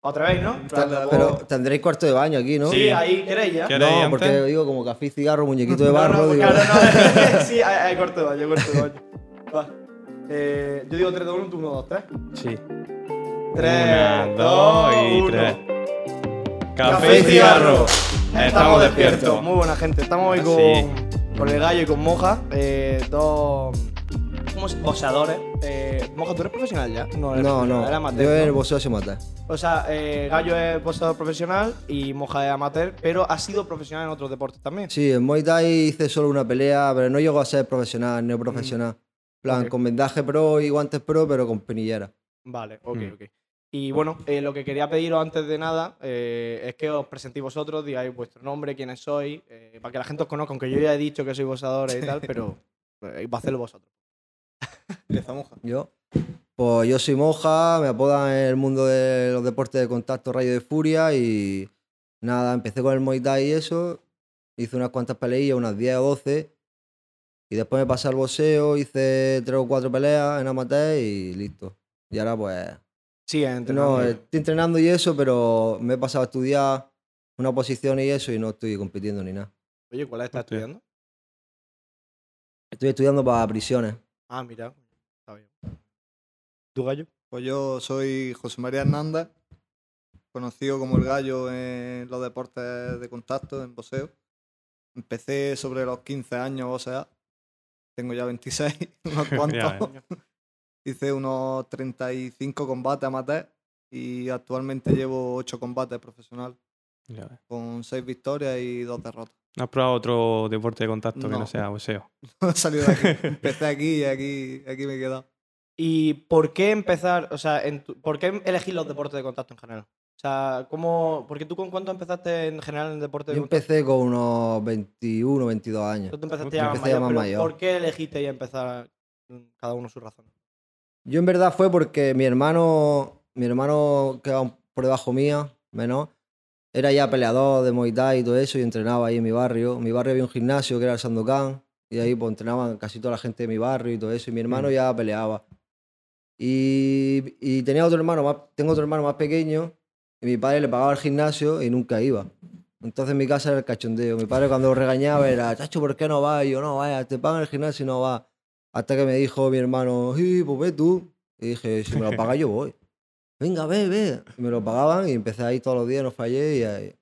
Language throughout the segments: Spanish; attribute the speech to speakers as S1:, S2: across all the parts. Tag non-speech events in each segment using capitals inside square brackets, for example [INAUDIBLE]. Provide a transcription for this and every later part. S1: Otra vez, ¿no?
S2: Ta- Pero tendréis cuarto de baño aquí, ¿no?
S1: Sí, ahí queréis ya.
S3: ¿Qué- ¿Queréis
S2: No,
S3: antes?
S2: porque digo como café, cigarro, muñequito de
S1: No,
S2: barro.
S1: no, porque
S2: digo,
S1: ahora
S2: [LAUGHS]
S1: no. sí, ahí, ahí corto de baño, corto de baño. Va. Eh, yo digo 3, 2, 1, tú 1, 2, 3.
S3: Sí.
S1: 3, 2 y 3.
S3: Café y cigarro. Estamos despiertos. Ah,
S1: Muy buena gente. Estamos hoy con, con el gallo y con Moja. eh, dos ¿cómo se- boxeadores. Eh, Moja, ¿tú eres profesional ya? No, eres
S2: No,
S1: profesional,
S2: no.
S1: eres amateur,
S2: Yo en el
S1: ¿no?
S2: boxeo se mata.
S1: O sea, eh, Gallo es boxeador profesional y Moja es amateur, pero ha sido profesional en otros deportes también.
S2: Sí, en Muay Thai hice solo una pelea, pero no llegó a ser profesional, neoprofesional. En plan,
S1: Mm. ok.
S2: con vendaje pro y guantes pro, pero con penillera.
S1: Vale, ok,
S3: Mm.
S1: ok. Y bueno, eh, lo que quería pediros antes de nada eh, es que os presentéis vosotros, digáis vuestro nombre, quiénes sois, eh, para que la gente os conozca, aunque yo ya he dicho que sois boxeadores y tal, pero eh, va a hacerlo vosotros.
S2: Yo. Pues yo soy Moja, me apodan en el mundo de los deportes de contacto Rayo de Furia y nada, empecé con el Muay Thai y eso, hice unas cuantas peleas, unas 10 o 12 y después me pasé al boxeo, hice 3 o 4 peleas en amateur y listo. Y ahora pues
S1: Sí,
S2: no, eh,
S1: entrenando.
S2: estoy entrenando y eso, pero me he pasado a estudiar una posición y eso y no estoy compitiendo ni nada.
S1: Oye, ¿cuál estás
S3: Hostia.
S1: estudiando?
S2: Estoy estudiando para prisiones.
S1: Ah, mira, está bien. ¿Tu gallo?
S4: Pues yo soy José María Hernández, conocido como el gallo en los deportes de contacto, en boxeo. Empecé sobre los 15 años, o sea, tengo ya 26, [LAUGHS] unos
S3: Ya
S4: cuantos. Hice unos 35 combates amateur y actualmente llevo 8 combates profesional,
S3: Ya ves.
S4: con 6 victorias y 2 derrotas. [LAUGHS]
S3: ¿No has probado otro deporte de contacto que no
S4: No.
S3: sea boxeo?
S4: No he salido de aquí. Empecé aquí y aquí, aquí me he quedado.
S1: ¿Y por qué empezar, o sea, en tu- por qué elegir los deportes de contacto en general? O sea, ¿cómo, porque tú con cuánto empezaste en general en deporte
S2: Yo
S1: de contacto?
S2: empecé con unos 21, 22 años.
S1: Tú te empezaste
S3: Yo
S1: ya más
S2: empecé
S1: mayor,
S2: ya más
S1: pero
S2: mayor.
S1: ¿por qué elegiste ya empezar mm, cada uno sus razones?
S2: Yo en verdad fue porque mi hermano, mi hermano que va un- por debajo mía, menor, era ya peleador de Muay Thai y todo eso y entrenaba ahí en mi barrio. En mi barrio había un gimnasio que era el Sandokan y
S1: Mm.
S2: ahí pues, entrenaban casi toda la gente de mi barrio y todo eso y mi hermano ya peleaba. Y, y tenía otro hermano más, tengo otro hermano más pequeño y mi padre le pagaba el gimnasio y nunca iba. Entonces en mi casa era el cachondeo. Mi padre cuando lo regañaba era, chacho, ¿por qué no vas? Y yo, no, vaya, te pagan el gimnasio y no vas. Hasta que me dijo mi hermano, sí, pues ve tú. Y dije, si me lo pagas yo voy. Venga, ve, ve. Y me lo pagaban y empecé ahí todos los días, no fallé y ahí-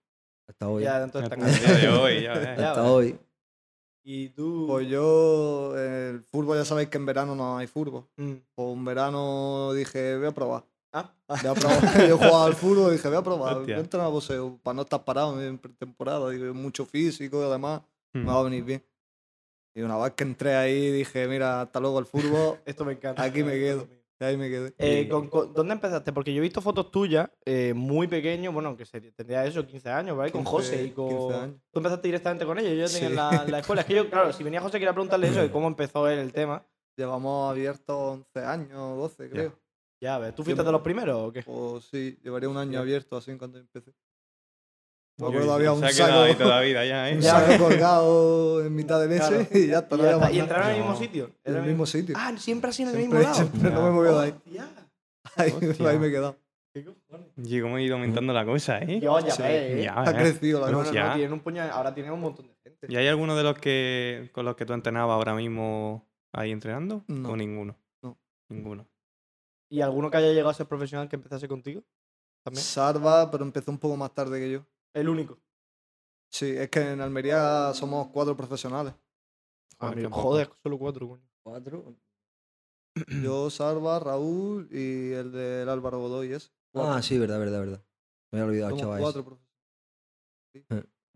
S2: hasta hoy.
S1: Ya dentro de
S3: [LAUGHS]
S1: esta
S3: Hasta
S1: carrera.
S3: el día de hoy,
S2: [LAUGHS]
S3: ya ves.
S1: Ya.
S2: hasta
S1: vale.
S2: hoy.
S1: Y tú...
S4: Pues yo, eh, el fútbol, ya sabéis que en verano no hay fútbol.
S1: Mm.
S4: Pues un verano dije, voy a probar.
S1: Ah,
S4: Voy a probar. Yo jugaba al fútbol y dije, voy a probar.
S3: Hostia.
S4: Voy a entrenar boxeo para no estar parado en pretemporada. Digo, es mucho físico y además
S3: Hmm.
S4: me va a venir bien. Y una vez que entré ahí dije, mira, hasta luego el fútbol.
S1: esto me encanta.
S4: Aquí me quedo. y ahí me quedé.
S1: [LAUGHS] Eh, con- con- ¿Dónde empezaste? Porque yo he visto fotos tuyas eh, muy pequeño, bueno, que se- tendría eso, 15 años, ¿vale? Eh, Con
S4: 15,
S1: José y con...
S4: 15 años.
S1: Tú empezaste directamente con ellos, yo tenía en
S4: Sí.
S1: la, la escuela. Es que yo, claro, si venía José quería preguntarle eso, de cómo empezó él el tema.
S4: Llevamos abierto 11 años, 12 creo.
S1: Ya ves, ¿tú fuiste de los primeros o qué?
S4: Pues sí, llevaría un año abierto así cuando empecé.
S3: Yo-
S4: Me acuerdo había
S3: se
S4: un
S3: ha quedado ahí
S4: saco,
S3: toda la vida ya, ¿eh?
S4: un
S1: Ya.
S4: saco colgado en mitad del
S1: Claro.
S4: ese [LAUGHS] y ya está.
S1: Y,
S4: no había
S1: hasta-
S4: más
S1: y
S4: nada.
S1: entraron en el mismo
S3: No.
S1: sitio.
S4: En
S1: Era
S4: el mismo sitio.
S1: Ah, siempre así en el
S4: Siempre-
S1: mismo lado.
S4: siempre [LAUGHS] no me he movido de ahí.
S1: Hostia,
S4: [LAUGHS] Ahí,
S3: Hostia.
S4: ahí me he quedado.
S1: ¿Qué cojones?
S3: Y cómo he ido aumentando la cosa, ¿eh?
S1: Yo ya
S4: Sí.
S1: ves, eh.
S3: Ya,
S4: Ha
S3: ¿eh?
S4: crecido la
S1: No, no,
S4: cosa.
S1: no,
S3: Ya.
S1: tienen un puño, ahora tienen un montón de gente.
S3: ¿Y hay alguno de los que con los que tú entrenabas ahora mismo ahí entrenando?
S4: No.
S3: ¿O ninguno?
S4: No.
S3: Ninguno.
S1: ¿Y alguno que haya llegado a ser profesional que empezase contigo? También.
S4: Sarva, pero empezó un poco más tarde que yo.
S1: El único.
S4: Sí, es que en Almería somos cuatro profesionales.
S3: Joder, qué poco.
S1: Ah, Joder, solo cuatro, coño.
S2: ¿Cuatro? Mm.
S4: Yo, Sarva, Raúl y el del Álvaro Godoy, ese.
S2: Ah, sí, verdad, verdad, verdad. Me había olvidado,
S4: Somos
S2: chavales.
S4: cuatro profesionales.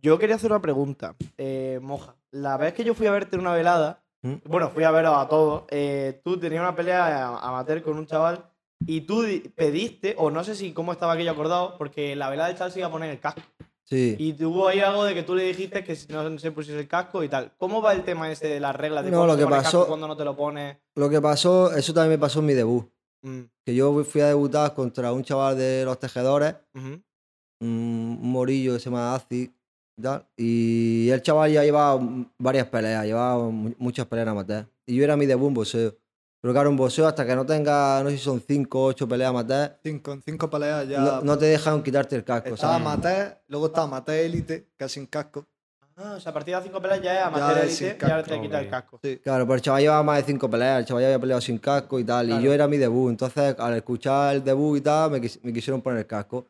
S1: Yo quería hacer una pregunta, eh, Moja. La vez que yo fui a verte en una velada,
S2: ¿Mm?
S1: bueno, fui a veros a todos, eh, tú tenías una pelea a- amateur con un chaval y tú di- pediste, o no sé si cómo estaba aquello acordado, porque la velada del chaval se iba a poner el casco.
S2: Sí.
S1: Y tuvo ahí algo de que tú le dijiste que si no se pusiese el casco y tal. ¿Cómo va el tema ese de las reglas de
S2: No,
S1: cuándo
S2: lo
S1: te
S2: que
S1: pones casco,
S2: pasó-
S1: cuándo no te lo pones?
S2: Lo que pasó, eso también me pasó en mi debut.
S1: Mm,
S2: Que yo fui a debutar contra un chaval de los tejedores
S1: ujú.
S2: un un morillo que se llama Aziz y tal. Y el chaval ya llevaba mm, varias peleas, llevaba mu- muchas peleas en amateur. Y yo era mi debut en boxeo. Pero claro, en boxeo, hasta que no tenga, no sé si son 5 o 8 peleas amateur,
S4: Cinco, en cinco peleas ya. pues
S2: no, no te dejan quitarte el casco.
S4: estaba
S2: ¿sabes?
S4: Maté, luego estaba Maté Élite, casi sin casco.
S1: Ah, o sea, a partir de cinco peleas ya es
S4: Ya
S1: amateur
S4: es sin
S1: élite, ya
S4: casco,
S1: te quita el
S3: ok.
S1: casco.
S4: Sí.
S2: Claro, pero el chaval llevaba más de 5 peleas, el chaval ya había peleado sin casco y tal,
S1: Claro.
S2: y yo era mi debut, entonces al escuchar el debut y tal, me, quis- me quisieron poner el casco.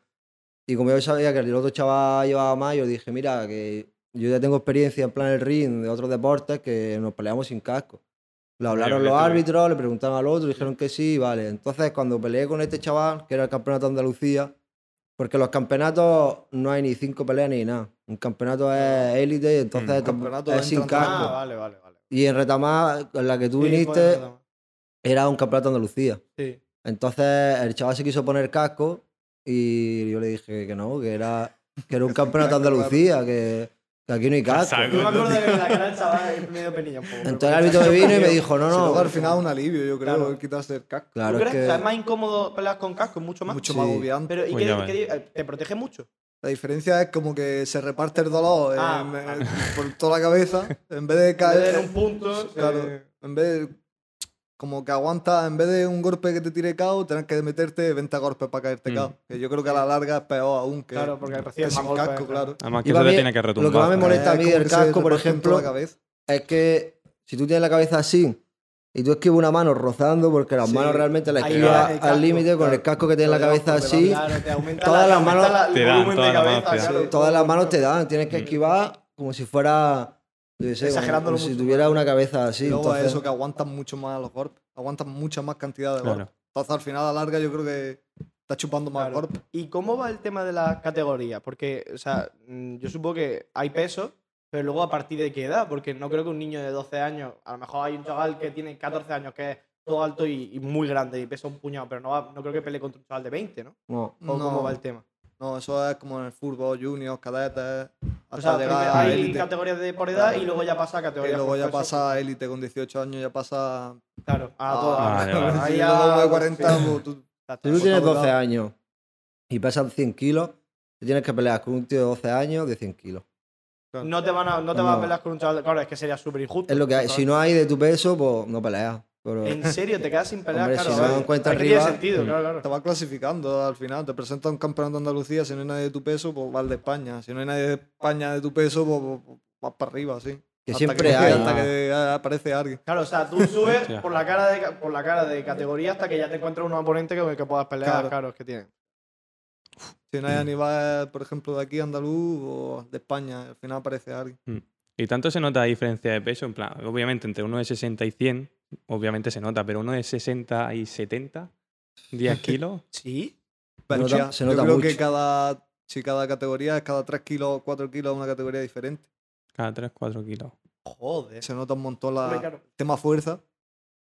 S2: Y como yo sabía que el otro chaval llevaba más, yo dije, mira, que yo ya tengo experiencia en plan el ring de otros deportes que nos peleamos sin casco. Lo hablaron
S3: Vale,
S2: los
S3: vete tú.
S2: árbitros, le preguntaron al otro, dijeron que sí, vale. Entonces cuando peleé con este chaval, que era el campeonato de Andalucía, porque los campeonatos no hay ni cinco peleas ni nada. Un campeonato es élite y entonces tamp-
S3: Mm,
S4: campeonato
S2: es sin
S4: entran-
S2: casco.
S1: Ah, vale, vale, vale.
S2: Y en Retamar, en la que tú
S1: Sí, pues, puede
S2: viniste,
S1: ser, ¿no?
S2: era un campeonato de Andalucía.
S1: Sí.
S2: Entonces el chaval se quiso poner casco y yo le dije que no, que era, que
S1: [LAUGHS]
S2: era un campeonato de Andalucía, que, que aquí no hay casco.
S3: Casaco.
S1: Yo me acuerdo de la cara del chaval medio penilla un poco.
S2: Entonces el árbitro me
S4: [LAUGHS]
S2: vino y me dijo, no,
S4: Si luego al
S2: no.
S4: final un alivio, yo creo,
S1: Claro.
S4: el quitarse el casco.
S1: ¿Tú
S2: Claro, es
S1: crees? O sea, es
S2: que
S1: más incómodo pelear con casco, mucho más.
S4: Mucho
S2: Sí.
S4: más agobiante.
S1: Pero, ¿y
S3: Pues
S1: qué-
S3: ya
S1: qué di- eh, ¿Te protege mucho?
S4: La diferencia es como que se reparte el dolor eh,
S1: Ah,
S4: me-
S1: vale.
S4: por toda la cabeza. En vez de
S1: Caer
S4: caer.
S1: en un punto.
S4: claro.
S1: eh,
S4: En vez de. Como que aguanta, en vez de un golpe que te tire KO, tenés que meterte 20 golpes para caerte
S3: Mm.
S4: KO. Que yo creo que a la larga es peor aún que,
S1: Claro, porque
S4: que
S1: recibes
S4: sin
S1: más golpes,
S4: casco,
S1: claro.
S4: claro.
S3: Además que
S2: Iba
S3: eso te
S2: bien.
S3: tiene que
S2: que
S3: retumbar.
S2: más me
S3: ¿no?
S2: molesta- a mí
S4: como
S2: del
S4: que se
S2: casco, por
S4: reparte en toda la
S2: ejemplo,
S4: cabeza.
S2: es que si tú tienes la cabeza así y tú esquivas una mano rozando, porque las
S4: Sí.
S2: manos realmente la
S1: Ahí
S2: esquivas
S1: va el casco,
S2: al límite con el
S4: claro.
S2: casco que tienes en la
S4: Claro,
S2: cabeza
S4: porque
S2: así.
S1: Claro, te aumenta
S2: Todas
S1: la-
S2: las manos
S1: aumenta la-
S3: te
S1: el
S3: dan,
S1: volumen de
S3: todas las
S1: cabeza,
S3: manos te
S1: claro.
S4: dan.
S2: todas las manos te dan, tienes que esquivar como si fuera, yo qué sé, como-
S1: Exagerándolo
S2: como si
S1: mucho.
S2: tuviera una cabeza así.
S4: Y luego
S2: entonces-
S4: es eso, que aguantan mucho más los golpes. Aguantan mucha más cantidad de golpes.
S3: Claro.
S4: Entonces al final a la larga yo creo que está chupando más
S1: Claro.
S4: golpes.
S1: ¿Y cómo va el tema de las categorías? Porque, o sea, mm, yo supongo que hay peso, pero luego a partir de qué edad, porque no creo que un niño de 12 años, a lo mejor hay un chaval que tiene 14 años que es todo alto y, y muy grande y pesa un puñado, pero no, va- no creo que pelee contra un chaval de 20, ¿no?
S2: No.
S1: ¿O cómo va el tema?
S4: No, eso es como en el fútbol, juniors, cadetes, hasta
S1: O sea,
S4: llegar
S1: primero
S4: a
S1: hay
S4: élite.
S1: categorías de por edad y
S4: Claro.
S1: luego ya pasa a
S4: Y
S1: categorías
S4: luego
S1: por
S4: ya
S1: peso.
S4: pasa a élite con 18 años, ya pasa
S1: Claro, a
S4: Ah,
S1: todas.
S4: [LAUGHS]
S3: vale, vale.
S1: Ahí
S4: Si
S1: ya-
S4: yo tengo de 40,
S1: sí.
S4: pues, tú-
S2: Si tú
S1: Exacto.
S2: tienes
S4: Por otro
S2: 12 años y pesas 100 kilos, te tienes que pelear con un tío de 12 años de 100 kilos.
S1: No te, van a, no te vas a
S2: No.
S1: pelear con un chaval. de- Claro, es que sería súper injusto.
S2: Es lo que hay. Si no hay de tu peso, pues no peleas. Pero
S1: En serio, te quedas sin pelear.
S2: Hombre,
S1: claro,
S2: si no
S1: vale.
S2: encuentras
S1: Aquí tiene
S2: rival-
S1: sentido, claro, claro.
S4: te vas clasificando al final. Te presentas a un campeonato de Andalucía, si no hay nadie de tu peso, pues vas al de España. Si no hay nadie de España de tu peso, pues, pues, pues, vas para arriba, sí.
S2: que
S4: Hasta
S2: siempre hay.
S4: Hasta que ah, aparece alguien.
S1: Claro, o sea, tú subes
S3: Hostia.
S1: por la cara de ca- por la cara de categoría hasta que ya te encuentras un oponente con el que puedas pelear, claro,
S4: Claro.
S1: que tienen.
S4: Si
S2: Mm.
S4: no hay animales, por ejemplo, de aquí, andaluz, o de España, al final aparece alguien.
S3: Y tanto se nota la diferencia de peso, en plan, obviamente entre uno de 60 y 100, obviamente se nota, pero uno de 60 y 70, 10 kilos,
S1: Sí.
S2: Se nota-
S4: Hostia,
S2: se
S4: Yo
S2: nota
S4: creo que
S2: mucho.
S4: cada, si cada categoría es cada 3 kilos, 4 kilos, una categoría diferente.
S3: cada 3, 4 kilos.
S1: Joder.
S4: Se nota un montón
S1: Hombre,
S4: la,
S1: claro.
S4: tema fuerza.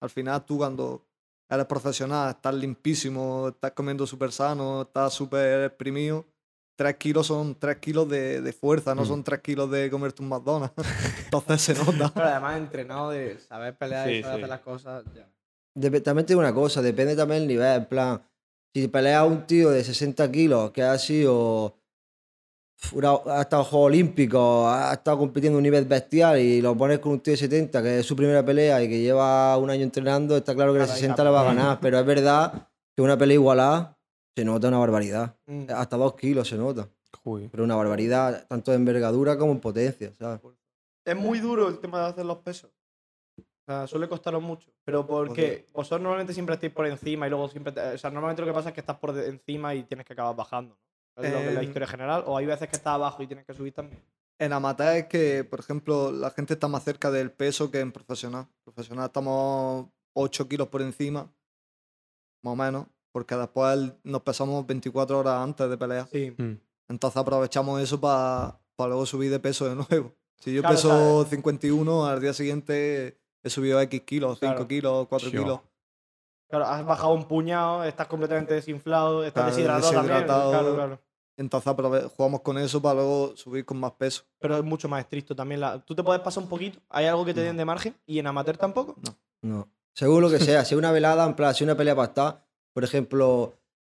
S4: Al final tú cuando eres profesional, estás limpísimo, estás comiendo súper sano, estás súper exprimido. Tres kilos son tres kilos de, de fuerza, no
S3: Mm.
S4: son tres kilos de comerte un McDonald's. [LAUGHS] Entonces se nota.
S1: Pero además entrenado de saber pelear
S3: Sí,
S1: y saber
S3: sí.
S1: hacer las cosas. ya.
S2: Dep- también te digo una cosa, depende también el nivel. En plan, si peleas a un tío de 60 kilos que ha sido. una- ha estado en Juegos Olímpicos, ha estado compitiendo a un nivel bestial y lo pones con un tío de 70 que es su primera pelea y que lleva un año entrenando, está claro que el
S1: Claro, ahí
S2: 60 le va a
S3: tampoco.
S2: ganar. Pero es verdad que una pelea igualada se nota una barbaridad.
S1: Mm.
S2: Hasta 2 kilos se nota.
S3: Uy.
S2: Pero una barbaridad, tanto en envergadura como en potencia, ¿sabes?
S1: Es muy duro el tema de hacer los pesos. O sea, suele costaros mucho. Pero porque vosotros normalmente siempre estáis por encima y luego siempre. te- o sea, normalmente lo que pasa es que estás por de- encima y tienes que acabar bajando. ¿no? Es lo que es la
S4: Eh,
S1: historia general. O hay veces que estás abajo y tienes que subir también.
S4: En amateur es que, por ejemplo, la gente está más cerca del peso que en profesional. Profesional estamos 8 kilos por encima, más o menos, porque después el- nos pesamos 24 horas antes de pelear.
S1: Sí.
S3: Mm.
S4: Entonces aprovechamos eso para luego subir de peso de nuevo. [LAUGHS] Si yo
S1: Claro, eh,
S4: peso 51, al día siguiente he subido X kilos, 5
S1: Claro.
S4: kilos, 4
S3: Sure.
S4: kilos.
S1: Claro, has bajado un puñado, estás completamente desinflado, estás
S4: Claro,
S1: deshidratado,
S4: deshidratado.
S1: también. Claro, claro.
S4: Entonces aprove- jugamos con eso para luego subir con más peso.
S1: Pero es mucho más estricto también. La... Tú te puedes pasar un poquito, hay algo que
S2: Mm.
S1: te den de margen y en amateur tampoco.
S2: No. Según lo que sea, si una velada, en plan, si una pelea para estar, por ejemplo,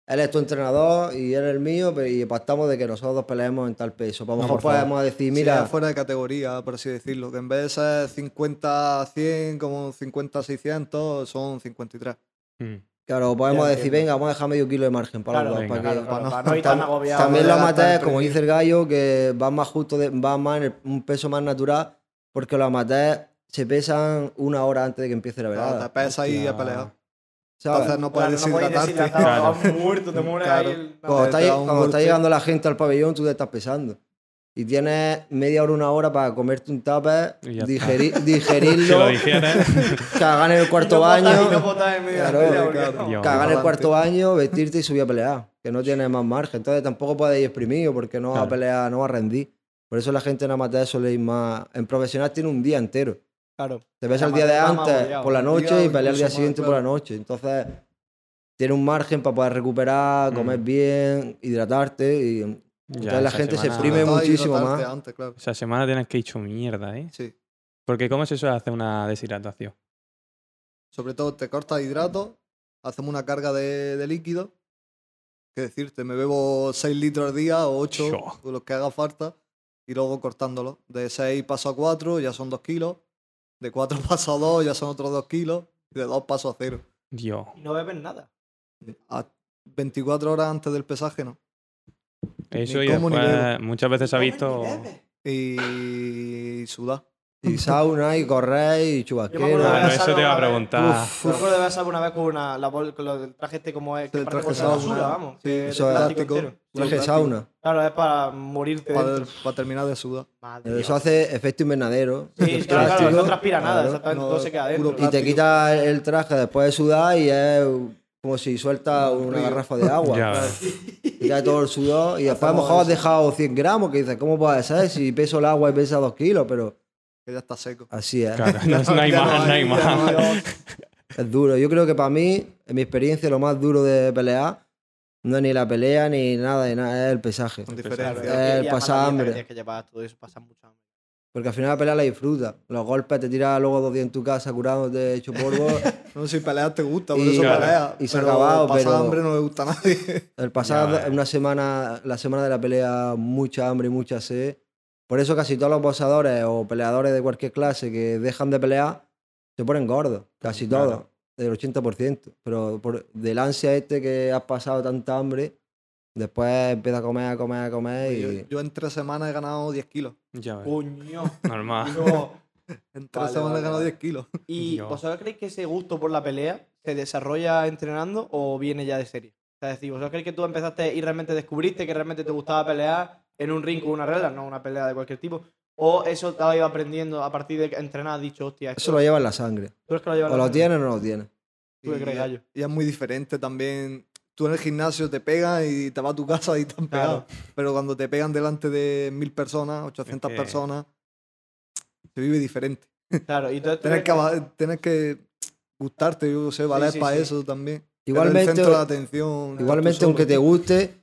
S2: él es tu entrenador y él es el mío, pero y pactamos de que nosotros dos peleemos en tal peso. Pues a lo
S3: No,
S2: mejor
S3: por favor.
S2: podemos decir,
S4: Mira,
S2: mira,
S4: fuera de categoría, por así decirlo. Que en vez de ser 50 100, como 50 600, son 53.
S3: Mm.
S2: claro, podemos
S1: Ya
S2: decir,
S1: entiendo.
S2: venga, vamos a dejar medio kilo de margen para
S1: Claro,
S2: los dos,
S3: venga,
S2: para que-
S1: Claro,
S4: para
S1: claro,
S4: no-
S1: para no ir tan
S4: tam-
S1: agobiado.
S2: También
S4: Ahora
S2: lo
S4: ya está
S2: maté,
S4: el
S2: como
S4: premio.
S2: dice el gallo, que va más justo, de- va más en el- un peso más natural, porque los maté se pesan una hora antes de que empiece la
S4: Claro,
S2: velada.
S4: te pesa ahí a
S3: Hostia.
S4: pelear.
S2: ¿sabes?
S4: Entonces no puedes
S1: Claro, no
S4: deshidratarte.
S1: deshidratado,
S3: Claro.
S1: vas muerto, te mueres
S4: Claro.
S1: ahí. el-
S2: cuando
S4: te
S2: está,
S4: da
S2: lle-
S4: un
S2: cuando está
S4: golpe.
S2: llegando la gente al pabellón, tú te estás pesando. Y tienes media hora, una hora para comerte un tupper,
S3: Y ya [LAUGHS]
S2: digeri-
S3: Si lo
S2: [LAUGHS] digerirlo,
S3: dijeras,
S2: cagar en el
S1: Y [LAUGHS]
S2: cuarto
S1: no botas, y no
S2: baño,
S1: botas en medio de la
S2: Claro,
S1: pelea, porque
S4: claro.
S1: no.
S3: Dios.
S2: cagar en el
S4: Adelante.
S2: cuarto
S3: [LAUGHS]
S2: baño, vestirte y subir a pelear, que no tienes más margen. Entonces tampoco podéis exprimiros porque no vas a
S3: Claro.
S2: pelear, no vas a rendir. Por eso la gente en amateur suele ir más... En profesional tiene un día entero.
S1: Claro.
S2: Te ves
S1: La
S2: el día de
S1: madre va más
S2: antes
S1: agobiado.
S2: por la noche
S4: Obligado,
S2: y peleas el día
S4: incluso más,
S2: siguiente por la noche. Entonces, tiene un margen para poder recuperar, comer
S3: Mm.
S2: bien, hidratarte. Y... Entonces
S3: Ya,
S2: la
S3: esa
S2: gente se
S3: semana-
S2: exprime
S4: Sobre todo
S2: muchísimo
S4: hidratarte
S2: más.
S4: Antes, claro.
S3: esa semana tienes que ir hecho mierda, ¿eh?
S4: Sí.
S3: Porque ¿cómo se suele hacer una deshidratación?
S4: Sobre todo te cortas hidratos, hacemos una carga de, de líquido. Que decirte, me bebo 6 litros al día o 8,
S3: Yo.
S4: o los que haga falta, y luego cortándolo. De 6 paso a 4 ya son 2 kilos, de 4 [LAUGHS] paso a 2 ya son otros 2 kilos, y de 2 paso a 0.
S3: Dios.
S1: Y no bebes nada.
S4: A 24 horas antes del pesaje, ¿no?
S3: Eso
S4: Ni
S3: y
S4: como ni
S3: después muchas veces se ha
S1: Comes ni
S3: visto...
S1: bebes.
S4: Y sudar.
S2: Y sauna, y correr, y
S1: Yo me acuerdo
S2: chubasquero.
S3: Claro,
S1: Pero
S3: Ah, eso
S1: esa
S3: te iba a
S1: no la-
S3: preguntar.
S2: Uf,
S1: Yo recuerdo de verse alguna vez con, una, la bol- con lo del traje este como es, que
S4: El
S1: parece
S4: traje
S1: bolsa de
S4: sauna.
S1: basura, vamos.
S4: Sí,
S1: que
S2: eso
S1: de
S2: es
S1: plástico
S4: plástico.
S1: entero.
S2: Traje de sauna.
S1: Claro, es para morirte
S4: Para,
S2: Eh.
S1: dentro.
S4: para terminar de sudar.
S1: Madre
S2: Eso
S1: mía.
S2: hace efecto invernadero.
S1: Sí,
S2: El
S1: claro, claro,
S2: plástico,
S1: no transpira nada,
S2: claro.
S1: exactamente,
S4: no,
S1: todo se queda
S4: puro
S1: dentro.
S2: Y te
S4: Plástico.
S2: quita el traje después de sudar y es como si suelta
S4: Un
S2: una
S4: río.
S2: garrafa de agua.
S3: Ya,
S2: Y cae todo el sudor. Y después a lo
S4: Hacemos
S2: mejor has
S4: eso.
S2: dejado 100 gramos, que dices, ¿cómo puede ser? Si peso el agua y pesa 2 kilos, pero
S4: Que ya está seco.
S2: así es.
S3: claro, [LAUGHS] no, no hay
S4: Ya
S3: más, no hay
S4: ya
S3: más.
S4: no hay.
S2: Es duro. Yo creo que para mí, en mi experiencia, lo más duro de pelear no es ni la pelea ni nada de nada, es el pesaje.
S4: Con
S1: Claro, y- y
S3: Eh,
S4: diferencia.
S2: el
S1: además
S2: pasar
S1: la dieta que
S2: hambre.
S1: tienes que llevar, todo eso, pasas mucha hambre.
S2: Porque al final la pelea la disfrutas. Los golpes te tiras luego dos días en tu casa curándote, hecho polvo.
S4: No, si peleas te gusta, por
S2: Y-
S4: eso
S3: Claro.
S4: peleas.
S2: y se ha
S4: pero
S2: acabado,
S4: pasar
S2: pero-
S4: hambre no le gusta a nadie.
S2: El pasar
S3: Ya,
S2: de-
S3: eh.
S2: una semana, la semana de la pelea, mucha hambre y mucha sed. Por eso casi todos los boxadores o peleadores de cualquier clase que dejan de pelear se ponen gordos, casi
S3: Claro.
S2: todos, del 80%. Pero por, del ansia este que has pasado tanta hambre, después empiezas a comer, a comer, a comer y...
S4: Pues Yo, yo en tres semanas he ganado 10 kilos.
S3: Ya ves,
S1: Coño.
S3: normal.
S1: no.
S4: En tres
S1: Vale,
S4: semanas
S1: vale,
S4: he ganado
S1: vale.
S4: 10 kilos.
S1: ¿Y
S3: Dios.
S1: vosotros creéis que ese gusto por la pelea se desarrolla entrenando o viene ya de serie? O sea, es decir, ¿vosotros creéis que tú empezaste y realmente descubriste que realmente te gustaba pelear en un ring con una regla, no una pelea de cualquier tipo? ¿O eso te lo has ido aprendiendo a partir de que entrenar? has dicho, hostia, esto-
S2: Eso lo lleva en la sangre.
S1: tú eres que lo llevas
S2: O
S1: la-
S2: lo tienes o no lo tienes.
S1: [LAUGHS] ¿Tú qué
S4: Y-
S1: crees, Gallo?
S4: Y es muy diferente también. Tú en el gimnasio te pegan y te vas a tu casa y te han pegado.
S1: Claro.
S4: Pero cuando te pegan delante de mil personas, 800
S3: que-
S4: personas, se vive diferente.
S1: Claro, y entonces tú
S4: Tienes que,
S1: crees
S4: ava- tienes que gustarte, yo sé, valer
S1: sí,
S4: para
S1: sí.
S4: eso también. Eres el
S2: Igualmente,
S4: centro de atención. estás tú
S2: igualmente
S4: solo.
S2: aunque te guste,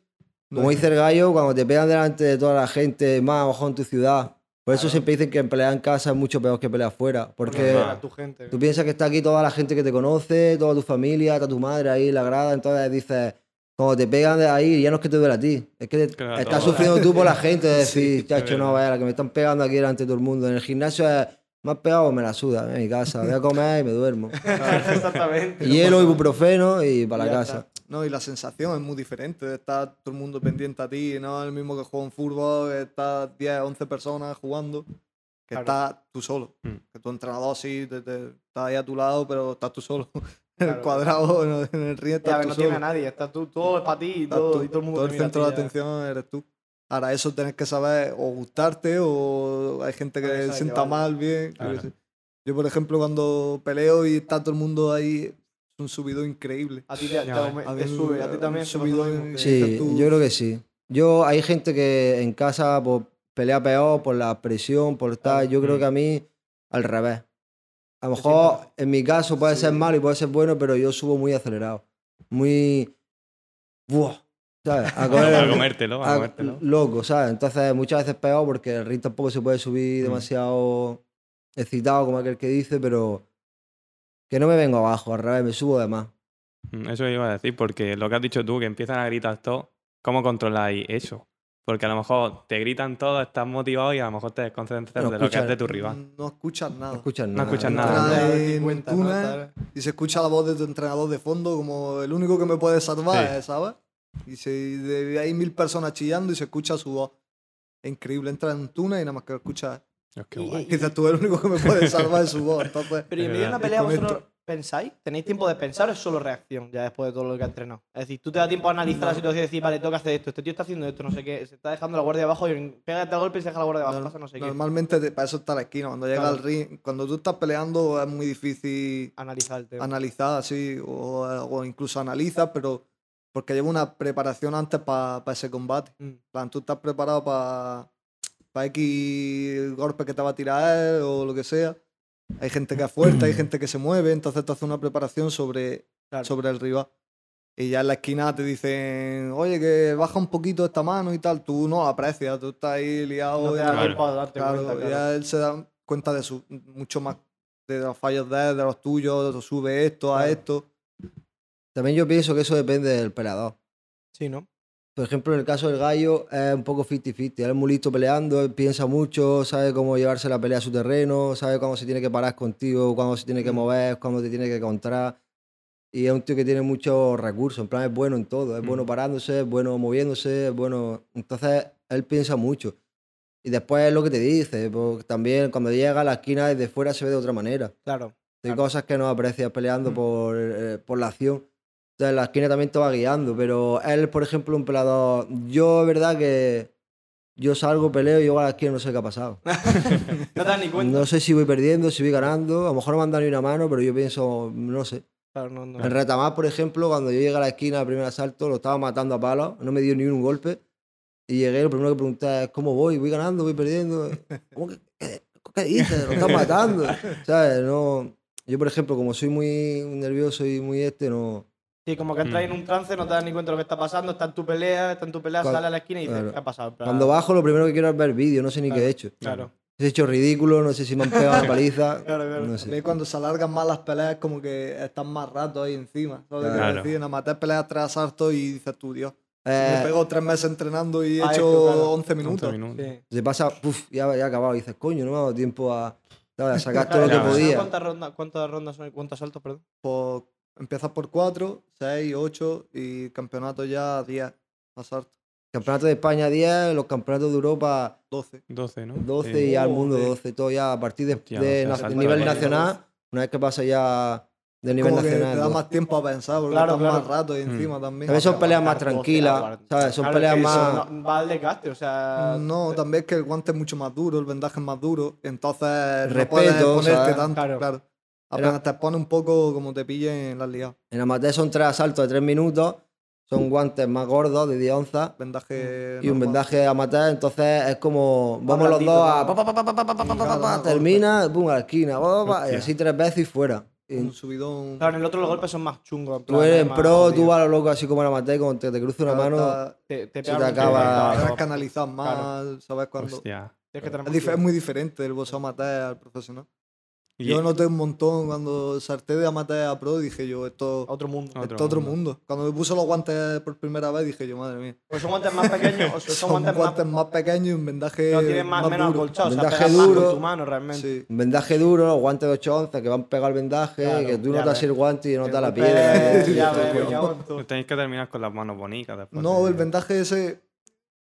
S4: No
S2: Como
S4: es-
S2: dice el gallo, cuando te pegan delante de toda la gente, más abajo en tu ciudad. Por eso siempre dicen que pelear en casa es mucho peor que pelear afuera. Porque
S1: que a tu gente.
S2: tú piensas que está aquí toda la gente que te conoce, toda tu familia, está tu madre ahí en la grada. Entonces dices, cuando te pegan de ahí, ya no es que te duele a ti. Es que te-
S3: Claro,
S2: estás
S3: todo.
S2: sufriendo tú por la gente. De decir,
S4: es
S2: chacho, no,
S3: verdad.
S2: vaya, la que me están pegando aquí delante de todo el mundo. En el gimnasio es, me has pegado, me la suda, ¿eh? en mi casa. Voy a comer y me duermo.
S1: [LAUGHS] Exactamente.
S2: Hielo, ibuprofeno y para la
S1: Ya
S2: casa.
S1: está.
S4: No, y la sensación es muy diferente. Está todo el mundo pendiente a ti, no es el mismo que juega en fútbol, que está 10, 11 personas jugando, que
S1: Claro.
S4: está tú solo.
S3: Mm.
S4: Que tu entrenador sí te- te- está ahí a tu lado, pero estás tú solo. [LAUGHS] en
S1: Claro.
S4: el cuadrado, en el- en el ring,
S1: Ya,
S4: estás
S1: que
S4: tú
S1: no tiene
S4: solo.
S1: a nadie, está tú, todo es para ti y
S4: Estás
S1: todo,
S4: tú.
S1: y todo el mundo te mira a
S4: centro
S1: ti
S4: de
S1: ya.
S4: atención eres tú. Ahora, eso tienes que saber o gustarte o hay gente
S1: Tienes que
S4: que
S1: saber
S4: sienta
S1: llevarlo.
S4: mal, bien. yo qué
S3: Claro.
S4: sé. Yo, por ejemplo, cuando peleo y está todo el mundo ahí, es un subido increíble.
S1: A ti te, te
S3: Ya,
S1: aume-
S4: a
S1: te
S4: mí
S1: sube, a ti
S4: un
S1: también. te pasa
S4: subidón
S1: lo mismo que-
S4: en-
S2: Sí,
S4: Dices tú-
S2: yo creo que sí. Yo, hay gente que en casa pues, pelea peor por la presión, por tal. Yo creo
S3: Mm.
S2: que a mí, al revés. A lo
S1: Te sientes
S2: mejor en mi caso puede ser
S4: Sí.
S2: malo y puede ser bueno, pero yo subo muy acelerado. Muy. Buah, ¿Sabes?
S3: [LAUGHS]
S2: A comer-
S3: Para comértelo, para
S2: a-
S3: comértelo.
S2: loco, ¿sabes? Entonces muchas veces peor porque el ring tampoco se puede subir
S3: Mm.
S2: demasiado excitado, como aquel que dice, pero que no me vengo abajo, al revés, me subo de más.
S3: Mm, Eso iba a decir, porque lo que has dicho tú, que empiezan a gritar todos, ¿cómo controláis eso? Porque a lo mejor te gritan todos, estás motivado y a lo mejor te desconcentras
S2: No
S3: de lo que es
S2: escuchas-
S3: de tu rival.
S4: No escuchas nada.
S2: No escuchas nada.
S3: No escuchas
S4: No
S3: nada.
S4: te das
S1: nada.
S4: ni
S1: Ni cuenta,
S4: cuenta,
S1: ¿no?
S4: ¿sabes? Y se escucha la voz de tu entrenador de fondo como el único que me puede salvar,
S3: Sí.
S4: ¿eh? ¿sabes? Y se, y de- hay mil personas chillando y se escucha su voz. Es increíble, entra en tuna y nada más que lo escuchas.
S3: Dios, qué
S1: Y-
S3: guay.
S4: Quizás tú eres el único que me puede salvar es su voz.
S1: [LAUGHS]
S4: Entonces,
S1: Pero
S3: Es
S1: en medio de
S3: verdad.
S1: una pelea
S4: Es correcto.
S1: vosotros pensáis, tenéis tiempo de pensar o es solo reacción ya después de todo lo que has entrenado. Es decir, tú te da tiempo a analizar la situación y decir, vale, tengo que hacer esto, este tío está haciendo esto, no sé qué, se está dejando la guardia abajo y pégate al golpe y se deja la guardia abajo,
S4: Nor-
S1: pasa no sé qué.
S4: normalmente te- para eso está la esquina. Cuando llega
S1: Claro.
S4: al ring, cuando tú estás peleando es muy difícil
S1: Analizar el tema.
S4: analizar así, o, o incluso analiza, pero porque lleva una preparación antes para ese combate.
S1: Mm.
S4: En plan, tú estás preparado para X golpe que te va a tirar él o lo que sea. Hay gente que es fuerte, hay gente que se mueve, entonces te hace una preparación sobre,
S1: Claro.
S4: sobre el rival. Y ya en la esquina te dicen, oye, que baja un poquito esta mano y tal. Tú no la aprecias, tú estás ahí liado.
S1: No te da
S4: ya-
S3: Claro.
S1: tiempo a darte
S4: claro,
S1: cuenta, claro.
S4: ya él se da cuenta de su, mucho más de los fallos de él, de los tuyos, de sube esto a
S1: Claro.
S4: esto.
S2: También yo pienso que eso depende del peleador.
S1: Sí, ¿no?
S2: Por ejemplo, en el caso del gallo es un poco 50-50. Él es muy listo peleando, él piensa mucho, sabe cómo llevarse la pelea a su terreno, sabe cuándo se tiene que parar contigo, cuándo se tiene que
S4: Mm.
S2: mover, cuándo te tiene que contrar. Y es un tío que tiene muchos recursos, en plan es bueno en todo, es
S3: Mm.
S2: bueno parándose, es bueno moviéndose, es bueno... Entonces él piensa mucho. Y después es lo que te dice, porque también cuando llega a la esquina desde fuera se ve de otra manera.
S1: Claro.
S2: Hay
S1: Claro.
S2: cosas que no aprecias peleando
S1: Mm.
S2: por, eh, por la acción. Entonces, la esquina también te va guiando, pero él, por ejemplo, un pelador. Yo, es verdad que yo salgo, peleo y llego a la esquina y no sé qué ha pasado.
S1: No te das
S4: [LAUGHS]
S1: ni [LAUGHS] cuenta.
S2: No sé si voy perdiendo, si voy ganando. A lo mejor no me han dado ni una mano, pero yo pienso, no sé.
S1: Claro, no, no.
S2: En Retamar, por ejemplo, cuando yo llegué a la esquina al primer asalto, lo estaba matando a palos, no me dio ni un golpe. Y llegué, lo primero que pregunté es: ¿Cómo voy? ¿Voy ganando? ¿Voy perdiendo? ¿Cómo que, qué, qué dices? Lo
S1: [LAUGHS]
S2: estás matando. ¿Sabes? No, yo, por ejemplo, como soy muy nervioso y muy este, no.
S1: Sí, como que entras en un trance, no te das ni cuenta de lo que está pasando, está en tu pelea, está en tu pelea,
S2: Cuando-
S1: sale a la esquina y dices,
S2: claro.
S1: ¿qué ha pasado? En plan,
S2: Cuando bajo, lo primero que quiero es ver vídeo, no sé ni qué he hecho.
S1: Claro,
S2: Si he hecho ridículo, no sé si me han pegado la paliza.
S1: [LAUGHS] claro, claro.
S2: No
S4: A mí
S2: sé.
S4: cuando se alargan más las peleas, como que están más rato ahí encima. ¿Sabes qué
S3: Claro.
S4: decir? Nada más te peleas tres asaltos y dices tú, Dios,
S2: Eh,
S4: me pego tres meses entrenando y he
S1: Ah,
S4: hecho
S1: esto, claro.
S4: 11 minutos.
S3: 11 minutos.
S1: Sí.
S2: se pasa, uff, ya, ya he acabado. Y dices, coño, no me ha dado tiempo a,
S1: [LAUGHS]
S2: a sacar todo lo que
S3: Claro.
S2: podía.
S1: ¿Cuántas rondas, cuántas rondas son? ¿Cuántos saltos, perdón?
S4: Por- Pues, empiezas por 4, 6, 8 y campeonato ya 10 asaltos,
S2: Campeonato de España 10, los campeonatos de Europa
S4: 12.
S3: 12, ¿no?
S2: 12
S3: Sí.
S2: y ya al mundo
S4: Joder.
S2: 12, todo ya a partir de,
S3: Eh, oh, Hostia,
S2: de
S3: o sea,
S2: na-
S3: salta
S2: nivel
S3: la barrera.
S2: nacional, una vez que pasa ya del nivel
S4: como que
S2: nacional.
S4: te da
S2: ¿no?
S4: más tiempo a pensar, porque
S1: Claro,
S4: estás
S1: claro.
S4: más rato ahí encima también. Ah,
S2: También son
S1: Aguantar
S2: peleas más
S1: 12,
S2: tranquilas,
S1: aguantar.
S2: ¿sabes? Son
S1: Claro,
S2: peleas
S1: que eso
S2: más...
S1: no- va al desgaste, o sea.
S4: ah, No, también es que el guante es mucho más duro, el vendaje es más duro, entonces no
S2: Respeto,
S4: puedes ponerte
S2: ¿sabes?
S4: tanto,
S1: Claro.
S4: claro. Apenas te pone un poco como te pille en las liadas.
S2: En amateur son tres asaltos de 3 minutos, son guantes más gordos de 10 onzas
S4: Vendaje
S2: y un
S4: normal.
S2: vendaje amateur, entonces es como... Vamos los
S1: ratito,
S2: dos
S1: ¿no?
S2: a... pa, pa, pa, pa, pa, pa, pa, pa, pa,
S4: Cada
S2: pa,
S4: golpe.
S2: termina, pum, a la esquina, pa, pa, pa, y
S3: Hostia.
S2: así tres veces y fuera. Y
S4: Un subidón.
S1: Claro, en el otro los golpes son más chungos. en
S2: tú
S1: plan,
S2: eres
S1: más
S2: pro, tú
S1: jodido.
S2: vas a lo loco así como en amateur, cuando te, te cruza una
S4: Claro,
S2: mano...
S4: está-
S1: Te, te
S2: se
S1: pegan
S2: te
S1: un tiro, te
S2: acaba-
S4: Tienes
S1: acabas
S4: que analizar más,
S1: Claro.
S4: ¿sabes? Cuando...
S3: Hostia.
S1: Tienes que tener
S4: Es,
S1: más
S4: dif- es
S1: cuidado.
S4: muy diferente el boxeo amateur al profesional.
S3: Y-
S4: Yo noté un montón cuando salté de amateur a pro, dije yo, esto
S1: Otro mundo.
S3: Otro
S4: esto es otro
S3: mundo.
S4: mundo. Cuando me puse los guantes por primera vez, dije yo, madre mía.
S1: O son guantes más pequeños, o son,
S2: [LAUGHS]
S4: Son
S1: guantes,
S4: guantes, más, pequeños y un vendaje.
S1: más. No tienen más, menos
S4: duro.
S1: acolchados, o sea,
S2: Vendaje
S1: pegan más con
S2: duro.
S1: tu mano realmente.
S4: Sí.
S2: Un vendaje duro, los guantes de 8 onzas que van pegado al vendaje,
S1: Claro,
S2: que tú
S1: ya
S2: notas
S1: ves.
S2: el guante y notas la
S1: Pero,
S2: piedra.
S1: eh, Ya
S4: Esto,
S1: ves,
S4: coño.
S1: ya aguanto.
S3: Tenéis que terminar con las manos bonitas después.
S4: No,
S3: de-
S4: el vendaje ese.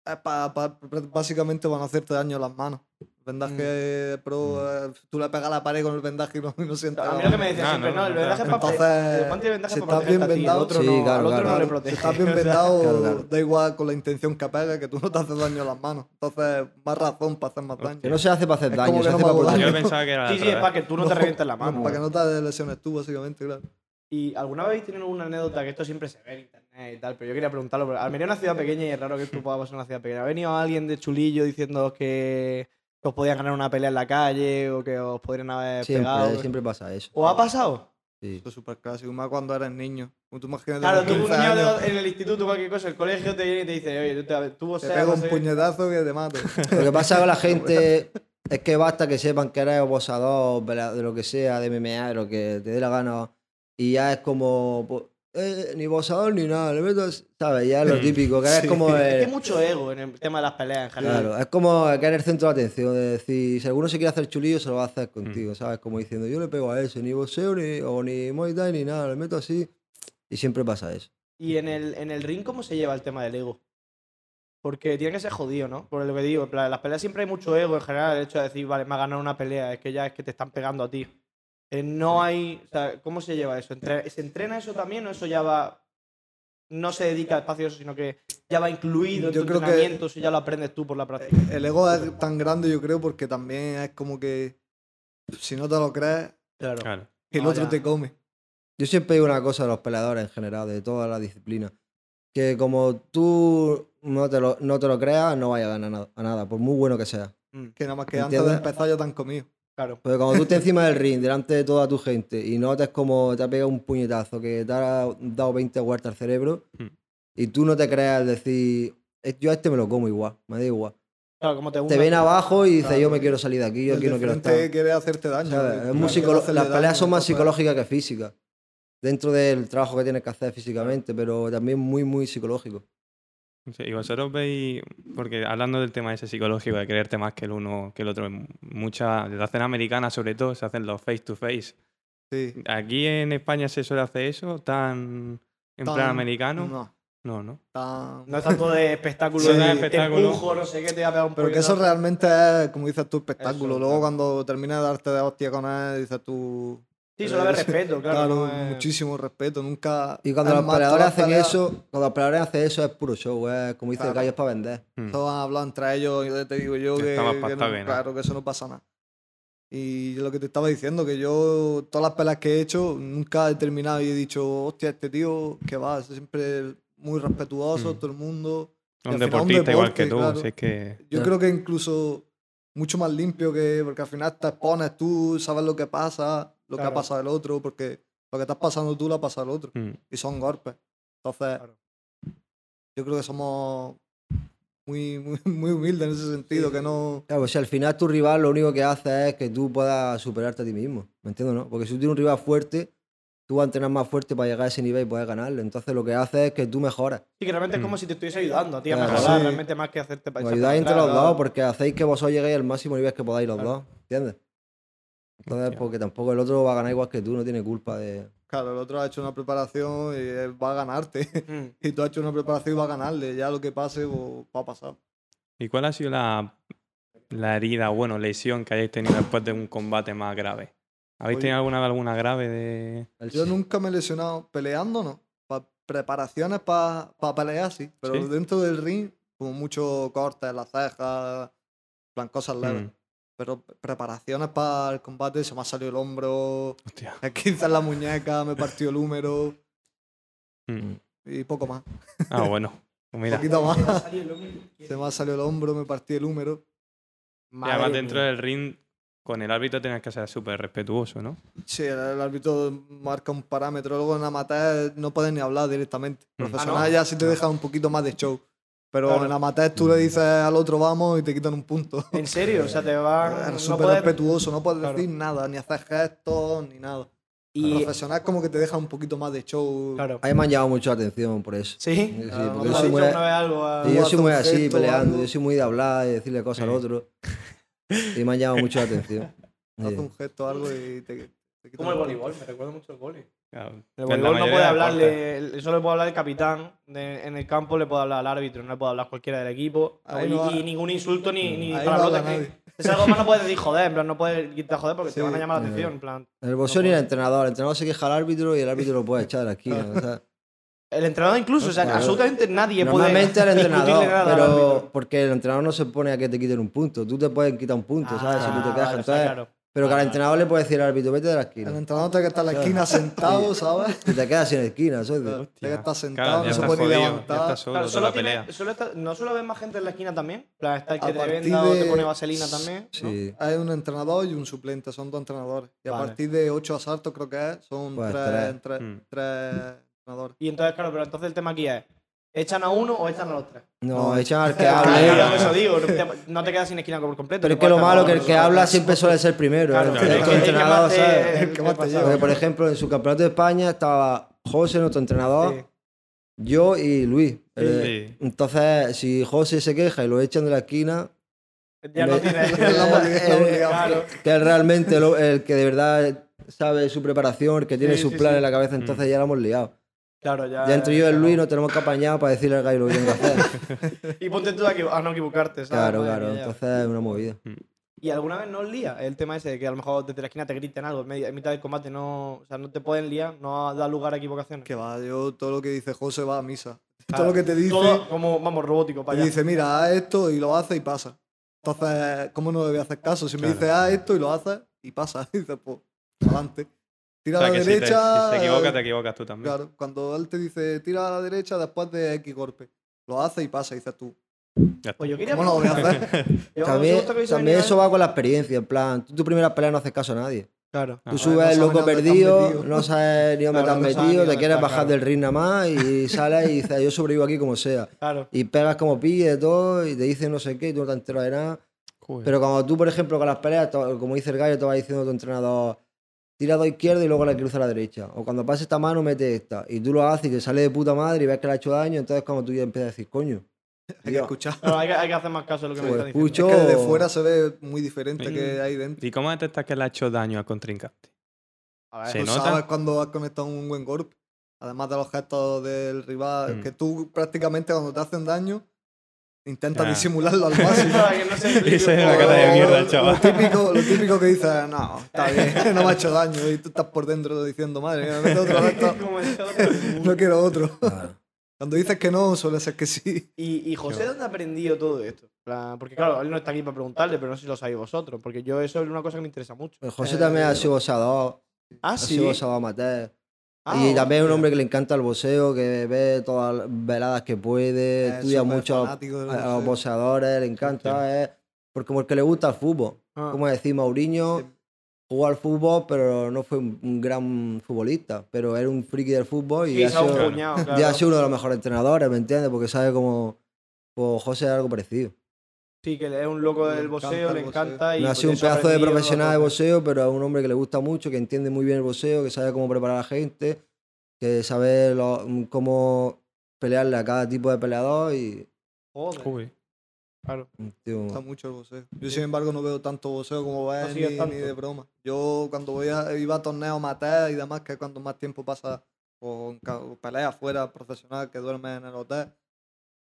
S4: eh, pa- pa- básicamente van a hacerte daño en las manos. El vendaje pro, eh, tú le pegas a la pared con el vendaje y no, [LAUGHS] y no sientes
S1: A mí
S4: nada.
S1: lo que me decían
S3: No,
S1: siempre,
S3: no,
S1: no, el
S3: no,
S1: vendaje es
S3: no.
S1: para. El guante de
S4: Entonces,
S1: vendaje
S4: si
S1: es para
S4: estás bien
S1: protegerte a ti, al
S4: vendado-
S1: otro
S2: Sí,
S1: no, al
S2: claro,
S1: otro
S2: claro.
S1: no le
S2: Si
S4: Si
S1: protege.
S4: estás bien
S1: [LAUGHS] O sea,
S4: vendado,
S2: Claro, claro.
S4: da igual con la intención que pegue, que tú no te haces daño a las manos. Entonces, más razón para hacer más daño.
S2: Que no se hace para hacer
S4: Es
S2: daño,
S4: como
S2: se
S4: que
S2: hace
S4: no me
S2: para
S4: hago
S3: Yo
S2: proteger.
S3: pensaba que era. al
S1: Sí, sí, es
S3: revés.
S1: para que tú no te revientes la mano.
S4: Para que no te lesiones tú, básicamente, claro.
S1: Y alguna vez tienen alguna anécdota que esto siempre se ve en internet y tal, pero yo quería preguntarlo. Porque Almería es una ciudad pequeña y es raro que esto pueda pasar en una ciudad pequeña. ¿Ha venido alguien de chulillo diciendo que os podían ganar una pelea en la calle o que os podrían haber
S2: Siempre,
S1: pegado?
S2: eh, siempre pasa eso.
S1: ¿O ha pasado?
S2: sí.
S4: Eso es súper clásico, más cuando eres niño. Tú imagínate
S1: Claro,
S4: con
S1: tú un
S4: 15
S1: niño de-
S4: años,
S1: en el instituto, cualquier cosa, el colegio te viene y te dice, oye, tú, te, tú vos
S4: te
S1: seas,
S4: pega
S1: no
S4: un
S1: sé qué".
S4: puñetazo que te mata.
S2: Lo que pasa con la gente es que basta que sepan que eres oposador, de lo que sea, de MMA, de lo que te dé la gana. Y ya es como, pues, eh, ni boxeador ni nada, le meto, ¿sabes? Ya es lo
S3: Mm.
S2: típico, que es
S4: Sí.
S2: como
S1: Es que
S2: el,
S1: hay mucho ego en el tema de las peleas en general.
S2: Claro, es como que eres el centro de atención, de decir, si alguno se quiere hacer chulillo, se lo va a hacer contigo, ¿sabes? Como diciendo, yo le pego a ese, ni boxeo, ni, o ni Muay Thai, ni nada, le meto así. Y siempre pasa eso.
S1: Y en el, en el ring, ¿cómo se lleva el tema del ego? Porque tiene que ser jodido, ¿no? Por lo que digo, en plan, en las peleas siempre hay mucho ego en general. El hecho de decir, vale, me ha ganado una pelea, es que ya es que te están pegando a ti. Eh, no hay. o sea, ¿Cómo se lleva eso? ¿Entre- ¿Se entrena eso también o eso ya va.? No se dedica al espacio, eso, sino que ya va incluido en
S4: Yo
S1: tu
S4: creo que-
S1: entrenamiento, eso ya lo aprendes tú por la práctica.
S4: El ego es tan grande, yo creo, porque también es como que si no te lo crees,
S1: Claro.
S3: Claro.
S4: el
S1: No,
S4: otro
S1: ya.
S4: te come.
S2: Yo siempre digo una cosa a los peleadores en general, de toda la disciplina, que como tú no te lo, no te lo creas, no vayas a ganar na- a nada, por muy bueno que sea.
S4: Que nada más que antes
S2: ¿Entiendes?
S4: de empezar ya te han comido.
S1: claro.
S2: Porque cuando tú estés encima del ring, delante de toda tu gente, y notas como te ha pegado un puñetazo, que te ha dado 20 vueltas al cerebro,
S3: Hmm.
S2: y tú no te creas decir, "Eh, yo a este me lo como igual, me da igual.
S1: Claro, como te
S2: Te
S1: hundas.
S2: ven abajo y dices,
S4: Claro.
S2: yo me quiero salir de aquí, yo
S4: el
S2: aquí
S4: de
S2: no quiero estar.
S4: frente quiere hacerte daño.
S2: ¿Sabes?
S4: el
S2: Es
S4: plan
S2: muy
S4: quiere
S2: psicolo-
S4: hacerle
S2: las peleas
S4: daño,
S2: son más
S4: entonces,
S2: psicológicas que físicas. Dentro del trabajo que tienes que hacer físicamente, pero también muy, muy psicológico.
S3: Sí, y vosotros veis, porque hablando del tema ese psicológico de creerte más que el uno que el otro, en mucha, de la escena americana sobre todo se hacen los face to face.
S4: sí.
S3: ¿Aquí en España se suele hacer eso tan en
S4: Tan-
S3: plan americano? No,
S4: No,
S3: no.
S4: tan-
S1: No es tanto de espectáculo,
S3: Sí,
S1: de
S3: de espectáculo.
S1: te empujo, no sé qué, te voy a pegar un
S4: Pero que eso
S1: puñetazo.
S4: realmente es, como dices tú, espectáculo.
S1: Eso,
S4: Luego
S1: claro.
S4: cuando terminas de darte de hostia con él, dices tú...
S1: Sí, solo haber respeto, claro.
S4: Claro,
S1: no es-
S4: muchísimo respeto. Nunca...
S2: Y cuando
S4: es
S2: los
S4: más,
S2: peleadores
S4: todas las
S2: hacen
S4: peleas-
S2: eso, cuando los peleadores hacen eso es puro show, es como dice el
S4: Claro.
S2: gallo es para vender.
S3: Mm.
S4: Todos han hablado entre ellos, yo te digo yo que,
S3: Está más
S4: que
S3: pactado
S4: no,
S3: que nada.
S4: claro que eso no pasa nada. Y lo que te estaba diciendo, que yo todas las peleas que he hecho, nunca he terminado y he dicho, hostia, este tío, que va, es siempre muy respetuoso,
S3: Mm.
S4: todo el mundo. Y
S3: Un
S4: al final un
S3: deportista igual
S4: deporte,
S3: que tú,
S4: claro.
S3: si es que...
S4: Yo
S2: Ya.
S4: creo que incluso mucho más limpio que, porque al final te expones tú, sabes lo que pasa, lo que
S1: Claro.
S4: ha pasado el otro, porque lo que estás pasando tú lo ha pasado el otro
S3: Mm.
S4: y son golpes. Entonces,
S1: Claro.
S4: yo creo que somos muy, muy, [LAUGHS] muy humildes en ese sentido, que no...
S2: Claro, o sea, al final tu rival lo único que hace es que tú puedas superarte a ti mismo, ¿me entiendes? No? Porque si tú tienes un rival fuerte, tú vas a entrenar más fuerte para llegar a ese nivel y poder ganarle. Entonces lo que hace es que tú mejoras.
S1: Sí, que realmente
S3: Mm.
S1: es como si te estuviese ayudando a ti a
S2: Claro.
S1: mejorar,
S4: Sí.
S1: realmente más que hacerte pa-
S2: Os
S1: echarte
S2: ayudáis entre
S1: atrás,
S2: los
S1: ¿no?
S2: dos porque hacéis que vosotros lleguéis al máximo nivel que podáis los
S1: Claro.
S2: dos, ¿entiendes? Entonces,
S3: Hostia.
S2: porque tampoco el otro va a ganar igual que tú, no tiene culpa de...
S4: Claro, el otro ha hecho una preparación y él va a ganarte. [LAUGHS]
S1: Mm.
S4: Y tú has hecho una preparación y va a ganarle. Ya lo que pase pues, va a pasar.
S3: ¿Y cuál ha sido la, la herida, bueno, lesión que hayáis tenido después de un combate más grave? ¿Habéis
S4: Oye.
S3: tenido alguna vez alguna grave de...?
S4: Yo nunca me he lesionado peleando, ¿no? Pa- preparaciones para pelear, sí. Pero
S3: Sí.
S4: dentro del ring, como mucho cortes en las cejas, en plan cosas leves.
S3: Mm.
S4: Pero preparaciones para el combate, se me ha salido el hombro,
S3: Hostia.
S4: Quizás la muñeca, me partió el húmero
S3: Mm.
S4: y poco más.
S3: Ah, bueno. Pues mira.
S4: [LAUGHS] poquito más. Se me ha salido el hombro, me partí el húmero.
S3: Y además
S1: Madre
S3: dentro
S1: mía.
S3: del ring, con el árbitro tenías que ser súper respetuoso, ¿no?
S4: Sí, el, el árbitro marca un parámetro. Luego en amateur no puedes ni hablar directamente.
S3: Mm.
S4: Profesional
S1: Ah, ¿no?
S4: ya sí te deja un poquito más de show. Pero
S1: Claro.
S4: en amateur tú le dices al otro vamos y te quitan un punto.
S1: En serio, o sea, te van.
S4: [LAUGHS] Es
S1: Ah, no
S4: súper
S1: puedes-
S4: respetuoso, no puedes
S1: Claro.
S4: decir nada, ni hacer gestos, ni nada.
S1: Y.
S4: Profesional como que te deja un poquito más de show.
S1: Claro.
S2: A mí me han llamado mucho la atención por eso.
S1: Sí.
S2: Sí,
S4: Claro,
S2: porque
S4: no
S2: yo
S1: ¿Has
S2: soy
S1: dicho
S2: muy,
S1: alguna vez algo ah, a-
S2: y yo soy muy
S4: Hace un
S2: así,
S4: gesto o
S2: peleando,
S4: algo.
S2: yo soy muy de hablar y decirle cosas al
S3: Sí.
S2: otro. Y me han llamado mucho la atención. Sí.
S4: Haz un gesto o algo y te, te quitan
S1: Como el
S4: un punto.
S1: voleibol, me recuerda mucho el voleibol.
S3: Claro.
S1: El
S3: En la
S1: voleibol no
S3: mayoría
S1: puede
S3: de
S1: hablarle, el- solo le puede hablar el capitán de- en el campo, le puede hablar al árbitro, no le puede hablar cualquiera del equipo.
S4: Ahí
S1: y,
S4: no va-
S1: y ningún insulto ni, ni
S4: Ahí no
S1: palabrotas
S4: habla
S1: que-
S4: nadie.
S1: Es algo más no puedes decir joder, en plan, no puedes irte a joder porque te
S4: Sí.
S1: van a llamar la
S2: Eh.
S1: atención. En plan.
S2: En el boxeo
S1: No
S2: ni el
S1: puede.
S2: entrenador. El entrenador se queja al árbitro y el árbitro lo puede echar aquí. ¿no?
S1: [LAUGHS]
S2: O sea,
S1: El entrenador incluso, o sea,
S2: Claro.
S1: absolutamente nadie puede
S2: normalmente al
S1: discutirle
S2: entrenador,
S1: nada al
S2: pero
S1: árbitro.
S2: porque el entrenador no se pone a que te quiten un punto. Tú te puedes quitar un punto, ¿sabes? Si tú te
S1: Ah,
S2: quejas.
S1: vale, o sea,
S2: Entonces,
S1: claro. Ah,
S2: Pero que al entrenador le puede decir al árbitro, vete de la
S4: El
S2: esquina.
S4: entrenador tiene que estar en la esquina sentado, ¿sabes?
S2: Que te quedas sin esquina, socio.
S4: Tiene que estar
S3: Claro,
S4: sentado,
S3: ya
S4: no se
S3: estás
S4: puede ni
S3: jodido, ya
S4: levantar.
S3: estás solo
S1: Claro,
S3: toda
S1: solo
S3: la
S1: tiene-
S3: pelea.
S1: solo está- ¿No suelo ver más gente en la esquina también? En plan, está el
S4: A
S1: que te
S4: partir
S1: venda o te
S4: de-
S1: pone vaselina también. ¿no?
S2: Sí.
S4: Hay un entrenador y un suplente, son dos entrenadores. Y
S1: Vale.
S4: a partir de ocho asaltos, creo que es, son
S2: Pues
S4: tres,
S2: tres.
S4: tres-
S3: Mm.
S4: tres entrenadores.
S1: Y entonces, claro, pero entonces el tema aquí es: ¿echan a uno o echan a los tres?
S2: No,
S4: No,
S2: echan al que
S1: Claro, claro,
S2: habla.
S1: eso digo, no te, no te quedas sin esquina por completo.
S2: Pero
S1: te
S2: es que lo
S1: puedes
S2: malo que
S1: quedar
S2: el que
S1: solo.
S2: habla siempre suele ser primero.
S1: Claro,
S2: el
S3: claro,
S2: el
S3: es que-
S1: es que más
S2: entrenador,
S1: te-
S2: ¿sabes?
S1: el
S4: El que más te
S1: pasado.
S4: lleva.
S2: Porque, por ejemplo, en su campeonato de España estaba José, nuestro entrenador,
S1: Sí.
S2: yo y Luis. Eh,
S3: Sí.
S2: Entonces, si José se queja y lo echan de la esquina,
S1: Ya no
S2: me-
S1: tiene.
S4: La hemos liado, la hemos liado.
S1: Claro.
S2: que es realmente lo- el que de verdad sabe su preparación, el que tiene
S1: Sí,
S2: sus
S1: sí,
S2: planes
S1: sí.
S2: en la cabeza, entonces ya la hemos liado.
S1: Claro, ya.
S2: Ya entre yo y
S1: ya
S2: Luis
S1: no.
S2: nos tenemos que apañar para decirle al gallo lo que tengo que
S1: [LAUGHS]
S2: hacer.
S1: Y ponte tú a, equivo- a no equivocarte, ¿sabes?
S2: Claro,
S1: Madre
S2: claro,
S1: mía, ya.
S2: entonces es una movida.
S1: ¿Y alguna vez no os lía el tema ese de que a lo mejor desde la esquina te griten algo en, media- en mitad del combate? No, o sea, no te pueden liar, no da lugar a equivocaciones.
S4: Que va, yo todo lo que dice José va a misa. [LAUGHS]
S1: Claro.
S4: Todo lo que te dice,
S1: Todo como, vamos, robótico,
S4: te
S1: para allá.
S4: dice, mira, haz esto y lo hace y pasa. Entonces, ¿cómo no le voy a hacer caso? Si me
S3: Claro.
S4: dice, haz esto y lo hace y pasa. [LAUGHS] Y dices, pues, adelante. Tira
S3: O sea,
S4: a la
S3: que si te-
S4: derecha.
S3: si te equivocas, te
S4: eh,
S3: equivocas tú también.
S4: Claro, cuando él te dice, tira a la derecha después de X golpe. Lo hace y pasa, y dices tú.
S3: Ya está.
S1: Pues yo quería.
S4: ¿Cómo no lo voy a hacer? [LAUGHS]
S1: Yo,
S2: También,
S1: justo que hice
S2: también
S1: venir
S2: eso
S1: a-
S2: va con la experiencia, en plan, tú tu primera pelea no haces caso a nadie.
S1: Claro.
S3: Ah.
S2: Tú
S4: Joder, no
S2: subes el
S4: sabes
S2: loco
S4: ni dónde te han
S2: perdido,
S4: metido.
S2: no sabes ni dónde te
S1: Claro, no sabes
S2: has
S1: ni
S2: metido,
S1: dónde
S2: te quieres
S1: está,
S2: bajar
S1: claro.
S2: del ring nada
S1: [LAUGHS]
S2: más y sales y dices, yo sobrevivo aquí como sea.
S1: Claro.
S2: Y pegas como pille todo y te dicen no sé qué y tú no te enteras de nada.
S3: Joder.
S2: Pero cuando tú, por ejemplo, con las peleas, to- como dice el gallo, te va diciendo tu entrenador, tira dos izquierdas y luego la cruza a la derecha. O cuando pase esta mano, mete esta. Y tú lo haces y te sale de puta madre y ves que le ha hecho daño, entonces como tú ya empiezas a decir, coño.
S4: [LAUGHS] Hay que
S2: tío,
S4: escuchar.
S1: Claro, hay, que, hay que hacer más caso de lo que me
S2: Pues
S1: están diciendo.
S2: escucho-
S4: Es que desde fuera se ve muy diferente
S3: Sí.
S4: que ahí dentro.
S3: ¿Y cómo detectas que le ha hecho daño al contrincante?
S1: A ver,
S3: Sí.
S4: Tú
S3: ¿Te nota?
S4: sabes cuando has conectado un buen golpe. Además de los gestos del rival,
S3: Mm.
S4: que tú prácticamente cuando te hacen daño intentas
S3: Ah. [LAUGHS]
S4: disimularlo al máximo.
S1: [LAUGHS] para que no se
S3: Esa es
S1: explique.
S3: la cara de
S4: O
S3: mierda,
S1: [LAUGHS]
S4: lo
S3: chaval.
S4: Típico, lo típico que dices, no, está
S3: [LAUGHS]
S4: bien, no me ha hecho daño. Y tú estás por dentro diciendo, madre mía, me meto otro gesto,
S1: Como ese [LAUGHS] otro.
S4: no quiero otro.
S2: ah,
S4: Cuando dices que no, suele ser que sí.
S1: Y, y José, ¿dónde ha aprendido todo esto? En plan, Porque claro, él no está aquí para preguntarle, pero no sé si lo sabéis vosotros, porque yo eso es una cosa que me interesa mucho.
S2: pues
S4: Eh,
S2: José también ha sido boxeador,
S1: Ah,
S2: ha sido boxeador amateur.
S1: Ah,
S2: y también es un
S1: hostia.
S2: hombre que le encanta el boxeo, que ve todas las veladas que puede,
S4: Es
S2: estudia
S4: Eh, súper
S2: mucho Eh, a,
S4: fanático del
S2: a los
S4: boxeo.
S2: boxeadores, le encanta, es porque, porque le gusta el fútbol.
S1: Ah.
S2: Como decir,
S4: Sí.
S2: Mauriño jugó al fútbol, pero no fue un, un gran futbolista, pero era un friki del fútbol y
S1: Sí,
S2: ha,
S1: se ha
S2: sido,
S3: claro.
S1: empuñado,
S2: ya ha
S1: claro.
S2: sido uno de los mejores entrenadores, ¿me entiendes? Porque sabe como pues, José es algo parecido.
S1: Sí, que es un loco
S4: Le
S1: del
S4: encanta
S1: boxeo,
S4: el
S1: le
S4: boxeo.
S1: encanta. Y
S2: no ha
S1: pues
S2: sido un
S1: eso ha
S2: pedazo de
S1: aprendido
S2: profesional de
S1: todo.
S2: boxeo, pero es un hombre que le gusta mucho, que entiende muy bien el boxeo, que sabe cómo preparar a la gente, que sabe lo- cómo pelearle a cada tipo de peleador y...
S1: Joder,
S3: Joder.
S1: claro.
S2: un tío-
S4: Me gusta mucho el boxeo. Yo, sin embargo, no veo tanto boxeo como va
S1: sigues
S4: ni,
S1: tanto.
S4: ni de broma. Yo, cuando voy a, iba a torneos matar y demás, que es cuando más tiempo pasa con ca- peleas fuera, profesional, que duerme en el hotel.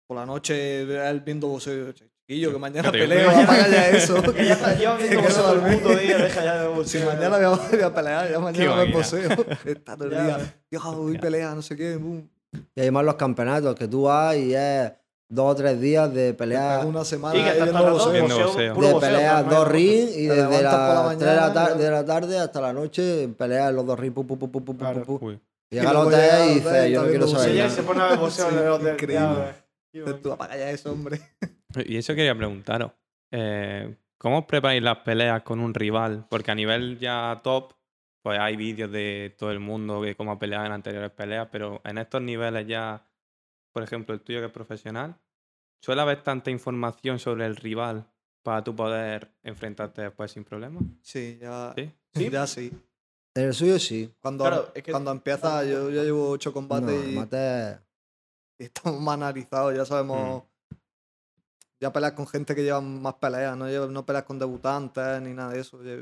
S4: Por la noche, él viendo boxeo. yo, Chiquillo, que mañana
S3: Que te-
S4: peleo, apaga ya
S1: [LAUGHS]
S4: eso.
S1: Que ya está, lleva
S2: [LAUGHS]
S1: viendo
S4: Que
S1: boxeo
S4: no
S1: todo el
S4: dormí.
S1: puto día, deja ya de boxeo.
S4: Si mañana voy a, voy a pelear, ya
S3: Qué
S4: mañana me
S3: máquina.
S4: poseo.
S1: [LAUGHS]
S4: Está todo el
S1: Ya
S4: día.
S1: ves.
S4: Dios, hoy
S3: Ya.
S4: pelea, no sé qué. Boom.
S2: Y además los campeonatos, que tú vas y es dos o tres días de pelear,
S4: Una semana
S1: Y que está
S4: yo no
S1: todo el rato
S4: boxeo.
S3: Viendo
S1: boxeo,
S3: boxeo.
S1: puro
S2: de
S1: boxeo,
S2: pelear
S1: normal,
S2: dos
S1: ¿no?
S2: rings y
S4: Te
S2: desde
S4: levantas por la
S2: las 3 de la,
S4: mañana,
S2: tar- de la tarde hasta la noche pelear los dos rings, pu, pu, pu, pu, pu, pu,
S1: Claro.
S2: pu.
S3: Uy.
S2: Llega
S4: Y
S2: al
S4: luego
S2: hotel
S4: llega al
S2: y
S4: hotel
S2: dice,
S4: y
S2: yo no quiero
S4: está viendo
S1: Se
S2: saber
S4: boxeo.
S1: llega
S2: nada.
S1: y se pone a ver boxeo en el hotel.
S4: Increíble.
S1: ya ves. Qué
S4: Dices tú,
S1: bonito.
S4: apaga ya eso, hombre.
S3: Y eso quería preguntaros. eh, ¿Cómo os preparáis las peleas con un rival? Porque a nivel ya top, pues hay vídeos de todo el mundo de cómo ha peleado en anteriores peleas, pero en estos niveles ya, por ejemplo, el tuyo que es profesional, ¿suele haber tanta información sobre el rival para tú poder enfrentarte después sin problema?
S4: Sí, ya.
S3: ¿Sí?
S1: ¿Sí?
S4: Ya sí.
S2: En el suyo sí.
S4: Cuando,
S1: Claro, es que-
S4: cuando empieza, yo ya llevo ocho
S2: No,
S4: combates
S2: el
S4: y,
S2: mate-
S4: y [LAUGHS] estamos más analizados, ya sabemos.
S2: Mm.
S4: Ya peleas con gente que lleva más peleas, no, lleva- no peleas con debutantes ni nada de eso. Ya,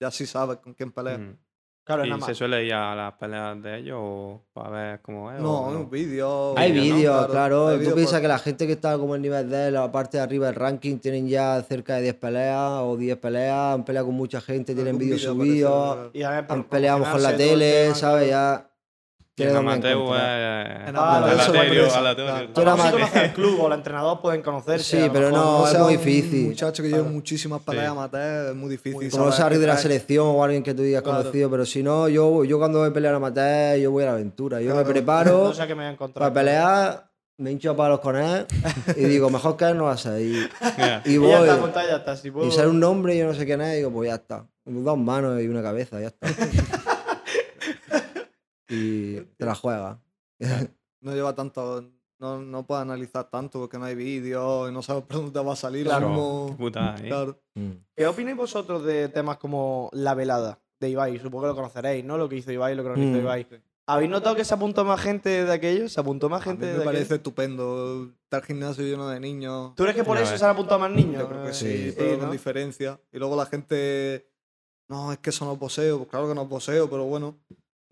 S4: ya sí sabes con quién peleas.
S3: Mm.
S1: Claro, nada
S3: ¿Y se
S1: más.
S3: suele ir a las peleas de ellos o para ver cómo es?
S4: No,
S3: o
S4: un vídeo.
S2: Hay
S3: Vídeo, ¿no?
S2: vídeos, claro.
S4: hay
S2: Tú
S4: vídeos
S2: piensas
S4: por-
S2: que la gente que está como en nivel de la parte de arriba del ranking tienen ya cerca de 10 peleas o 10 peleas, han peleado con mucha gente, tienen
S4: algún
S2: vídeos
S4: vídeo eh. aparece,
S2: subidos,
S4: claro.
S1: Y a ver, para
S2: han peleado con la
S1: promocionarse, todo el
S2: tele,
S1: tema,
S2: ¿sabes?
S1: claro.
S2: Ya.
S3: Y en
S2: tiene dónde
S3: amateur pues, eh,
S2: encontrar.
S3: es-
S4: En
S1: Ah,
S3: al
S1: amateur se va
S3: atrio,
S4: por
S3: al
S4: eso,
S3: atrio.
S4: claro.
S1: A
S2: Yo
S1: lo
S2: era
S1: mejor
S2: más-
S1: sí conoce el club o el entrenador pueden conocerse.
S2: Sí,
S1: a lo
S2: pero
S1: mejor.
S2: no, es
S4: sea
S2: muy
S4: un
S2: difícil.
S4: muchacho que lleva muchísimas peleas
S3: Sí.
S4: a matar, es muy difícil.
S2: Como no
S4: saber
S2: sabes de la
S4: qué trae.
S2: selección o alguien que tú digas
S4: Claro.
S2: conocido, pero si no, yo, yo cuando voy a pelear a matar, yo voy a la aventura. Yo
S4: Claro.
S2: me preparo
S1: No sé a qué me voy a encontrar.
S2: para pelear, me hincho a palos con él y digo, mejor que él no hace. Y,
S3: [LAUGHS] Ya.
S2: [LAUGHS]
S1: Y
S2: y
S1: ya
S2: voy.
S1: está, montada, ya está. pues. Si puedo...
S2: Y sale un nombre y yo no sé quién es, y digo, pues ya está. Dos manos y una cabeza, ya [LAUGHS] está. y te la juegas.
S4: no lleva tanto. No, no puede analizar tanto porque no hay vídeos y no sabes por dónde va a salir. ahora
S3: Claro.
S4: mismo.
S3: Puta, ¿eh?
S4: Claro.
S2: Mm.
S1: ¿Qué opináis vosotros de temas como la velada de Ibai? Supongo que lo conoceréis, ¿no? Lo que hizo Ibai, lo que organizó
S2: Mm.
S1: Ibai. ¿Habéis notado que se apuntó más gente de aquello? ¿Se apuntó más
S4: A mí
S1: gente
S4: me
S1: de aquello?
S4: parece estupendo. Estar gimnasio lleno de niños.
S1: ¿Tú crees que por
S3: Ya
S1: eso
S3: ves.
S1: se han apuntado más niños? Eh,
S4: eh. Yo creo que
S2: Sí,
S4: sí, pero
S1: ¿no?
S4: con diferencia. Y luego la gente. No, es que eso no es poseo. Pues claro que no es poseo, pero bueno.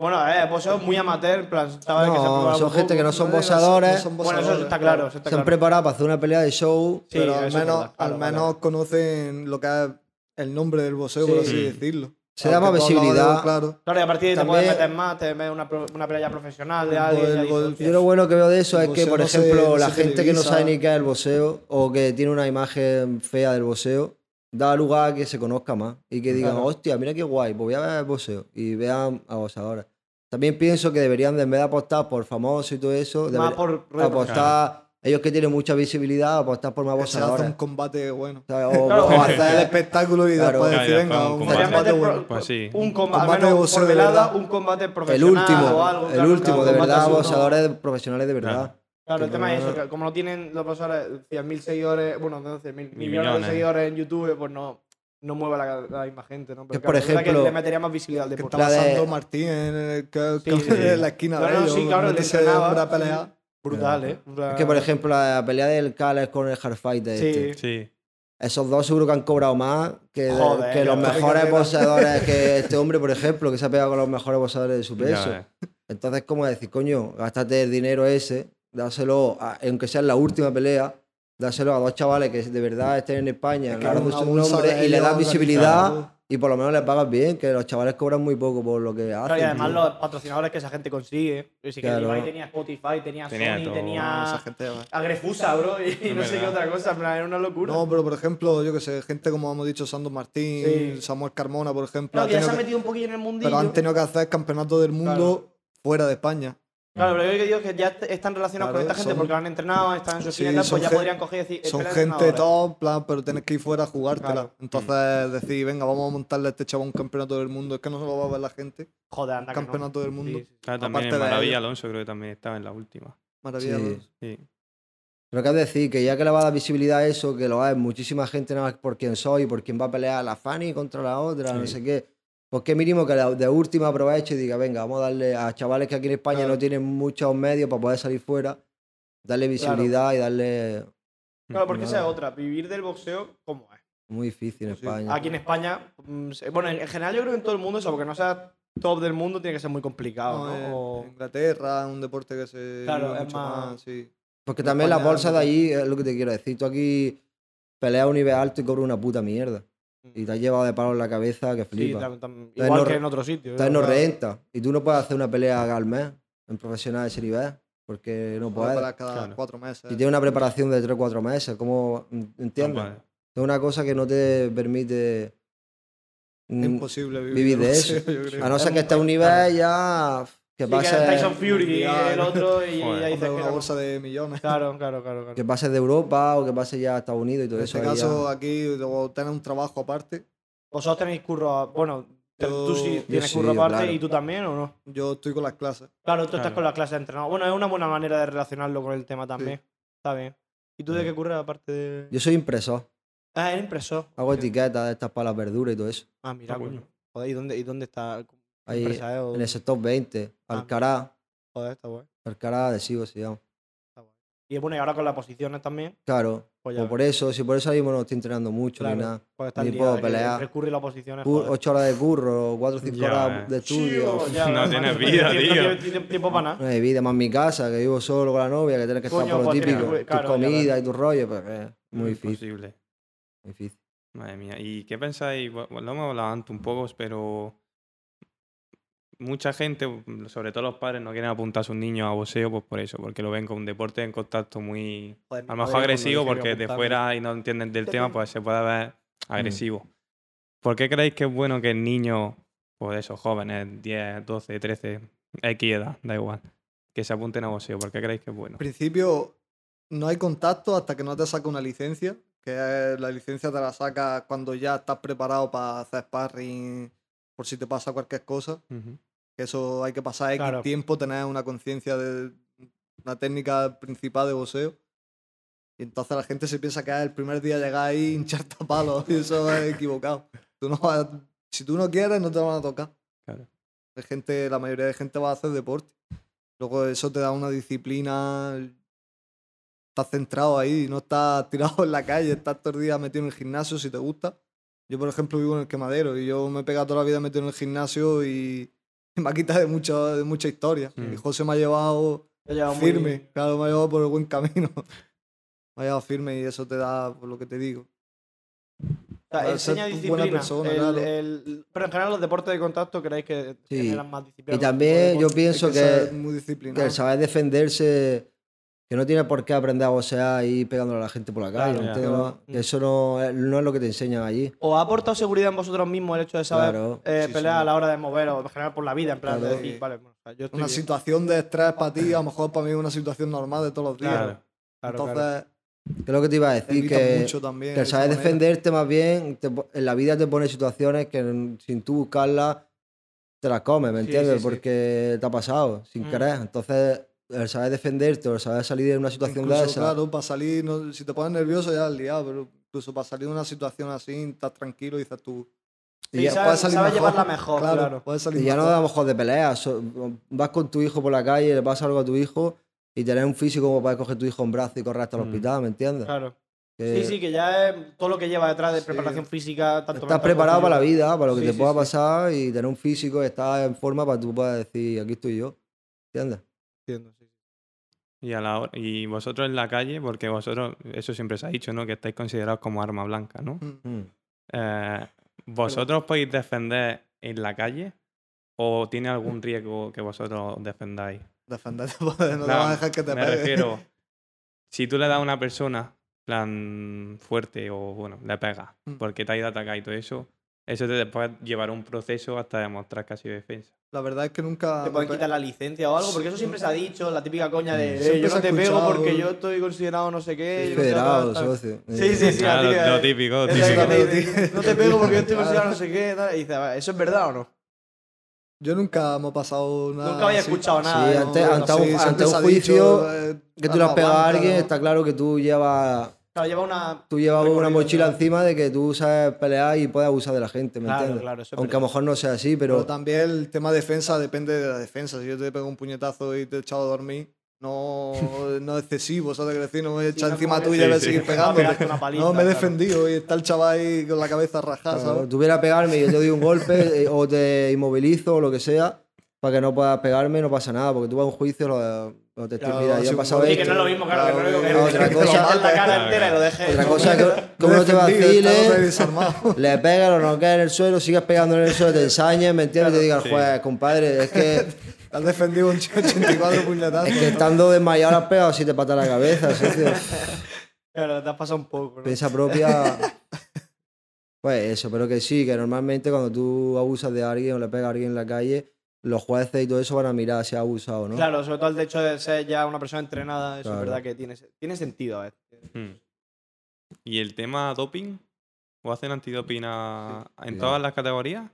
S1: Bueno, eh, pues son muy amateur, en plan, chavales que se han
S2: No,
S1: probado
S2: son
S1: un
S2: gente que
S1: poco.
S2: no son
S4: No, no son-
S2: boxeadores.
S4: no son
S1: Bueno, eso
S4: boxeadores,
S1: está claro, eso está
S2: se han
S1: claro.
S2: preparado para hacer una pelea de show.
S1: Sí,
S4: pero
S1: eso
S4: al
S1: es
S4: menos,
S1: verdad, claro,
S4: al
S1: vale.
S4: menos conocen lo que es el nombre del boxeo, por
S1: Sí.
S4: así decirlo.
S2: Se da más
S4: Aunque tú hablabas de
S2: visibilidad.
S4: Claro.
S1: Claro, y a partir de ahí te
S2: También-
S1: puedes meter más, te ves una, pro- una pelea profesional de
S4: El
S1: alguien. ya
S4: gol-
S1: dices,
S4: gol-
S1: "Hostia".
S2: Yo lo bueno que veo de eso
S4: El
S2: es que,
S4: boxeo
S2: por
S4: no se-
S2: ejemplo,
S4: no
S2: la
S4: se
S2: gente que no
S4: televisa.
S2: sabe ni qué es el boxeo o que tiene una imagen fea del boxeo, da lugar a que se conozca más y que digan,
S1: Claro.
S2: hostia, mira qué guay, pues voy a ver el boxeo y vean a boxeadores. También pienso que deberían, de, en vez de apostar por famosos y todo eso,
S1: más
S2: deber-
S1: por
S2: apostar, ellos que tienen mucha visibilidad, apostar por más
S4: Que pues se hace un
S2: boxeadores.
S4: combat bueno.
S2: ¿sabes? O,
S1: Claro.
S2: o
S4: Hacer el
S2: hacer-
S4: espectáculo y
S2: Claro.
S4: después
S2: Claro,
S4: decir,
S3: ya
S4: venga,
S3: fue un
S4: un
S3: combate.
S4: combate
S1: Realmente,
S4: bueno.
S1: pro-
S3: Pues sí.
S1: un combate,
S4: Combate
S1: menos
S4: de boxeo
S1: por
S4: de
S1: velada,
S4: verdad.
S1: un combate
S2: el
S1: profesional o algo.
S2: último, el
S1: claro,
S2: último,
S1: claro,
S2: de
S1: combate
S2: verdad,
S1: así, ¿no?
S2: boxeadores profesionales de verdad.
S1: Claro, el
S2: Que
S1: tema es
S2: no-
S1: eso, que como no tienen los profesores 100.000 eh, seguidores, bueno, no 100.000, millones, de
S3: millones.
S1: seguidores en YouTube, pues no, no mueve la, la misma gente, ¿no?
S2: Que, por
S1: es verdad
S2: ejemplo,
S1: que le metería más visibilidad al
S4: que
S1: deporte.
S4: está
S2: La de-
S4: pasando Martín en, el- que-
S1: Sí,
S4: que-
S1: sí, sí.
S4: en la esquina
S1: No,
S4: de
S1: no,
S4: ellos,
S1: sí, claro, le
S4: meterse
S1: entrenaba,
S4: para
S1: sí.
S4: pelear.
S1: Brutal, ¿eh? O sea,
S2: Es que, por ejemplo, la pelea del Cales con el Hardfighter.
S1: Sí.
S2: este.
S3: Sí.
S2: Esos dos seguro que han cobrado más que,
S1: Joder,
S2: que los
S1: que
S2: mejores
S4: Carrera.
S2: boxeadores que este hombre, por ejemplo, que se ha pegado con los mejores boxeadores de su
S3: ya
S2: peso.
S3: ves.
S2: Entonces, como decir, coño, gástate el dinero ese, dáselo, a- aunque sea en la última pelea, dáselo a dos chavales que de verdad estén en España,
S4: Es que
S2: ganaron
S4: una
S2: su
S4: bolsa
S2: nombre
S4: de
S2: y le das
S4: ellos
S2: visibilidad
S4: organizada.
S2: y por lo menos le pagas bien, que los chavales cobran muy poco por lo que hacen.
S1: claro, y además
S2: tío.
S1: los patrocinadores que esa gente consigue. Y sí que
S2: Claro.
S1: Levi tenía Spotify, tenía,
S3: Tenía
S1: Sony,
S3: todo,
S1: tenía
S4: Esa gente, ¿eh?
S1: Agrefusa, bro, y no sé qué
S3: verdad.
S1: otra cosa, en plan, era una locura.
S4: No, pero por ejemplo, yo que sé, gente como hemos dicho, Sandro Martín,
S1: Sí.
S4: Samuel Carmona, por ejemplo,
S1: Claro,
S4: ha
S1: que ya se
S4: tenido
S1: han
S4: que-
S1: metido un poquillo en el mundillo.
S4: pero han tenido que hacer campeonato del mundo fuera de España.
S1: Claro, pero yo digo que ya est- están relacionados
S4: Claro,
S1: con esta gente
S4: son-
S1: porque lo han entrenado, están en sus
S4: Sí,
S1: filas,
S4: son
S1: pues ya
S4: gen-
S1: podrían coger y decir.
S4: Son
S1: "Espera,
S4: gente
S1: entrenadores".
S4: top, plan, pero tienes que ir fuera a jugártela.
S1: Claro.
S4: Entonces decir, venga, vamos a montarle a este chaval un campeonato del mundo, es que no se lo va a ver la gente.
S1: Joder, anda. que no.
S4: campeonato del mundo.
S1: Sí, sí, sí.
S3: Claro, también en
S4: Aparte de
S3: Maravilla
S4: ello.
S3: Alonso creo que también estaba en la última.
S4: Maravilloso.
S2: Sí.
S3: Sí.
S2: Lo que es decir, que ya que le va a dar visibilidad a eso, que lo hay muchísima gente nada más por quien soy, por quien va a pelear la Fanny contra la otra, no
S3: Sí.
S2: sé qué. Pues que mínimo que la- de última aproveche y diga, venga, vamos a darle a chavales que aquí en España
S4: Claro.
S2: no tienen muchos medios para poder salir fuera, darle visibilidad y darle...
S1: Claro, porque esa es
S2: Nada.
S1: otra. Vivir del boxeo, ¿cómo es?
S2: Muy difícil en
S4: Pues sí.
S2: España.
S1: Aquí en España, mm, se- bueno, en en general yo creo que en todo el mundo, eso, porque no sea top del mundo, tiene que ser muy complicado,
S4: No, eh, en-
S1: ¿no? O-
S4: en Inglaterra, un deporte que se
S1: Claro,
S4: vive
S1: es
S4: mucho
S1: más-
S4: sí.
S2: Porque
S4: en
S2: también las
S4: España,
S2: bolsas de
S4: pues,
S2: allí es lo que te quiero decir. Tú aquí peleas a un nivel alto y cobras una puta mierda. Y te has llevado de palo en la cabeza que
S1: Sí,
S2: flipa.
S1: tam- tam-
S2: Está en
S1: igual
S2: los-
S1: que en otro sitio.
S2: Entonces
S1: ¿no?
S2: no renta. Y tú no puedes hacer una pelea al mes en profesional de ese nivel. Porque no
S4: Una
S2: puedes.
S4: para cada
S3: Claro.
S4: cuatro meses.
S2: Si tiene una preparación de 3 o 4 meses, ¿cómo entiendes?
S3: Tampoco-
S2: Es una cosa que no te permite. mm,
S4: Es imposible vivir,
S2: Vivir
S4: del
S2: de
S4: boxeo, [LAUGHS] yo creo.
S2: A no ser que esté a un nivel ya. Que
S1: Sí, que
S2: pases
S1: Tyson Fury y
S4: Ya,
S1: el otro, y
S3: Joder.
S1: ya
S4: Hombre,
S1: dices que.
S4: una
S1: no.
S4: bolsa de millones.
S1: Claro, claro, claro. claro.
S2: que pases de Europa o que pases ya a Estados Unidos y todo
S4: En
S2: eso.
S4: este
S2: ahí ya-
S4: caso, aquí, luego tener un trabajo aparte.
S1: Vosotros tenéis curro. Bueno, te-
S4: Yo-
S1: tú sí
S4: yo
S1: tienes
S2: sí,
S1: curro aparte
S2: claro.
S1: y tú también, ¿o no?
S4: Yo estoy con las clases.
S1: Claro, tú estás
S3: Claro.
S1: con la clase de entrenador. Bueno, es una buena manera de relacionarlo con el tema también. Está bien. ¿Y tú de qué curras aparte de.?
S2: Yo soy impresor.
S1: Ah, eres impresor.
S2: Hago
S1: Hostia.
S2: etiquetas de estas para las verduras y todo eso.
S1: Ah, mira,
S3: Ah,
S1: coño.
S3: coño.
S1: Joder, ¿y dónde, y dónde está?
S2: Ahí,
S1: Empresa, eh, o-
S2: en el sector 20.
S1: Ah.
S2: Alcará.
S1: Joder, está guay.
S2: Alcará adhesivo se llama.
S1: Y bueno, y ahora con las posiciones también.
S2: Claro.
S1: Pues ya.
S2: O por eso, si por eso ahí no estoy entrenando mucho
S1: Claro.
S2: ni nada.
S1: pues está
S2: ni
S1: el día
S2: puedo
S1: de que
S2: pelear.
S1: Recurre las posiciones.
S2: Cu-
S1: joder.
S2: Ocho horas de curro, cuatro o cinco
S3: Ya,
S2: horas
S3: eh.
S2: de estudio.
S1: Chío, ya,
S2: [LAUGHS]
S3: No
S1: ¿verdad? [LAUGHS]
S3: tienes
S1: Pues
S3: vida,
S1: tiempo-
S3: tío.
S1: tiempo- tiempo- Tiempo para nada.
S2: No hay vida más mi casa, que vivo solo con la novia, que tienes que estar
S1: Coño,
S2: por lo
S1: pues
S2: típico.
S1: tienes que- claro,
S2: tu
S1: ya
S2: comida
S1: ves.
S2: y tu rollo, pues eh, muy difícil.
S3: Imposible.
S2: muy difícil.
S3: Madre mía, ¿y qué pensáis? Bu- bu- Lo hemos hablado antes un poco, pero mucha gente, mm, sobre todo los padres, no quieren apuntar a sus niños a boxeo pues por eso, porque lo ven como un deporte en contacto muy,
S1: Joder, mi
S3: a
S1: madre
S3: lo mejor
S1: cuando
S3: agresivo,
S1: dije que iba
S3: porque
S1: a
S3: de
S1: apuntarme-
S3: fuera y no entienden del tema, pues se puede ver agresivo.
S1: Mm.
S3: ¿Por qué creéis que es bueno que el niño, pues esos jóvenes, 10, 12, 13, X edad, da igual, que se apunten a boxeo? ¿Por qué creéis que es bueno?
S4: En principio, no hay contacto hasta que no te saca una licencia. Que es- la licencia te la saca cuando ya estás preparado para hacer sparring, por si te pasa cualquier cosa.
S3: Ujú.
S4: Que eso hay que pasar X
S1: Claro.
S4: tiempo, tener una conciencia de una técnica principal de boxeo. Y entonces la gente se piensa que es el primer día llegar ahí [LAUGHS] hincharte a palos. Y eso es equivocado. Tú no vas- si tú no quieres, no te van a tocar.
S3: Claro.
S4: Hay gente, la mayoría de gente va a hacer deporte. Luego eso te da una disciplina. Estás centrado ahí, no estás [LAUGHS] tirado en la calle, estás todo el día metido en el gimnasio si te gusta. Yo, por ejemplo, vivo en el quemadero y yo me he pegado toda la vida metido en el gimnasio y [LAUGHS] me ha quitado de, mucho, de mucha historia.
S3: Mm.
S4: Y José me ha llevado
S1: Te ha llevado muy-
S4: firme, claro, me ha llevado por el buen camino. [LAUGHS] me ha llevado firme y eso te da, por lo que te digo.
S1: O sea,
S4: Para
S1: enseña
S4: ser buena
S1: disciplina.
S4: persona,
S1: el-
S4: claro.
S1: el- pero en general los deportes de contacto creéis que
S2: Sí.
S1: generan más disciplina.
S2: Y
S1: pues, que otro
S2: también
S1: tipo de
S2: yo
S1: deporte?
S4: Hay
S2: pienso
S4: que ser
S2: que,
S4: muy
S2: que
S4: disciplinado.
S2: el saber defenderse, que no tiene por qué aprender a boxear y ir pegándole a la gente por la
S1: Claro,
S2: calle.
S1: Mm.
S2: ¿no
S3: ya.
S2: entiendes?
S1: Claro.
S2: Que eso no, es- no es lo que te enseñan allí.
S1: ¿Os ha aportado seguridad en vosotros mismos el hecho de saber
S2: Claro.
S1: eh,
S4: Sí,
S1: pelear
S4: sí.
S1: a la hora de moveros, en general por la vida, en plan de
S4: Claro.
S1: decir, vale, bueno, o sea, yo estoy
S4: Una
S1: bien.
S4: situación de estrés para ti, a lo mejor para mí es una situación normal de todos los días.
S3: Claro.
S1: Claro, claro.
S4: Entonces,
S2: Que es lo que te iba a decir,
S4: evitas
S2: que,
S4: mucho también.
S2: que el
S4: de
S2: saber
S4: esa manera.
S2: defenderte más bien, te po- en la vida te pone situaciones que n- sin tú buscarlas te las comes, ¿me
S1: Sí,
S2: entiendes?
S1: sí, sí.
S2: Porque te ha pasado, sin
S1: Mm.
S2: querer. Entonces, el saber defenderte o el saber salir de una situación
S4: Incluso,
S2: de esa.
S4: claro, para salir, no- si te pones nervioso ya has liado, pero incluso para salir de una situación así, estás tranquilo y dices tú.
S1: Sí, sabes- sabes llevarla mejor, claro.
S4: Puedes salir
S2: Y ya no
S4: mejor.
S2: damos de pelea. so- vas con tu hijo por la calle, le pasa algo a tu hijo y tener un físico como para coger tu hijo en brazo y correr hasta el
S3: Mm.
S2: hospital, ¿me entiendes?
S1: Claro.
S2: Que
S1: Sí, sí, que ya es todo lo que lleva detrás de
S4: Eh, Sí.
S1: preparación física, tanto
S2: Estás preparado para la vida, para lo que
S1: Sí,
S2: te
S1: sí,
S2: pueda
S1: sí.
S2: pasar y tener un físico que está en forma para que tú puedas decir, aquí estoy yo, ¿entiendes?
S1: vida.
S3: Y, a la hora- y vosotros en la calle, porque vosotros, eso siempre se ha dicho, ¿no? Que estáis considerados como arma blanca, ¿no?
S4: Mm.
S2: Mm.
S3: Eh, ¿Vosotros podéis defender en la calle? ¿O tiene algún riesgo que vosotros defendáis?
S4: Defenderte, [LAUGHS] pues, no te
S3: Claro,
S4: vas a dejar que te
S3: Me
S4: pegue.
S3: refiero, si tú le das a una persona, plan fuerte o bueno, le pegas,
S4: Mm.
S3: porque te ha ido a atacar y todo eso, eso te después llevará un proceso hasta demostrar que ha sido defensa.
S4: [LAUGHS] La verdad es que nunca.
S1: Te
S4: me
S1: pueden
S4: pe-
S1: quitar la licencia o algo, porque eso siempre se ha dicho, la típica coña de eh,
S4: Mm. Siempre
S1: yo
S4: se
S1: no
S4: ha
S1: te pego
S4: escuchado.
S1: porque yo estoy considerado no sé qué. yo no sé
S2: Federado,
S1: cuántas".
S2: socio. eh,
S1: Sí, sí, sí. la
S3: Ah, lo,
S1: típica
S3: lo
S1: de-
S3: típico, lo
S1: Esa
S3: típico.
S1: que te
S4: típico.
S1: dice, No te pego porque yo estoy considerado no sé qué. tal", Y dices, "Va, ¿eso es verdad o no?
S4: Yo nunca me ha pasado nada.
S1: Nunca había
S4: así.
S1: escuchado
S2: Sí,
S1: nada. ¿no?
S2: ante-
S1: Bueno,
S2: ante un-
S1: sí,
S2: ante
S4: siempre
S2: un
S4: se ha
S2: juicio
S4: eh,
S2: Que tú le has
S4: arma
S2: pegado a
S4: blanca,
S2: alguien, este
S4: ¿no?
S2: está claro que tú llevas,
S1: Claro, lleva una.
S2: tú llevas una
S1: Recorrido,
S2: mochila
S1: claro.
S2: encima de que tú sabes pelear y puedes abusar de la gente, ¿me
S1: Claro,
S2: entiendes?
S1: claro, eso es
S2: Aunque a lo mejor no sea así,
S4: Pero,
S2: pero...
S4: también el tema defensa depende de la defensa. Si yo te pego un puñetazo y te he echado a dormir,
S1: [LAUGHS]
S4: no, no es excesivo, ¿sabes? qué decir, no me he
S1: [LAUGHS]
S4: echado
S1: no es
S4: encima
S1: como que-
S4: tuya y voy a
S3: Sí, sí.
S4: seguir
S1: Me va a
S4: pegándote.
S1: pegar con una paliza,
S4: no, me he
S1: claro.
S4: defendido y está el chaval ahí con la cabeza rajada,
S2: Claro,
S4: ¿sabes?
S2: tú vienes a pegarme y yo te doy
S1: [LAUGHS]
S2: un golpe eh, o te inmovilizo o lo que sea para que no puedas pegarme no pasa nada porque tú vas a un juicio lo, lo te
S4: Claro,
S2: mira yo
S4: si
S2: he
S4: un
S2: pasado
S4: golpe-
S1: Sí,
S2: esto
S1: que no es lo mismo, claro, que no es lo
S4: Claro,
S1: mismo.
S2: otra
S1: que- que
S2: cosa-
S1: te quites la
S3: Claro,
S1: cara entera y lo dejes. [LAUGHS]
S2: otra cosa es que como no te
S4: Defendido, estaba ahí
S2: vaciles
S4: desarmado.
S2: le pegas lo no en el suelo sigas pegándole en el suelo te ensañes me entiendes y te digas
S3: sí.
S2: juez compadre
S1: [LAUGHS]
S2: es que
S4: Has defendido un 84 puñetazos.
S2: es que estando desmayado le has pegado siete patas a la cabeza socio.
S1: Claro, te has pasado un poco. ¿no?
S2: Prensa propia. Pues eso, pero que sí, que normalmente cuando tú abusas de alguien o le pegas a alguien en la calle, los jueces y todo eso van a mirar si ha abusado o no.
S1: Claro, sobre todo el hecho de ser ya una persona entrenada, eso
S2: Claro.
S1: es verdad que tiene, tiene sentido. ¿eh? A ver.
S3: Mm. ¿Y el tema doping? ¿O hacen antidoping a- en
S2: Sí.
S3: todas las categorías?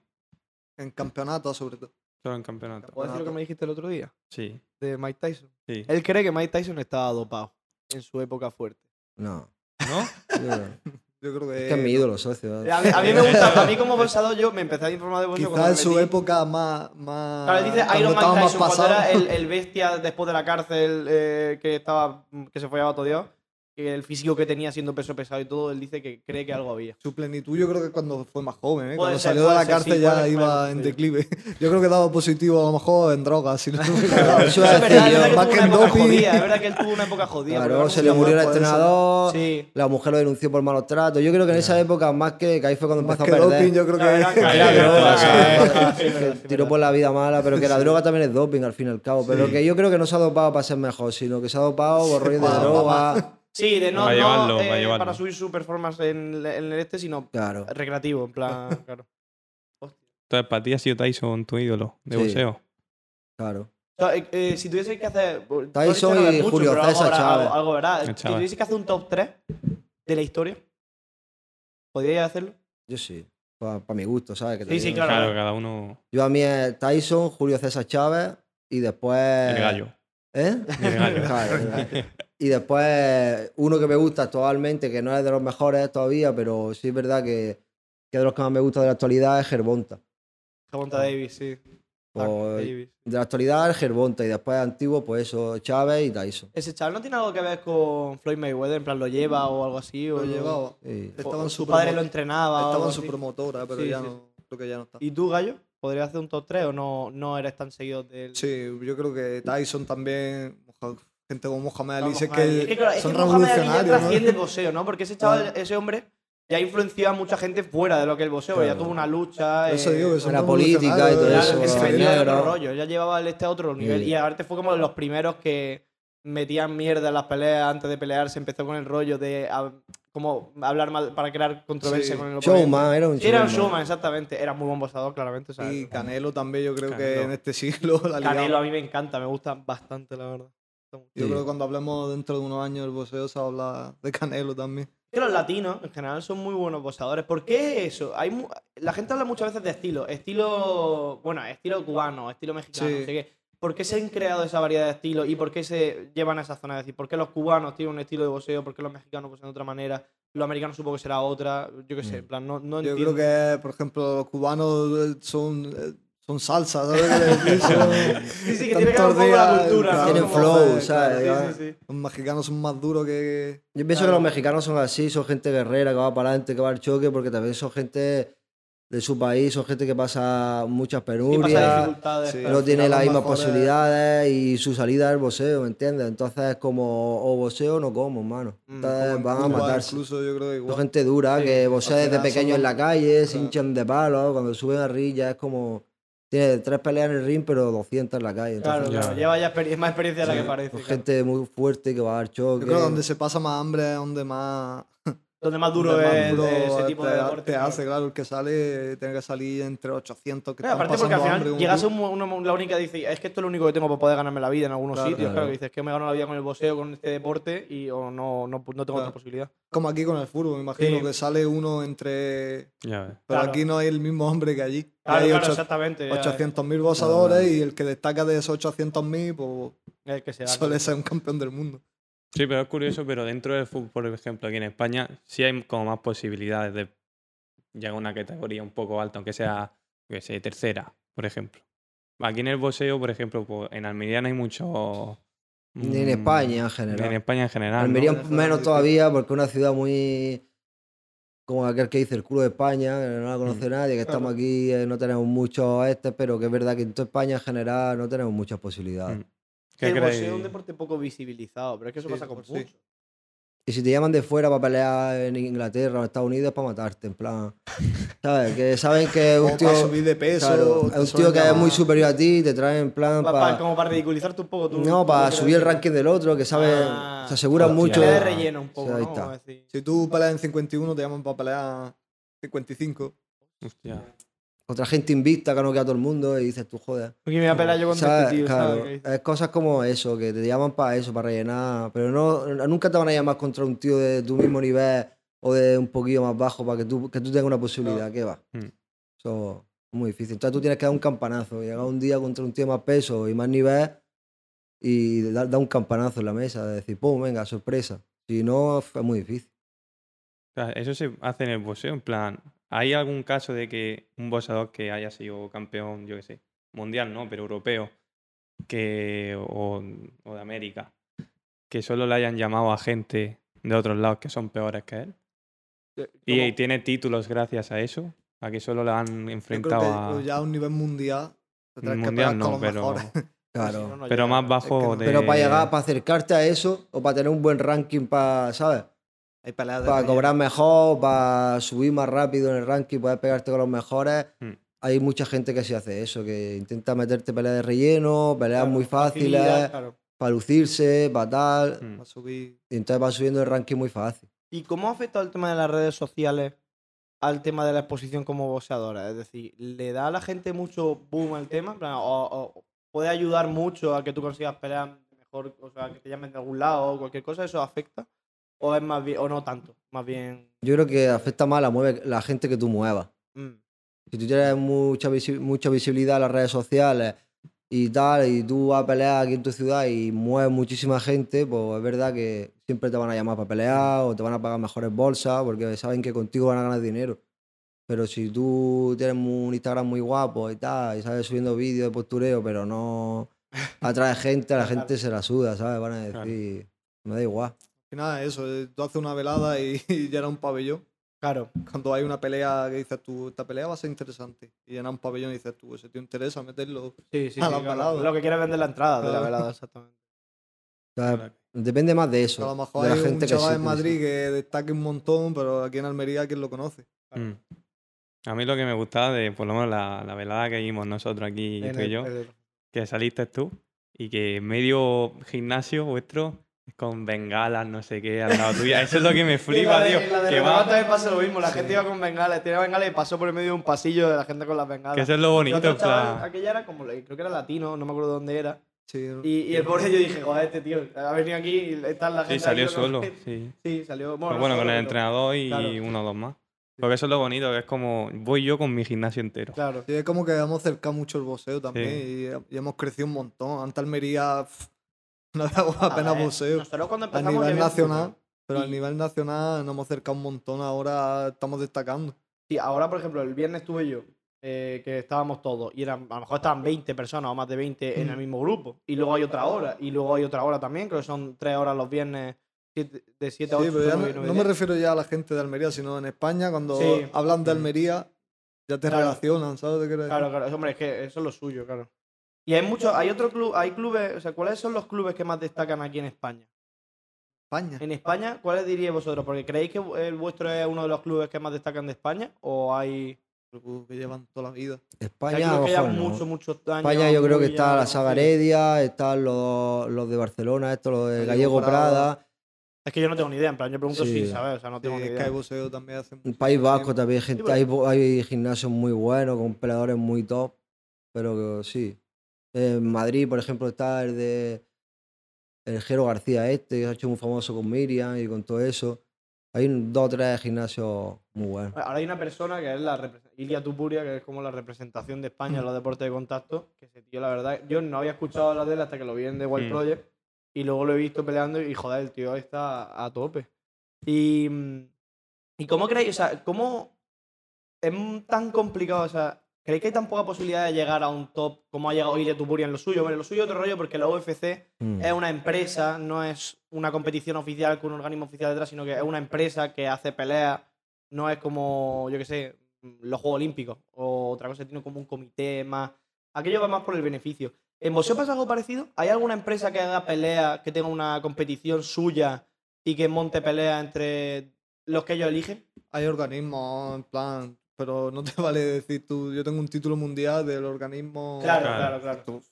S4: En campeonato, sobre todo.
S3: Solo en campeonato.
S1: ¿Puedo decir lo que me dijiste el otro día?
S3: Sí,
S1: De Mike Tyson.
S3: sí.
S1: Él cree que Mike Tyson estaba dopado en su época fuerte.
S2: No.
S3: ¿No?
S2: yo no.
S4: Yo creo que.
S2: Es que es mi ídolo, socio.
S1: A mí, a mí me gusta, [LAUGHS] a mí como boxeador yo me empecé a informar de boxeo cuando
S4: Quizás en
S1: me
S4: su
S1: metí.
S4: época más. más
S1: Claro, él dice
S4: cuando
S1: Iron Man
S4: estaba más
S1: Tyson, cuando
S4: pasado.
S1: era el, el bestia después de la cárcel eh, que estaba que se follaba todo Dios, que el físico que tenía siendo peso pesado y todo, él dice que cree que algo había.
S4: Su plenitud yo creo que cuando fue más joven, ¿eh?
S1: Puede
S4: cuando
S1: ser,
S4: salió de
S1: puede
S4: la
S1: ser,
S4: cárcel
S1: sí,
S4: ya
S1: puede-
S4: iba
S1: puede-
S4: en
S1: sí.
S4: declive. [LAUGHS] Yo creo que daba positivo a lo mejor en
S1: [LAUGHS]
S4: drogas, si no me
S2: Claro, eso
S1: Eso
S2: iba a
S1: es verdad, es
S2: decir yo.
S1: verdad que
S4: más
S1: tuvo una
S4: que
S1: época
S4: doping.
S1: jodida, es verdad que él tuvo una época jodida.
S2: Claro,
S1: porque
S2: se
S1: era
S2: le
S1: un
S2: murió el
S4: puede ser.
S2: entrenador,
S1: Sí.
S2: la mujer lo denunció por malos tratos. Yo creo que en esa época, más que, que ahí fue cuando
S4: Más
S2: empezó
S4: [LAUGHS] que
S2: a perder.
S4: doping, yo creo
S1: La
S4: [LAUGHS]
S1: verdad
S4: que.
S1: que-
S2: Era
S3: Sí,
S2: droga, ¿sabes?
S3: verdad,
S1: sí, verdad, sí,
S2: Que
S1: verdad, sí,
S2: Tiró
S1: verdad.
S2: por la vida mala, pero que la droga también es doping al fin y al cabo. Pero que yo creo que no se ha dopado para ser mejor, sino que se ha dopado por rollo de
S4: pa- pa-
S2: droga.
S1: Sí, de no, no,
S3: Para llevarlo,
S1: eh,
S3: para llevarlo.
S1: para subir su performance en, el- en el este, sino
S2: Claro.
S1: recreativo, en
S2: [LAUGHS]
S1: plan, claro.
S3: Entonces, para ti ha sido Tyson tu ídolo de
S2: Sí.
S3: boxeo.
S2: Claro.
S1: O sea, eh, eh, si tuviese que hacer. tú has dicho
S2: Tyson
S1: no
S2: y
S1: ves mucho,
S2: Julio
S1: pero algo
S2: César
S1: habrá-
S2: Chávez.
S1: Algo, algo verás.
S3: El
S1: Si
S3: Chávez.
S1: tuviese que hacer un top 3 de la historia, ¿podríais hacerlo?
S2: Yo sí. Para mi gusto, ¿sabes? Que te
S1: Sí, sí,
S2: digo.
S1: Claro.
S3: Claro, cada uno
S2: Yo a mí es Tyson, Julio César Chávez y después.
S3: el gallo.
S2: ¿Eh?
S3: El
S2: [LAUGHS]
S3: gallo.
S2: Claro, el gallo. y después, uno que me gusta actualmente, que no es de los mejores todavía, pero sí es verdad que, que de los que más me gusta de la actualidad es Gervonta.
S1: Javonta Davis, sí.
S2: O, de
S1: Davis.
S2: la actualidad, Gervonta. Y después antiguo, pues eso, Chávez y Tyson.
S1: Ese chaval no tiene algo que ver con Floyd Mayweather, en plan lo lleva o algo así. O
S4: Lo llevaba.
S2: Y-
S1: o-
S4: Estaba
S1: o
S4: en
S1: su
S4: su
S1: padre
S4: promo-
S1: lo entrenaba. o
S4: Estaba
S1: algo
S4: en su
S1: así.
S4: promotora, pero
S1: Sí,
S4: ya
S1: sí,
S4: no. Creo que ya no está.
S1: ¿Y tú, Gallo? ¿Podrías hacer un top 3 o no, no eres tan seguido del.?
S4: Sí, yo creo que Tyson también. Moja- Gente como Mohamed Ali,
S1: Vamos,
S4: sé
S1: madre.
S4: que,
S1: claro,
S4: son
S1: Muhammad Ali ya
S4: revolucionarios. ¿no? Ah.
S1: trasciende el boxeo, ¿no? Porque ese chaval, ese hombre, ya influenció a mucha gente fuera de lo que es el boxeo. Ya
S2: Claro.
S1: tuvo una lucha.
S4: Eso
S1: eh,
S4: digo, que son
S2: la política y todo
S1: Claro,
S4: revolucionarios,
S2: eso,
S1: que
S4: ¿no?
S1: se
S2: los
S1: venía de otro
S2: negros.
S1: rollo. Él ya llevaba el este a otro nivel.
S2: Sí.
S1: Y aparte fue como de los primeros que metían mierda en las peleas antes de pelear. Se empezó con el rollo de ah, como hablar mal para crear controversia
S4: Sí.
S1: con el oponente.
S2: Showman, era un
S1: Sí, era un showman, exactamente. Era muy buen boxeador, claramente. o sea,
S4: Y Canelo también, yo creo
S3: Canelo.
S4: que en este [LAUGHS] siglo la liaba.
S1: Canelo a mí me encanta, me gusta bastante, la verdad.
S2: Sí.
S4: Yo creo que cuando hablemos dentro de unos años del boxeo se habla de Canelo también.
S1: que los latinos en general son muy buenos boxeadores. ¿Por qué eso? Hay mu- la gente habla muchas veces de estilo. Estilo, bueno, estilo cubano, estilo mexicano.
S4: Sí.
S1: no sé qué. ¿Por qué se han creado esa variedad de estilos y por qué se llevan a esa zona? Es decir, ¿por qué los cubanos tienen un estilo de boxeo? ¿Por qué los mexicanos boxean de otra manera? Los americanos supongo que será otra. Yo qué sé, en plan, no, no
S4: Mm. Yo
S1: entiendo.
S4: creo que, por ejemplo, los cubanos eh, son, eh, son salsa,
S1: [LAUGHS]
S4: ¿sabes? qué le- son-
S1: [LAUGHS] Sí, sí, que tiene
S4: están
S1: que ver un
S4: todos
S1: poco la
S4: días,
S1: cultura. ¿no?
S4: claro,
S2: Tienen
S1: Como-
S2: flow,
S4: sí, claro,
S2: ¿sabes? Ya-
S1: Sí, sí, sí.
S4: Los mexicanos son más duros que...
S2: Yo pienso que los mexicanos son así, son gente guerrera que va para adelante, que va al choque, porque también son gente de su país, son gente que pasa muchas
S1: Sí, pasa
S2: penurias,
S1: dificultades.
S4: Sí.
S1: claro.
S2: no
S4: al
S2: tiene
S4: final
S2: las
S4: los
S2: mismas
S4: mejores-
S2: posibilidades y su salida es el boxeo, ¿me entiendes? Entonces es como, o boxeo o no como, hermano.
S1: Mm,
S2: Entonces
S4: como en
S2: Eh, van a
S4: Cuba,
S2: matarse.
S4: Incluso yo creo que
S2: Son
S4: igual.
S2: gente dura
S1: Sí,
S2: que boxea
S4: al
S2: desde
S4: final son
S2: pequeño en
S4: los-
S2: la calle, se
S4: Claro.
S2: hinchan de palos, cuando suben al ring ya es como, tiene tres peleas en el ring, pero 200 en la calle. Entonces,
S1: Claro,
S3: Ya.
S1: claro, lleva ya experien- más experiencia de la que parece.
S2: son
S1: claro.
S2: gente muy fuerte que va al
S4: Yo
S2: choque.
S4: creo que donde se pasa más hambre es donde más...
S1: Donde más duro
S4: donde más
S1: es
S4: duro
S1: de ese tipo de
S4: te-
S1: deporte.
S4: Te
S1: claro.
S4: hace, claro, el que sale tiene que salir entre 800 que
S1: No,
S4: están
S1: aparte porque al
S4: pasando
S1: final
S4: hambre, un
S1: llegas a
S4: club.
S1: un, una- la única dice es que esto es lo único que tengo para poder ganarme la vida en algunos
S4: Claro,
S1: sitios. Claro.
S2: claro.
S1: que dices que me gano la vida con el boxeo, con este deporte y o no, no, no tengo otra
S4: Claro.
S1: posibilidad.
S4: Como aquí con el fútbol, me imagino
S1: Sí.
S4: que sale uno entre...
S3: Ya ves.
S4: Pero
S1: Claro.
S4: aquí no hay el mismo hombre que allí.
S1: Claro,
S4: hay
S1: claro,
S4: ocho-
S1: exactamente. ya,
S4: 800.000 boxeadores y el que destaca de esos 800.000 pues,
S1: es que será.
S4: suele ser un campeón del mundo.
S3: Sí, pero es curioso, pero dentro del fútbol, por ejemplo, aquí en España, sí hay como más posibilidades de llegar a una categoría un poco alta, aunque sea, yo qué sé, tercera, por ejemplo. Aquí en el boxeo, por ejemplo, pues, en Almería no hay mucho...
S2: Ni en
S3: mm,
S2: España en
S3: ni
S2: general.
S3: En España en general. ¿no?
S2: Almería
S4: ¿no? Eso es
S2: menos
S4: difícil.
S2: todavía porque es una ciudad muy como aquel que dice el culo de España, que no la
S3: Mm.
S2: conoce nadie, que estamos
S1: Claro.
S2: aquí, eh, no tenemos muchos este, pero que es verdad que en toda España en general no tenemos muchas posibilidades.
S3: Mm.
S1: que
S3: ¿Qué
S1: el
S3: creéis?
S1: boxeo es un deporte poco visibilizado, pero es que eso
S4: Sí,
S1: pasa con
S4: por sí.
S1: muchos.
S2: Y si te llaman de fuera para pelear en Inglaterra o en Estados Unidos es para matarte, en plan. ¿Sabes? Que saben que es
S4: O
S2: un
S4: para
S2: tío,
S4: subir de peso.
S2: claro, es
S4: te
S2: un tío
S4: suelen
S2: que es
S4: llamar.
S2: muy superior a ti y te traen en plan
S1: Pa- pa-
S2: para.
S1: como para ridiculizarte un poco tú.
S2: No, para subir el ranking del otro, que sabe.
S1: Ah,
S2: se aseguran mucho.
S1: Pelea de relleno un poco,
S2: Sí, ahí
S1: ¿no?
S2: está.
S1: Vamos a decir.
S4: Si tú peleas en 51, te llaman para pelear 55.
S3: Hostia.
S2: Otra gente invicta que no queda todo el mundo y dices tú, joder.
S1: Porque me voy a pelear yo con
S2: ¿Sabes?
S1: este tío, ¿sabes?
S2: Claro,
S1: Que dices,
S2: es cosas como eso, que te llaman para eso, para rellenar, pero no, nunca te van a llamar contra un tío de tu mismo nivel o de un poquillo más bajo para que tú, que tú tengas una posibilidad, que va.
S3: Mm.
S2: Eso es muy difícil. Entonces tú tienes que dar un campanazo, llegar un día contra un tío más peso y más nivel y dar dar un campanazo en la mesa, de decir, pum, venga, sorpresa. Si no, es muy difícil.
S3: O sea, eso se hace en el boxeo, en plan, ¿hay algún caso de que un boxeador que haya sido campeón, yo qué sé, mundial, no, pero europeo, que, o, o de América, que solo le hayan llamado a gente de otros lados que son peores que él?
S4: Eh,
S3: Y,
S1: ¿cómo?
S3: tiene títulos gracias a eso, a que solo le han
S4: Yo creo
S3: enfrentado a...
S4: que ya a un nivel mundial, te tienes que pelear
S3: mundial no,
S4: con los
S3: pero,
S4: mejores. [LAUGHS]
S1: Pues si no,
S2: Claro.
S1: no
S3: pero
S1: llega.
S3: más bajo
S4: no-
S3: de...
S2: Pero para llegar, para acercarte a eso o para tener un buen ranking para, ¿sabes?
S4: Hay peleas de
S2: para
S4: relleno.
S2: cobrar mejor, para subir más rápido en el ranking, poder pegarte con los mejores.
S1: Hmm.
S3: Mm.
S2: Hay mucha gente que se hace eso, que intenta meterte peleas de relleno, peleas
S1: Claro,
S2: muy fáciles,
S1: facilidad, claro.
S2: para lucirse, para tal.
S3: Mm.
S4: Para subir.
S2: Y entonces vas subiendo el ranking muy fácil.
S1: ¿Y cómo ha afectado el tema de las redes sociales al tema de la exposición como boxeadora? Es decir, ¿le da a la gente mucho boom al tema? En plan, O, o puede ayudar mucho a que tú consigas pelear mejor, o sea, que te llamen de algún lado o cualquier cosa? ¿Eso afecta? ¿O es más bien, o no tanto? Más bien.
S2: Yo creo que afecta más la, mueve, la gente que tú muevas.
S1: mm,
S2: Si tú tienes mucha, visi- mucha visibilidad en las redes sociales y tal, y tú vas a pelear aquí en tu ciudad y mueves muchísima gente, pues es verdad que siempre te van a llamar para pelear o te van a pagar mejores bolsas porque saben que contigo van a ganar dinero. Pero si tú tienes mu- un Instagram muy guapo y tal, y sabes subiendo vídeos de postureo, pero
S4: [LAUGHS]
S2: no atrae gente, a la gente se la suda, ¿sabes? Van a
S3: Claro.
S2: decir, me da igual.
S4: Y nada, eso, eh, tú haces una velada y, [LAUGHS] y llenas un pabellón.
S1: Claro.
S4: Cuando hay una pelea que dices tú, esta pelea va a ser interesante. Y llenas un pabellón y dices tú, si te interesa meterlo.
S1: Sí, sí.
S4: A
S1: sí,
S4: las
S1: claro.
S4: veladas.
S1: Lo que quieres vender la entrada de la
S4: Claro.
S1: velada, exactamente.
S2: O sea, depende más de eso.
S4: a lo mejor
S2: de la
S4: hay
S2: gente
S4: un
S2: que
S4: chaval
S2: se
S4: en
S2: interesa.
S4: Madrid que destaque un montón, pero aquí en Almería, ¿quién lo conoce?
S1: Claro.
S3: Mm. A mí lo que me gustaba de, por lo menos, la, la velada que vimos nosotros aquí,
S1: En
S3: tú [LAUGHS] y
S1: el-
S3: yo,
S1: el-
S3: que saliste tú y que medio gimnasio vuestro con bengalas, no sé qué, al lado tuya. Eso es lo que
S1: [LAUGHS]
S3: me
S1: Y la
S3: flipa,
S1: de-
S3: tío.
S1: La de
S3: Que,
S1: la
S3: va-
S1: también pasa lo mismo. La gente iba con bengales, tenía bengales y pasó por el medio de un pasillo de la gente con las bengalas.
S3: que eso es lo
S1: Y
S3: bonito,
S1: otro
S3: en
S1: chaval,
S3: plan,
S1: aquella era como, creo que era latino, no me acuerdo dónde era.
S4: Sí,
S1: Y, y el pobre yo dije, joder, este tío, ha venido aquí y está en la gente. aquí,
S3: Sí, salió
S1: yo no
S3: solo,
S1: sé".
S3: sí.
S1: Sí, salió.
S3: Pero
S1: Bueno,
S3: bueno,
S1: solo,
S3: con el
S1: pero-
S3: entrenador y
S1: claro.
S3: uno o dos más. Porque eso es lo bonito, que es como voy yo con mi gimnasio entero.
S1: Claro.
S4: Sí, es como que hemos acercado mucho el boxeo también y, y hemos crecido un montón. Antes Almería pff, [LAUGHS] no daba apenas
S1: ver,
S4: boxeo.
S1: Nosotros cuando
S4: A
S1: empezamos. ya
S4: nivel
S1: había-
S4: nacional, pero a
S1: Y-
S4: nivel nacional nos hemos acercado un montón. Ahora estamos destacando.
S1: Sí, ahora, por ejemplo, el viernes estuve yo, eh, que estábamos todos, y eran, a lo mejor estaban 20 personas o más de 20 en el
S4: Mm.
S1: mismo grupo. Y luego hay otra hora, y luego hay otra hora también, creo que son 3 horas los viernes, siete- de 7 a 8.
S4: Sí, pero ya no, no me refiero ya a la gente de Almería, sino en España, cuando
S1: Sí.
S4: hablan de
S1: Mm.
S4: Almería, ya te
S1: Claro.
S4: relacionan, ¿sabes? lo que quiero decir?
S1: Claro, claro, hombre, es que eso es lo suyo, claro. Y hay muchos, hay otro club, hay clubes, o sea, ¿cuáles son los clubes que más destacan aquí en España?
S4: España.
S1: En España, ¿cuáles diríais vosotros? Porque creéis que el vuestro es uno de los clubes que más destacan de España, o hay,
S4: Club que llevan toda la vida.
S1: hay
S2: España, a
S1: clubes
S2: lo
S1: que llevan
S2: mejor no.
S1: muchos, muchos años?
S2: España yo creo que
S1: muy
S2: está
S1: ya
S2: la saga
S1: conocidos?
S2: Heredia, están los, los de Barcelona, esto, los de
S4: Gallego
S2: Gallego Prada,
S4: Prada.
S1: Es que yo no tengo ni idea, en plan, yo pregunto si,
S2: Sí.
S1: ¿sabes? O sea, no tengo
S4: Sí,
S1: ni
S4: es
S1: idea.
S4: que hay boxeo también hace
S2: el País Vasco también, gente,
S1: pero-
S2: hay, bo- hay gimnasios muy buenos, con peleadores muy top, pero que sí. En Madrid, por ejemplo, está el de el Jero García este, que se ha hecho muy famoso con Miriam y con todo eso. Hay un- dos o tres gimnasios muy buenos.
S1: Ahora hay una persona que es la repre- Ilia Tupuria, que es como la representación de España en los deportes de contacto, que ese tío, la verdad, yo no había escuchado hablar de él hasta que lo vi en The Wild
S3: Mm.
S1: Project y luego lo he visto peleando y joder, el tío está a tope. Y, mm, ¿y cómo creéis, o sea, cómo es m- tan complicado, o sea, creéis que hay tan poca posibilidad de llegar a un top como ha llegado Ilia Tupuria en lo suyo? Bueno, en lo suyo es otro rollo porque la UFC
S2: Mm.
S1: es una empresa, no es una competición oficial con un organismo oficial detrás, sino que es una empresa que hace peleas. No es como, yo qué sé, los Juegos Olímpicos o otra cosa, tiene como un comité más. Aquello va más por el beneficio. ¿En boxeo pasa algo parecido? ¿Hay alguna empresa que haga pelea, que tenga una competición suya y que monte pelea entre los que ellos eligen?
S4: Hay organismos, en plan, pero no te [LAUGHS] vale decir tú, yo tengo un título mundial del organismo.
S3: Claro.
S1: claro.
S4: Tú,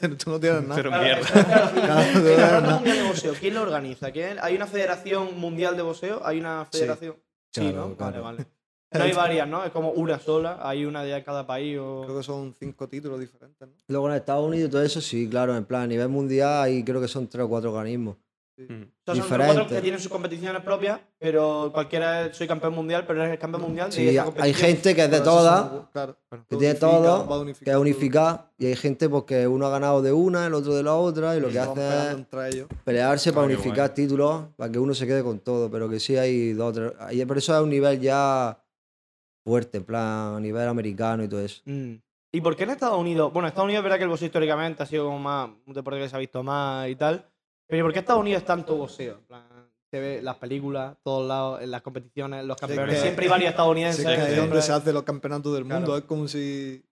S4: tú [LAUGHS]
S3: [LAUGHS]
S4: no tienes nada.
S3: Pero
S1: Claro,
S3: mierda.
S1: eso, claro, sí.
S4: Claro,
S1: Sí, la
S4: de verdad.
S1: Ronda Mundial de Boxeo, ¿Quién lo organiza? ¿Quién? ¿Hay una federación mundial de boxeo? ¿Hay una
S4: Sí.
S1: federación? Sí,
S2: Claro,
S1: ¿no?
S2: claro.
S1: Vale, vale. No hay varias, ¿no? Es como una sola, hay una de cada país
S4: Creo
S1: o...
S4: que son cinco títulos diferentes, ¿no?
S2: Luego en Estados Unidos y todo eso, sí, claro, en plan, a nivel mundial hay creo que son tres o cuatro organismos.
S3: Mm.
S1: O sea, son
S2: Diferente.
S1: cuatro que tienen sus competiciones propias, pero cualquiera es- soy campeón mundial, pero eres el campeón mundial de
S2: Sí,
S1: esa
S2: hay
S1: competición.
S2: gente que es de
S4: Pero esos son-
S2: todas,
S4: Claro.
S2: que tiene
S4: unifica, va
S2: todo, que es
S4: unificando.
S2: unificar, y hay gente porque uno ha ganado de una, el otro de la otra, y lo
S4: Se
S2: que
S4: van pegando
S2: hace es
S4: entre ellos.
S2: pelearse
S3: Ah,
S2: para
S3: qué
S2: unificar
S3: guay.
S2: títulos, para que uno se quede con todo, pero que sí hay dos, tres, hay- pero eso es un nivel ya fuerte, en plan, a nivel americano y todo eso.
S1: Mm. ¿Y por qué en Estados Unidos? Bueno, en Estados Unidos es verdad que el boxeo históricamente ha sido como más un deporte que se ha visto más y tal. Pero ¿y ¿por qué Estados Unidos es tanto boxeo? En plan, Se ve las películas, todos lados, en las competiciones, los campeones.
S4: que-
S1: siempre hay varios
S4: Sí,
S1: estadounidenses.
S4: que ahí es
S1: siempre-
S4: donde se hacen los campeonatos del mundo.
S1: Claro.
S4: Es como si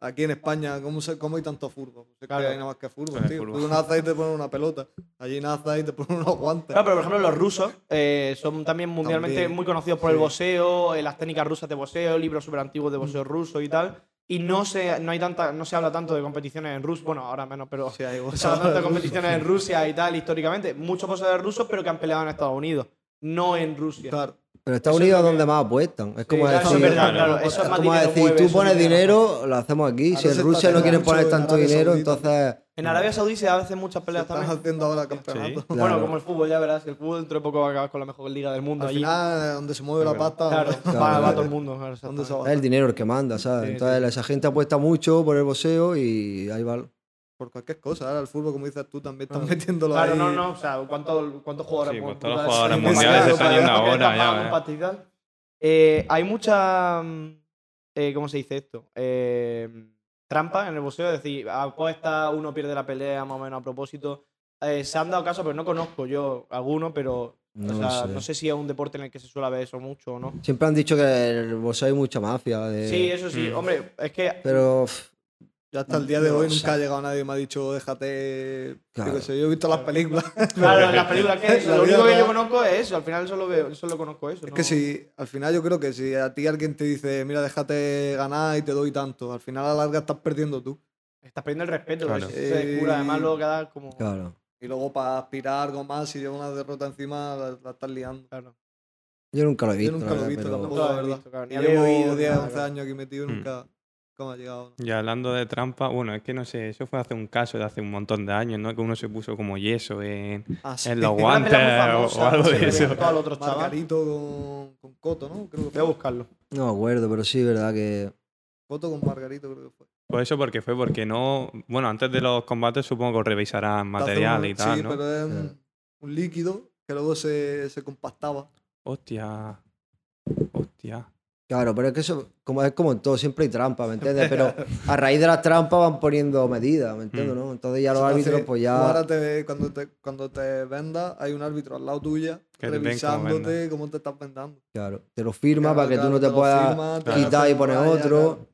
S4: aquí en España, ¿cómo, se- cómo hay tanto fútbol? Pues Es que
S1: Claro.
S4: hay nada más que fútbol,
S3: Hay
S4: tío.
S3: Pues fútbol.
S4: Tú nazas y te ponen una pelota. Allí nazas y te ponen unos guantes.
S1: Claro, pero por ejemplo los rusos eh, son también mundialmente
S4: También,
S1: muy conocidos por el
S4: sí. Mm.
S1: boxeo, eh, las técnicas rusas de boxeo, libros súper antiguos de boxeo ruso y tal. Y no se, no hay tanta, no se habla tanto de competiciones en Rusia, bueno, ahora menos, pero
S4: Sí, hay
S1: se habla tanto de
S4: [LAUGHS] boxeadores rusos.
S1: competiciones en Rusia y tal históricamente. Muchos boxeadores rusos, pero que han peleado en Estados Unidos, no en Rusia.
S4: Claro.
S2: Pero Estados
S1: Eso
S2: Unidos es
S1: es lo que-
S2: donde más apuestan, es como
S1: claro, eso
S2: decir,
S1: es verdad,
S3: claro,
S1: claro, eso es
S2: es
S1: más
S2: como
S1: dinero
S2: decir,
S1: mueve,
S2: tú
S1: eso
S2: pones
S1: es dinero.
S2: dinero, lo hacemos aquí,
S4: Ahora
S2: si en
S4: se está
S2: Rusia no quieren
S4: haciendo
S2: poner
S4: mucho en
S2: tanto
S4: Arabia
S2: dinero,
S4: Saudita.
S2: entonces...
S1: En Arabia Saudí se hacen muchas
S4: Se
S1: peleas
S4: están
S1: también.
S4: haciendo ahora campeonatos.
S2: Sí.
S1: Bueno,
S2: Claro.
S1: como el fútbol, ya verás, el fútbol dentro de poco va a acabar con la mejor liga del mundo
S4: Al
S1: allí.
S4: final, eh, donde se mueve la
S3: Claro.
S4: pata,
S1: claro,
S2: Claro,
S1: va, va
S2: claro.
S1: todo el mundo. claro,
S4: ¿Dónde
S1: exactamente.
S4: se va?
S2: Es el dinero el que manda, ¿sabes?
S1: Sí,
S2: Entonces
S1: sí.
S2: esa gente apuesta mucho por el boxeo y ahí va.
S4: [LAUGHS] por cualquier cosa. Ahora el fútbol, como dices tú, también están
S1: Ah.
S4: metiéndolo
S1: Claro,
S4: ahí.
S1: no, no, o sea, ¿cuántos, cuántos jugadores?
S3: Sí,
S1: por
S3: pues todos los
S1: puta,
S3: jugadores
S1: sí,
S4: mundiales
S1: claro,
S4: están
S1: para
S4: yendo
S1: que
S3: ahora,
S1: están
S3: ya
S1: pagando
S3: ves.
S1: pasta y tal. Eh, hay mucha. mm, eh, ¿Cómo se dice esto? Eh, trampa en el boxeo. Es decir, apuesta, uno pierde la pelea más o menos a propósito. Eh, se han dado caso, pero no conozco yo alguno, pero.
S2: No
S1: o sea,
S2: sé.
S1: no sé si es un deporte en el que se suele ver eso mucho o no.
S2: Siempre han dicho que en el boxeo hay mucha mafia.
S4: Eh,
S2: de-
S1: Sí, eso sí.
S3: Mm.
S1: Hombre, es que
S2: Pero pff,
S4: Yo hasta el día de
S2: No,
S4: hoy
S2: o
S4: nunca
S2: sea-
S4: ha llegado nadie y me ha dicho, déjate. yo qué
S2: Claro.
S4: sé, yo he visto las películas.
S1: Claro,
S3: [LAUGHS]
S1: en las películas que
S4: [LAUGHS] La
S1: lo
S4: vida
S1: único que yo
S4: real.
S1: conozco es eso, al final solo veo, solo conozco eso.
S4: [LAUGHS] Es
S1: no-
S4: que si, al final yo creo que si a ti alguien te dice, mira, déjate ganar y te doy tanto, al final a la larga estás perdiendo tú.
S1: Estás perdiendo el respeto,
S3: Claro.
S1: porque si se descura,
S4: Eh,
S1: además luego queda como
S2: claro.
S4: Y luego para aspirar algo más, si lleva una derrota encima, la, la estás liando.
S1: claro.
S2: Yo nunca lo he
S4: Yo
S2: visto.
S4: nunca
S2: la
S4: lo he
S2: verdad,
S4: visto
S2: pero-
S4: tampoco.
S1: Nunca lo he
S4: la verdad.
S1: visto, claro, ni
S4: Y
S1: había
S4: llevo
S1: oído
S4: 10,
S1: nada,
S4: 11
S1: claro.
S4: años aquí metido y
S3: Mm.
S4: nunca, nunca me ha llegado. ¿no?
S3: Y hablando de trampa, bueno, es que no sé, eso fue hace un caso de hace un montón de años, ¿no? Que uno se puso como yeso en,
S4: Ah, sí.
S3: en
S4: [LAUGHS]
S3: los
S1: Una
S3: guantes
S1: pelea muy
S3: o,
S1: famosa,
S3: o algo
S1: que se
S3: de
S1: le
S3: eso.
S1: reventó al otro chaval.
S4: Margarito con, con Coto, ¿no? Creo que
S1: Voy a
S4: fue.
S1: buscarlo.
S2: No me acuerdo, pero sí, verdad que.
S4: Coto con Margarito, creo que fue.
S3: Pues eso porque fue porque no... Bueno, antes de los combates supongo que revisarán
S4: Te hacen
S3: material
S4: un-
S3: y tal,
S4: Sí,
S3: ¿no?
S4: pero es
S2: Sí.
S4: un, un líquido que luego se, se compactaba.
S3: Hostia. Hostia.
S2: Claro, pero es que eso como, es como en todo, siempre hay trampa, ¿me entiendes?
S4: [LAUGHS]
S2: Pero a raíz de las trampas van poniendo medidas, ¿me entiendes?
S3: Mm.
S2: no? Entonces ya los
S4: Entonces,
S2: árbitros, pues
S4: tú
S2: ya.
S4: Ahora te- cuando, te, cuando te vendas, hay un árbitro al lado tuya
S3: Que te ven cómo
S4: revisándote cómo te estás vendando.
S2: Claro, te lo firma
S4: Claro,
S2: para que
S4: claro,
S2: tú no te,
S4: lo
S2: puedas
S4: firma, te
S3: Claro.
S2: quitar y
S4: hacen
S2: poner
S4: raya,
S2: otro.
S4: claro.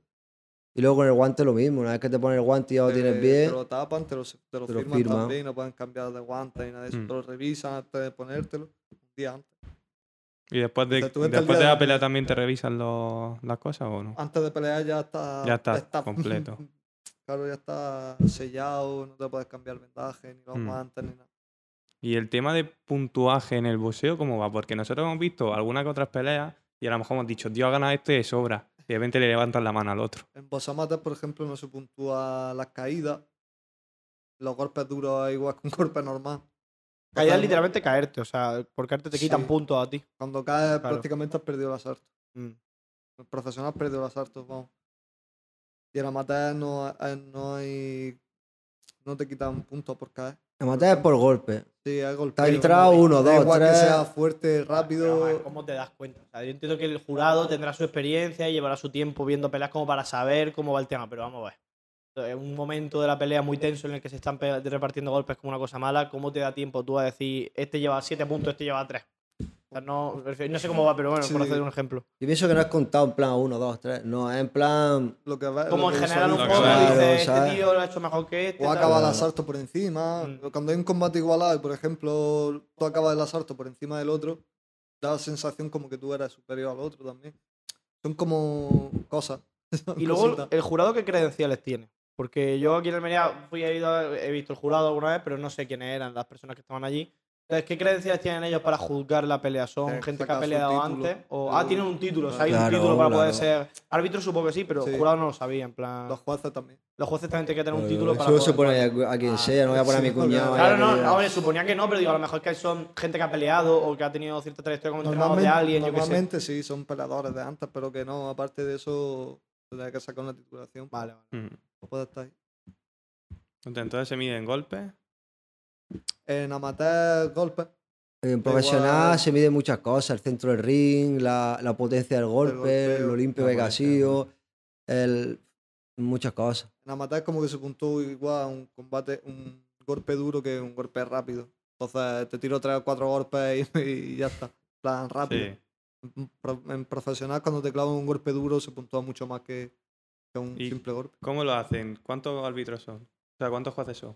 S2: Y luego con el guante lo mismo, una vez que te pones el guante y ya lo
S4: Te-
S2: tienes bien.
S4: Eh, Te lo tapan, te lo, te lo
S2: te lo
S4: firman
S2: firma.
S4: también, no pueden cambiar de guante ni nada de eso.
S3: Mm.
S4: Te lo revisan antes de ponértelo, un día antes.
S3: ¿Y después de,
S4: O sea, tú vete al
S3: después de
S4: día
S3: la
S4: de-
S3: pelea también te revisan los- las cosas o
S1: Ah.
S3: no?
S4: Antes de pelear ya está... [LAUGHS]
S3: Ya está completo.
S4: claro, ya está sellado, no te puedes cambiar el vendaje, ni los
S3: Mm.
S4: guantes, ni nada.
S3: Y el tema de puntuaje en el boxeo, ¿cómo va? Porque nosotros hemos visto algunas que otras peleas y a lo mejor hemos dicho, Dios ha ganado este de sobra. Y de repente le levantan la mano al otro.
S4: En Bosamates, por ejemplo, no se puntúa las caídas. Los golpes duros es igual que un golpe normal.
S1: Caer
S4: Total,
S1: literalmente caerte, o sea, por caerte te
S4: Sí.
S1: quitan puntos a ti.
S4: Cuando caes,
S1: Claro.
S4: prácticamente has perdido el asalto.
S1: Mm.
S4: El profesional perdió el asalto, vamos. Y en amateur no, ha- eh, no hay. No te quitan puntos por caer.
S2: Me matas por golpe.
S4: Sí, hay golpe.
S2: Te ha entrado uno,
S4: da
S2: dos,
S4: igual
S2: tres.
S4: que sea fuerte,
S1: Pero, a ver,
S4: rápido.
S1: ¿Cómo te das cuenta? O sea, yo entiendo que el jurado tendrá su experiencia y llevará su tiempo viendo peleas como para saber cómo va el tema, pero vamos a ver. Es un momento de la pelea muy tenso en el que se están pe- repartiendo golpes como una cosa mala. ¿Cómo te da tiempo tú a decir, este lleva 7 puntos, este lleva 3? O sea, no, no sé cómo va, pero bueno, por
S4: Sí.
S1: hacer un ejemplo.
S2: Yo pienso que no es contado en plan 1, 2, 3. No, es en plan.
S4: Lo que ve-
S1: Como
S4: lo
S1: en
S4: que
S1: general un
S3: lo
S1: poco,
S3: que
S1: dices,
S3: vale,
S2: ¿sabes?
S1: este tío lo ha hecho mejor que este.
S4: O
S1: tal.
S4: acaba el
S2: Claro.
S4: asalto por encima.
S1: Mm.
S4: Cuando hay un combate igualado y, por ejemplo, tú acabas el asalto por encima del otro, da la sensación como que tú eres superior al otro también. Son como cosas. [LAUGHS] son
S1: Y luego,
S4: cositas.
S1: ¿el jurado qué credenciales tiene? Porque yo aquí en Almería fui he, ido- he visto el jurado alguna vez, pero no sé quiénes eran las personas que estaban allí. Entonces, ¿qué credenciales tienen ellos para juzgar la pelea? ¿Son
S4: Tienen que
S1: gente que
S4: sacar
S1: ha
S4: su
S1: peleado
S4: título.
S1: antes? O, ah, tienen un título, o sea, hay un
S2: Claro,
S1: título para poder
S2: claro.
S1: ser. Árbitro supongo que sí, pero
S4: Sí.
S1: jurado no lo sabía. En plan,
S4: Los
S1: los,
S4: jueces también.
S1: jueces también tienen que tener un título
S2: Eh, Eso
S1: para.
S2: se
S1: poder-
S2: pone a, a quien
S1: Ah,
S2: sea, no voy a poner a mi
S4: sí,
S2: cuñado.
S4: claro.
S1: Claro,
S2: ahí
S1: no,
S2: que-
S1: no, hombre, suponía que no, pero digo, a lo mejor que son gente que ha peleado o que ha tenido cierta trayectoria como entrenador de
S4: Normalmente,
S1: alguien, yo qué sé.
S4: normalmente sí, son peleadores de antes, pero que no, aparte de eso, tendrá que sacar una titulación.
S1: Vale, vale.
S3: Mm.
S4: No puede estar ahí.
S3: Entonces se miden golpes.
S4: En amateur, golpes.
S2: En profesional
S4: igual.
S2: se miden muchas cosas, el centro del ring, la, la potencia del golpe,
S4: golpeo,
S2: lo limpio
S3: la
S2: que ha
S3: potencia,
S2: sido, el- muchas cosas.
S4: En amateur como que se puntó igual a un combate, un golpe duro que un golpe rápido. Entonces te tiro tres o cuatro golpes y, [LAUGHS] y ya está. En plan rápido.
S3: Sí.
S4: En pro- En profesional cuando te clavan un golpe duro se puntúa mucho más que, que un
S3: Y-
S4: simple golpe.
S3: ¿Cómo lo hacen? ¿Cuántos árbitros son? O sea, ¿cuántos jueces son?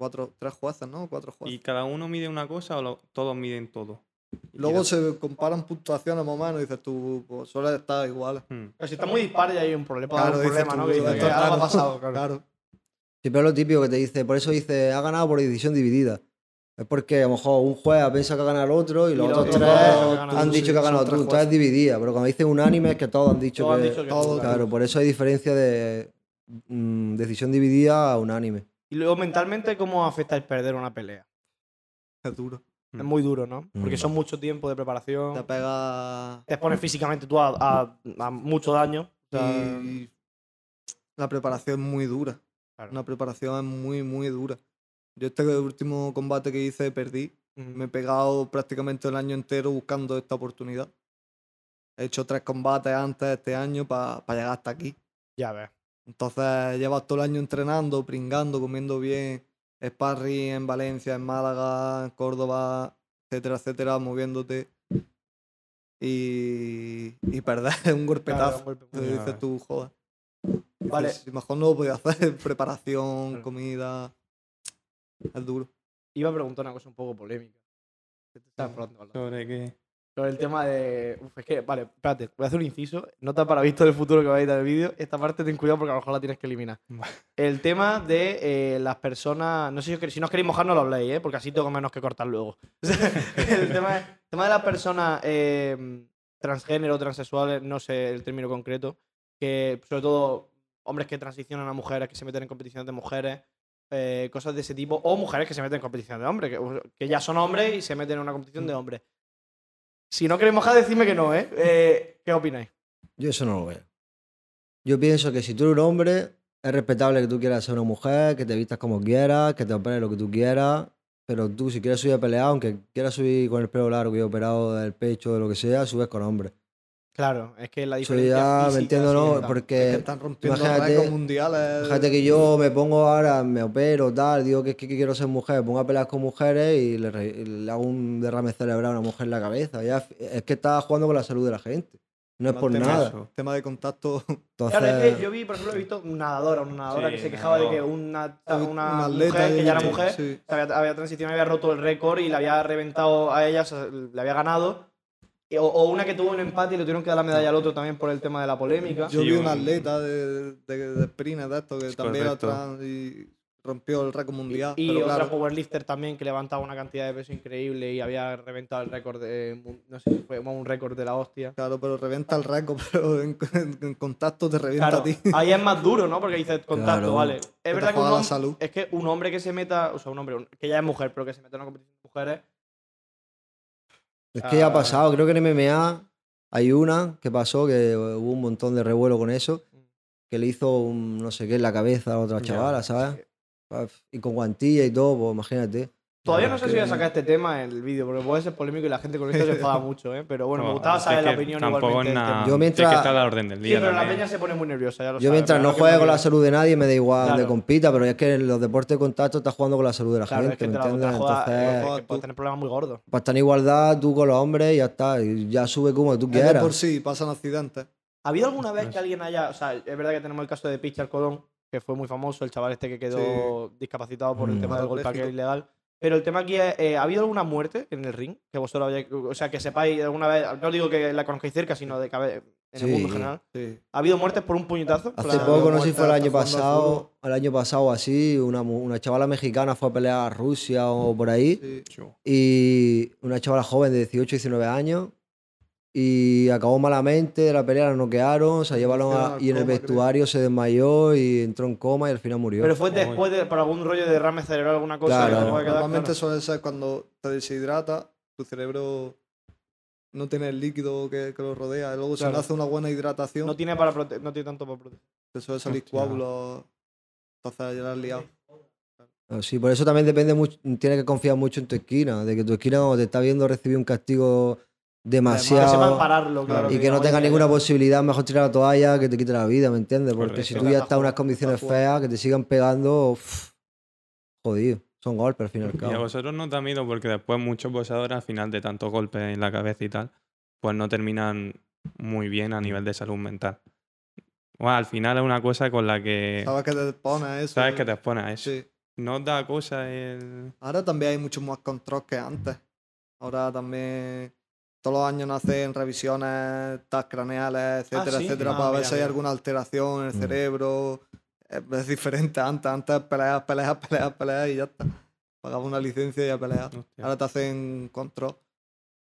S4: Cuatro, tres jueces, ¿no? Cuatro
S1: Pues
S4: jueces.
S3: ¿Y cada uno mide una cosa o lo- todos miden todo? Y
S4: Luego
S3: tiran-
S4: se comparan puntuaciones más o menos y dices tú, pues suele estar igual.
S3: Mm.
S1: Pero si está muy dispar ya hay un problema, un
S4: dices
S1: problema,
S4: tú,
S1: ¿no? Que
S4: esto
S1: dice que
S4: está
S1: algo ha
S4: raro.
S1: pasado, claro.
S4: Claro.
S2: Siempre es lo típico que te dice, por eso dice, ha ganado por decisión dividida. Es porque a lo mejor un juez ha pensado que ha ganado el otro y los
S1: los
S2: otros
S1: otros
S2: tres
S1: dos han ganado.
S2: han dicho que ha
S4: Son
S2: ganado
S4: tres
S2: tú. Entonces es
S4: jueces.
S2: dividida, pero cuando dicen unánime es que todos han dicho
S1: Todos han
S2: que...
S1: dicho que
S4: todo,
S1: tú,
S2: Claro, por eso hay diferencia de mm, decisión dividida a unánime.
S1: Y luego mentalmente, ¿cómo afecta el perder una pelea?
S4: Es duro.
S1: Es
S3: Mm.
S1: muy duro, ¿no?
S2: Mm.
S1: Porque son mucho tiempo de
S4: Te
S1: preparación.
S4: pega.
S1: Te expones físicamente tú a, a- a mucho daño. O sea,
S4: Y la preparación es muy dura.
S1: Claro.
S4: Una preparación es muy, muy dura. Yo este último combate que hice perdí.
S1: mm,
S4: Me he pegado prácticamente el año entero buscando esta oportunidad. He hecho tres combates antes este año para llegar hasta aquí.
S1: Ya ves.
S4: Entonces llevas todo el año entrenando, pringando, comiendo bien, sparring en Valencia, en Málaga, en Córdoba, etcétera, etcétera, moviéndote. Y, y perder [LAUGHS]
S1: Claro,
S4: un golpetazo.
S1: un golpe muy-
S4: Entonces
S3: Ya
S4: dices
S3: ves.
S4: tú, joder.
S1: Vale.
S4: Pues, mejor no lo podía hacer. [LAUGHS] Preparación,
S1: Claro.
S4: comida. Es duro.
S1: Iba a preguntar una cosa un poco polémica. Que te estás enfadando, Alonso.
S3: Sobre que.
S1: Sobre el tema de. Uf, es que, vale, espérate, voy a hacer un inciso. Nota para visto del futuro que va a editar el vídeo. Esta parte ten cuidado porque a lo mejor la tienes que eliminar.
S3: Vale.
S1: El tema de eh, las personas. No sé si, os queréis- si no os queréis mojar, no lo habléis, ¿eh? porque así tengo menos que cortar luego. [LAUGHS] O sea, el, tema, el tema de las personas eh, transgénero, transexuales, no sé el término concreto, que sobre todo hombres que transicionan a mujeres, que se meten en competiciones de mujeres, eh, cosas de ese tipo, o mujeres que se meten en competiciones de hombres, que, que ya son hombres y se meten en una competición de hombres. Si no queréis mojar, decidme que no, ¿eh? Eh, qué opináis?
S2: Yo eso no lo veo. Yo pienso que si tú eres un hombre, es respetable que tú quieras ser una mujer, que te vistas como quieras, que te operes lo que tú quieras, pero tú si quieres subir a pelear, aunque quieras subir con el pelo largo y operado del pecho de lo que sea, subes con hombre.
S1: Claro, es que la
S2: Eso
S1: diferencia.
S2: ya,
S1: física
S2: me entiendo,
S1: sí
S2: ¿no?
S1: está.
S4: Es que
S2: Porque
S4: están rompiendo
S2: imagínate-
S4: récords mundiales.
S2: fíjate que yo me pongo ahora, me opero, tal, digo que, es que quiero ser mujer, pongo a pelear con mujeres y le, re- y le hago un derrame cerebral a una mujer en la cabeza. Ya, es que estás jugando con la salud de la gente. No es
S4: Además,
S2: por
S4: tema-
S2: nada.
S3: eso.
S4: Tema de contacto.
S1: Claro, es
S2: Entonces-
S1: que yo vi, por ejemplo, he visto una nadadora, una nadadora
S3: Sí,
S1: que se quejaba de que
S3: nadador.
S1: una, una,
S4: un atleta
S1: mujer, que ya era
S4: y-
S1: mujer,
S4: sí.
S1: se había, había transicionado, había roto el récord y la había reventado a ella, o sea, le había ganado. Y- O, o una que tuvo un empate y le tuvieron que dar la medalla al otro también por el tema de la polémica.
S4: Yo
S3: Sí,
S4: vi
S3: un-
S4: un atleta de, de, de sprint de esto que también era
S3: correcto.
S4: trans y rompió el récord mundial.
S1: y
S4: pero
S1: otra
S4: claro,
S1: powerlifter también que levantaba una cantidad de peso increíble y había reventado el récord de. eh, mu- No sé si fue un récord de la hostia.
S4: claro, pero revienta el récord, [LAUGHS] pero en, en- en contacto te revienta
S1: Claro,
S4: a ti.
S1: ahí es más duro, ¿no? Porque dices contacto,
S2: Claro.
S1: vale. Es
S4: te
S1: verdad que un,
S4: juega la
S1: hom-
S4: salud.
S1: es que un hombre que se meta, o sea, un hombre un- que ya es mujer, pero que se meta en una competición de mujeres,
S2: Es que ya
S1: Ah.
S2: ha pasado, creo que en MMA hay una que pasó, que hubo un montón de revuelo con eso,
S1: Mm.
S2: que le hizo un no sé qué en la cabeza a otra
S3: Ya,
S2: chavala, ¿sabes? Paf, Y con guantilla y todo, pues imagínate.
S1: Todavía no
S2: Claro,
S1: sé si voy a sacar este tema en el vídeo, porque puede ser polémico y la gente con esto se
S2: [LAUGHS]
S1: enfada mucho, ¿eh? Pero bueno, me
S3: Vamos,
S1: gustaba
S3: es
S1: saber la
S3: que
S1: opinión
S3: Tampoco es
S1: igualmente. del
S3: nada.
S1: tema.
S2: Yo mientras-
S3: Es que está a la orden del
S1: Sí,
S3: día.
S1: pero la
S3: también.
S1: peña se pone muy nerviosa, ya lo
S2: Yo
S1: sabes,
S2: mientras
S1: ¿verdad?
S2: no
S1: Que
S2: juegue con la
S1: porque-
S2: salud de nadie me da igual
S1: Claro.
S2: de compita, pero es que en los deportes de contacto estás jugando con la salud de la
S1: Claro, es
S2: gente,
S1: que
S2: ¿me
S1: te la, te
S2: entiendes?
S1: la juega,
S2: Entonces, eh,
S1: es que
S4: tú-
S1: puedes tener problemas muy gordos.
S2: para estar en igualdad tú con los hombres y ya está, y ya sube como tú
S4: Es de
S2: quieras.
S4: por sí, pasan
S1: ¿Ha
S4: accidentes.
S2: Pues,
S1: habido alguna vez
S3: No
S1: que alguien haya.? O sea, es verdad que tenemos el caso de Pichar Colón, que fue muy famoso, el chaval este que quedó discapacitado por el
S2: Mm.
S1: tema del golpe aquel
S4: Parapléjico.
S1: ilegal. Pero el tema aquí es: eh, ¿ha habido alguna muerte en el ring? Que vosotros hayáis. O sea, que sepáis alguna vez. No digo que la conozcáis cerca, sino de que habe- en el
S2: Sí.
S1: mundo en general.
S4: Sí.
S1: ¿Ha habido muertes por un puñetazo?
S2: Hace
S1: Plan-
S2: poco, no
S4: muerta
S2: sé si fue el
S4: hasta
S2: año
S4: jugando al fútbol.
S2: pasado, el año pasado así, una, mu- una chavala mexicana fue a pelear a Rusia o por ahí.
S4: sí.
S3: Chu.
S2: y una chavala joven de 18, 19 años y acabó malamente la pelea, la noquearon, se la llevaron a-
S4: Pusieron al
S2: y en el
S4: coma, creo.
S2: vestuario se desmayó y entró en coma y al final murió.
S1: Pero fue
S3: Uy.
S1: después de, por algún rollo de derrame cerebral, alguna cosa.
S2: Claro.
S1: que te puede quedar
S4: Normalmente
S1: claro.
S4: suele ser cuando te deshidrata, tu cerebro no tiene el líquido que, que lo rodea. y Luego si
S1: Claro.
S4: no hace una buena hidratación,
S1: no tiene, para prote- no tiene tanto para proteger.
S4: te suele salir
S3: Hostia.
S4: coágulos. Entonces ya la has liado.
S2: Ah, Sí, por eso también depende mucho, tienes que confiar mucho en tu esquina, de que tu esquina cuando te está viendo recibir un castigo
S1: Que sepan
S2: demasiado
S1: pararlo, claro.
S4: Claro.
S2: y que no tenga
S1: oye,
S2: ninguna posibilidad, mejor tirar la toalla que te quite la vida, ¿me entiendes? Porque
S3: Correcto.
S2: si tú ya estás en unas
S4: Estás
S2: condiciones
S4: jugando.
S2: feas, que te sigan pegando, uf, jodido, son golpes al fin y al
S3: Y a
S2: cabo.
S3: vosotros no os da miedo porque después muchos boxeadores al final de tantos golpes en la cabeza y tal, pues no terminan muy bien a nivel de salud mental. Bueno, al final es una cosa con la que
S4: Sabes que te pones eso. eh.
S3: sabes que te expones a eso.
S4: Sí.
S3: No os da cosa el...
S4: Ahora también hay mucho más control que antes. Ahora también todos los años nacen revisiones, tas craneales, etcétera,
S1: sí?
S4: etcétera,
S1: Ah,
S4: para ver
S1: mira,
S4: si hay
S1: mira.
S4: alguna alteración en el
S2: Mm.
S4: cerebro. Es, es diferente antes, antes peleas, peleas, peleas, peleas y ya está. Pagaba una licencia y a pelear.
S3: Hostia.
S4: Ahora te hacen control.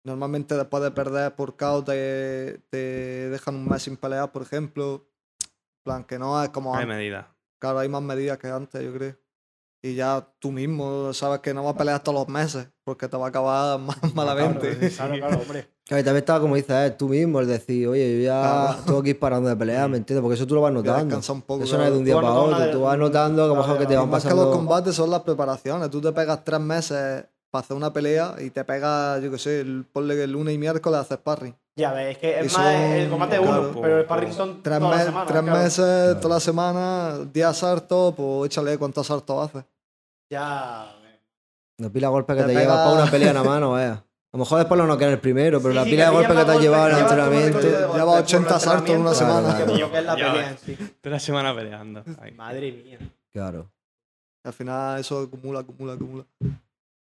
S4: Normalmente después de perder por KO te, te dejan un mes sin pelear, por ejemplo. En plan, que no es como
S3: Hay
S4: antes.
S3: medida.
S4: Claro, hay más medidas que antes, yo creo. Y ya tú mismo sabes que no vas a pelear todos los meses, porque te va a acabar [LAUGHS] ma- malamente.
S1: [LAUGHS] Claro, claro, hombre.
S2: Claro, y también estaba como dices eh, tú mismo, el decir, oye, yo ya
S4: Claro.
S2: tengo que ir parando de pelear, ¿me entiendes? Porque eso tú lo vas
S4: Ya
S2: notando.
S4: descansa un poco.
S2: Eso no es de un
S4: claro.
S2: día
S1: Tú vas
S2: para
S1: notando una
S2: otro,
S1: de-
S2: tú vas notando que a lo
S1: Claro,
S2: mejor que te
S1: claro.
S2: van
S4: Más que los
S2: pasando.
S4: combates son las preparaciones. Tú te pegas tres meses para hacer una pelea y te pega, yo qué sé, el, ponle que el lunes y miércoles haces parry.
S1: Ya ves, es que es
S4: Y
S1: más
S4: son-
S1: el combate de uno,
S4: claro,
S1: pero el sparring son
S4: Tres,
S1: todas las
S4: mes-
S1: semanas,
S4: tres
S1: claro.
S4: meses, toda la semana, 10 asaltos, pues échale cuántos asaltos haces.
S1: Ya. ves.
S2: La pila de golpes que
S4: Te
S2: te, llevas
S4: pega-
S2: para una pelea nada más, no veas. A lo mejor después lo no queda en el primero, pero
S1: Sí,
S2: la
S1: sí,
S2: pila de
S1: te
S2: golpes que
S1: pillan
S2: te has
S1: más
S2: llevado en
S1: golpes,
S2: el
S1: te llevas todo el
S2: entrenamiento.
S1: golpe de
S4: lleva
S1: golpe,
S4: 80
S1: por el
S4: saltos en una
S1: entrenamiento,
S2: semana.
S1: que pillo que es la
S3: Ya
S1: pelea en sí.
S3: Toda la semana peleando. Ay.
S1: Madre mía.
S2: Claro.
S4: Y al final eso acumula, acumula,
S1: [LAUGHS]
S4: acumula.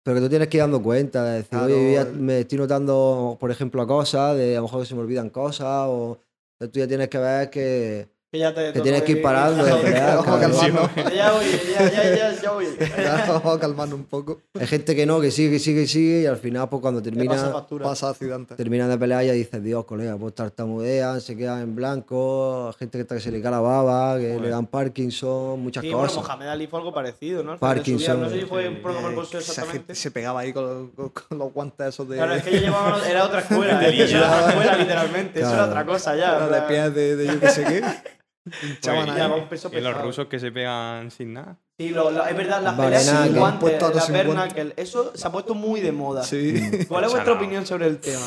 S2: Pero que tú tienes que ir dando cuenta, de decir,
S4: Claro,
S2: oye, yo ya
S4: el-
S2: me estoy notando, por ejemplo, cosas, de a lo mejor que se me olvidan cosas, o entonces tú ya tienes que ver que,
S1: Que ya te
S2: que tienes que ir parando. de
S1: Ya,
S2: pelear,
S4: Vamos
S2: claro.
S4: calmando.
S1: ya voy, ya, ya, ya,
S2: [LAUGHS]
S1: ya voy.
S4: Ya vamos a calmarnos un poco.
S2: Hay gente que no, que sigue, que sigue, que sigue, y al final, pues cuando
S1: Te Pues pasa
S2: termina,
S1: factura.
S4: Pasa accidentes.
S2: terminan de pelear, ya dices, Dios, colega, pues tartamudean, se quedan en blanco, gente que, está- que se le cae la baba, que
S3: Joder.
S2: le dan Parkinson, muchas
S1: Sí, bueno,
S2: cosas.
S1: Mohamed Ali fue algo parecido, ¿no? Al final de su
S2: Parkinson.
S1: vida, No sé si fue un protocolo
S4: Eh,
S1: bolseo
S4: esa gente
S1: exactamente.
S4: se pegaba ahí con los, con- con los guantes esos de,
S1: Claro, es que yo llevaba. Era otra
S2: [LAUGHS]
S1: escuela,
S3: De
S1: eh, eso era
S3: liga.
S1: otra escuela, literalmente. Eso era
S2: Claro.
S1: otra cosa ya. en
S4: era de
S1: plan,
S4: pies de, de yo que
S1: [LAUGHS]
S4: sé qué.
S3: Pues,
S4: Pinchaban
S1: Chaban
S3: y-
S1: ahí.
S4: ahí.
S1: Llevaba un peso
S3: y los
S1: pesado.
S3: rusos que se pegan sin nada.
S1: Sí, lo- lo- es verdad, las
S2: Vale,
S1: peleas
S2: nada,
S1: sin
S2: que-
S1: guantes,
S4: puesto a los
S1: la
S4: 50.
S1: vernacle, eso se ha puesto muy de moda.
S2: Mm.
S4: [LAUGHS] Sí.
S1: ¿Cuál es
S3: O sea,
S1: vuestra
S3: no.
S1: opinión sobre el
S3: [LAUGHS]
S1: tema?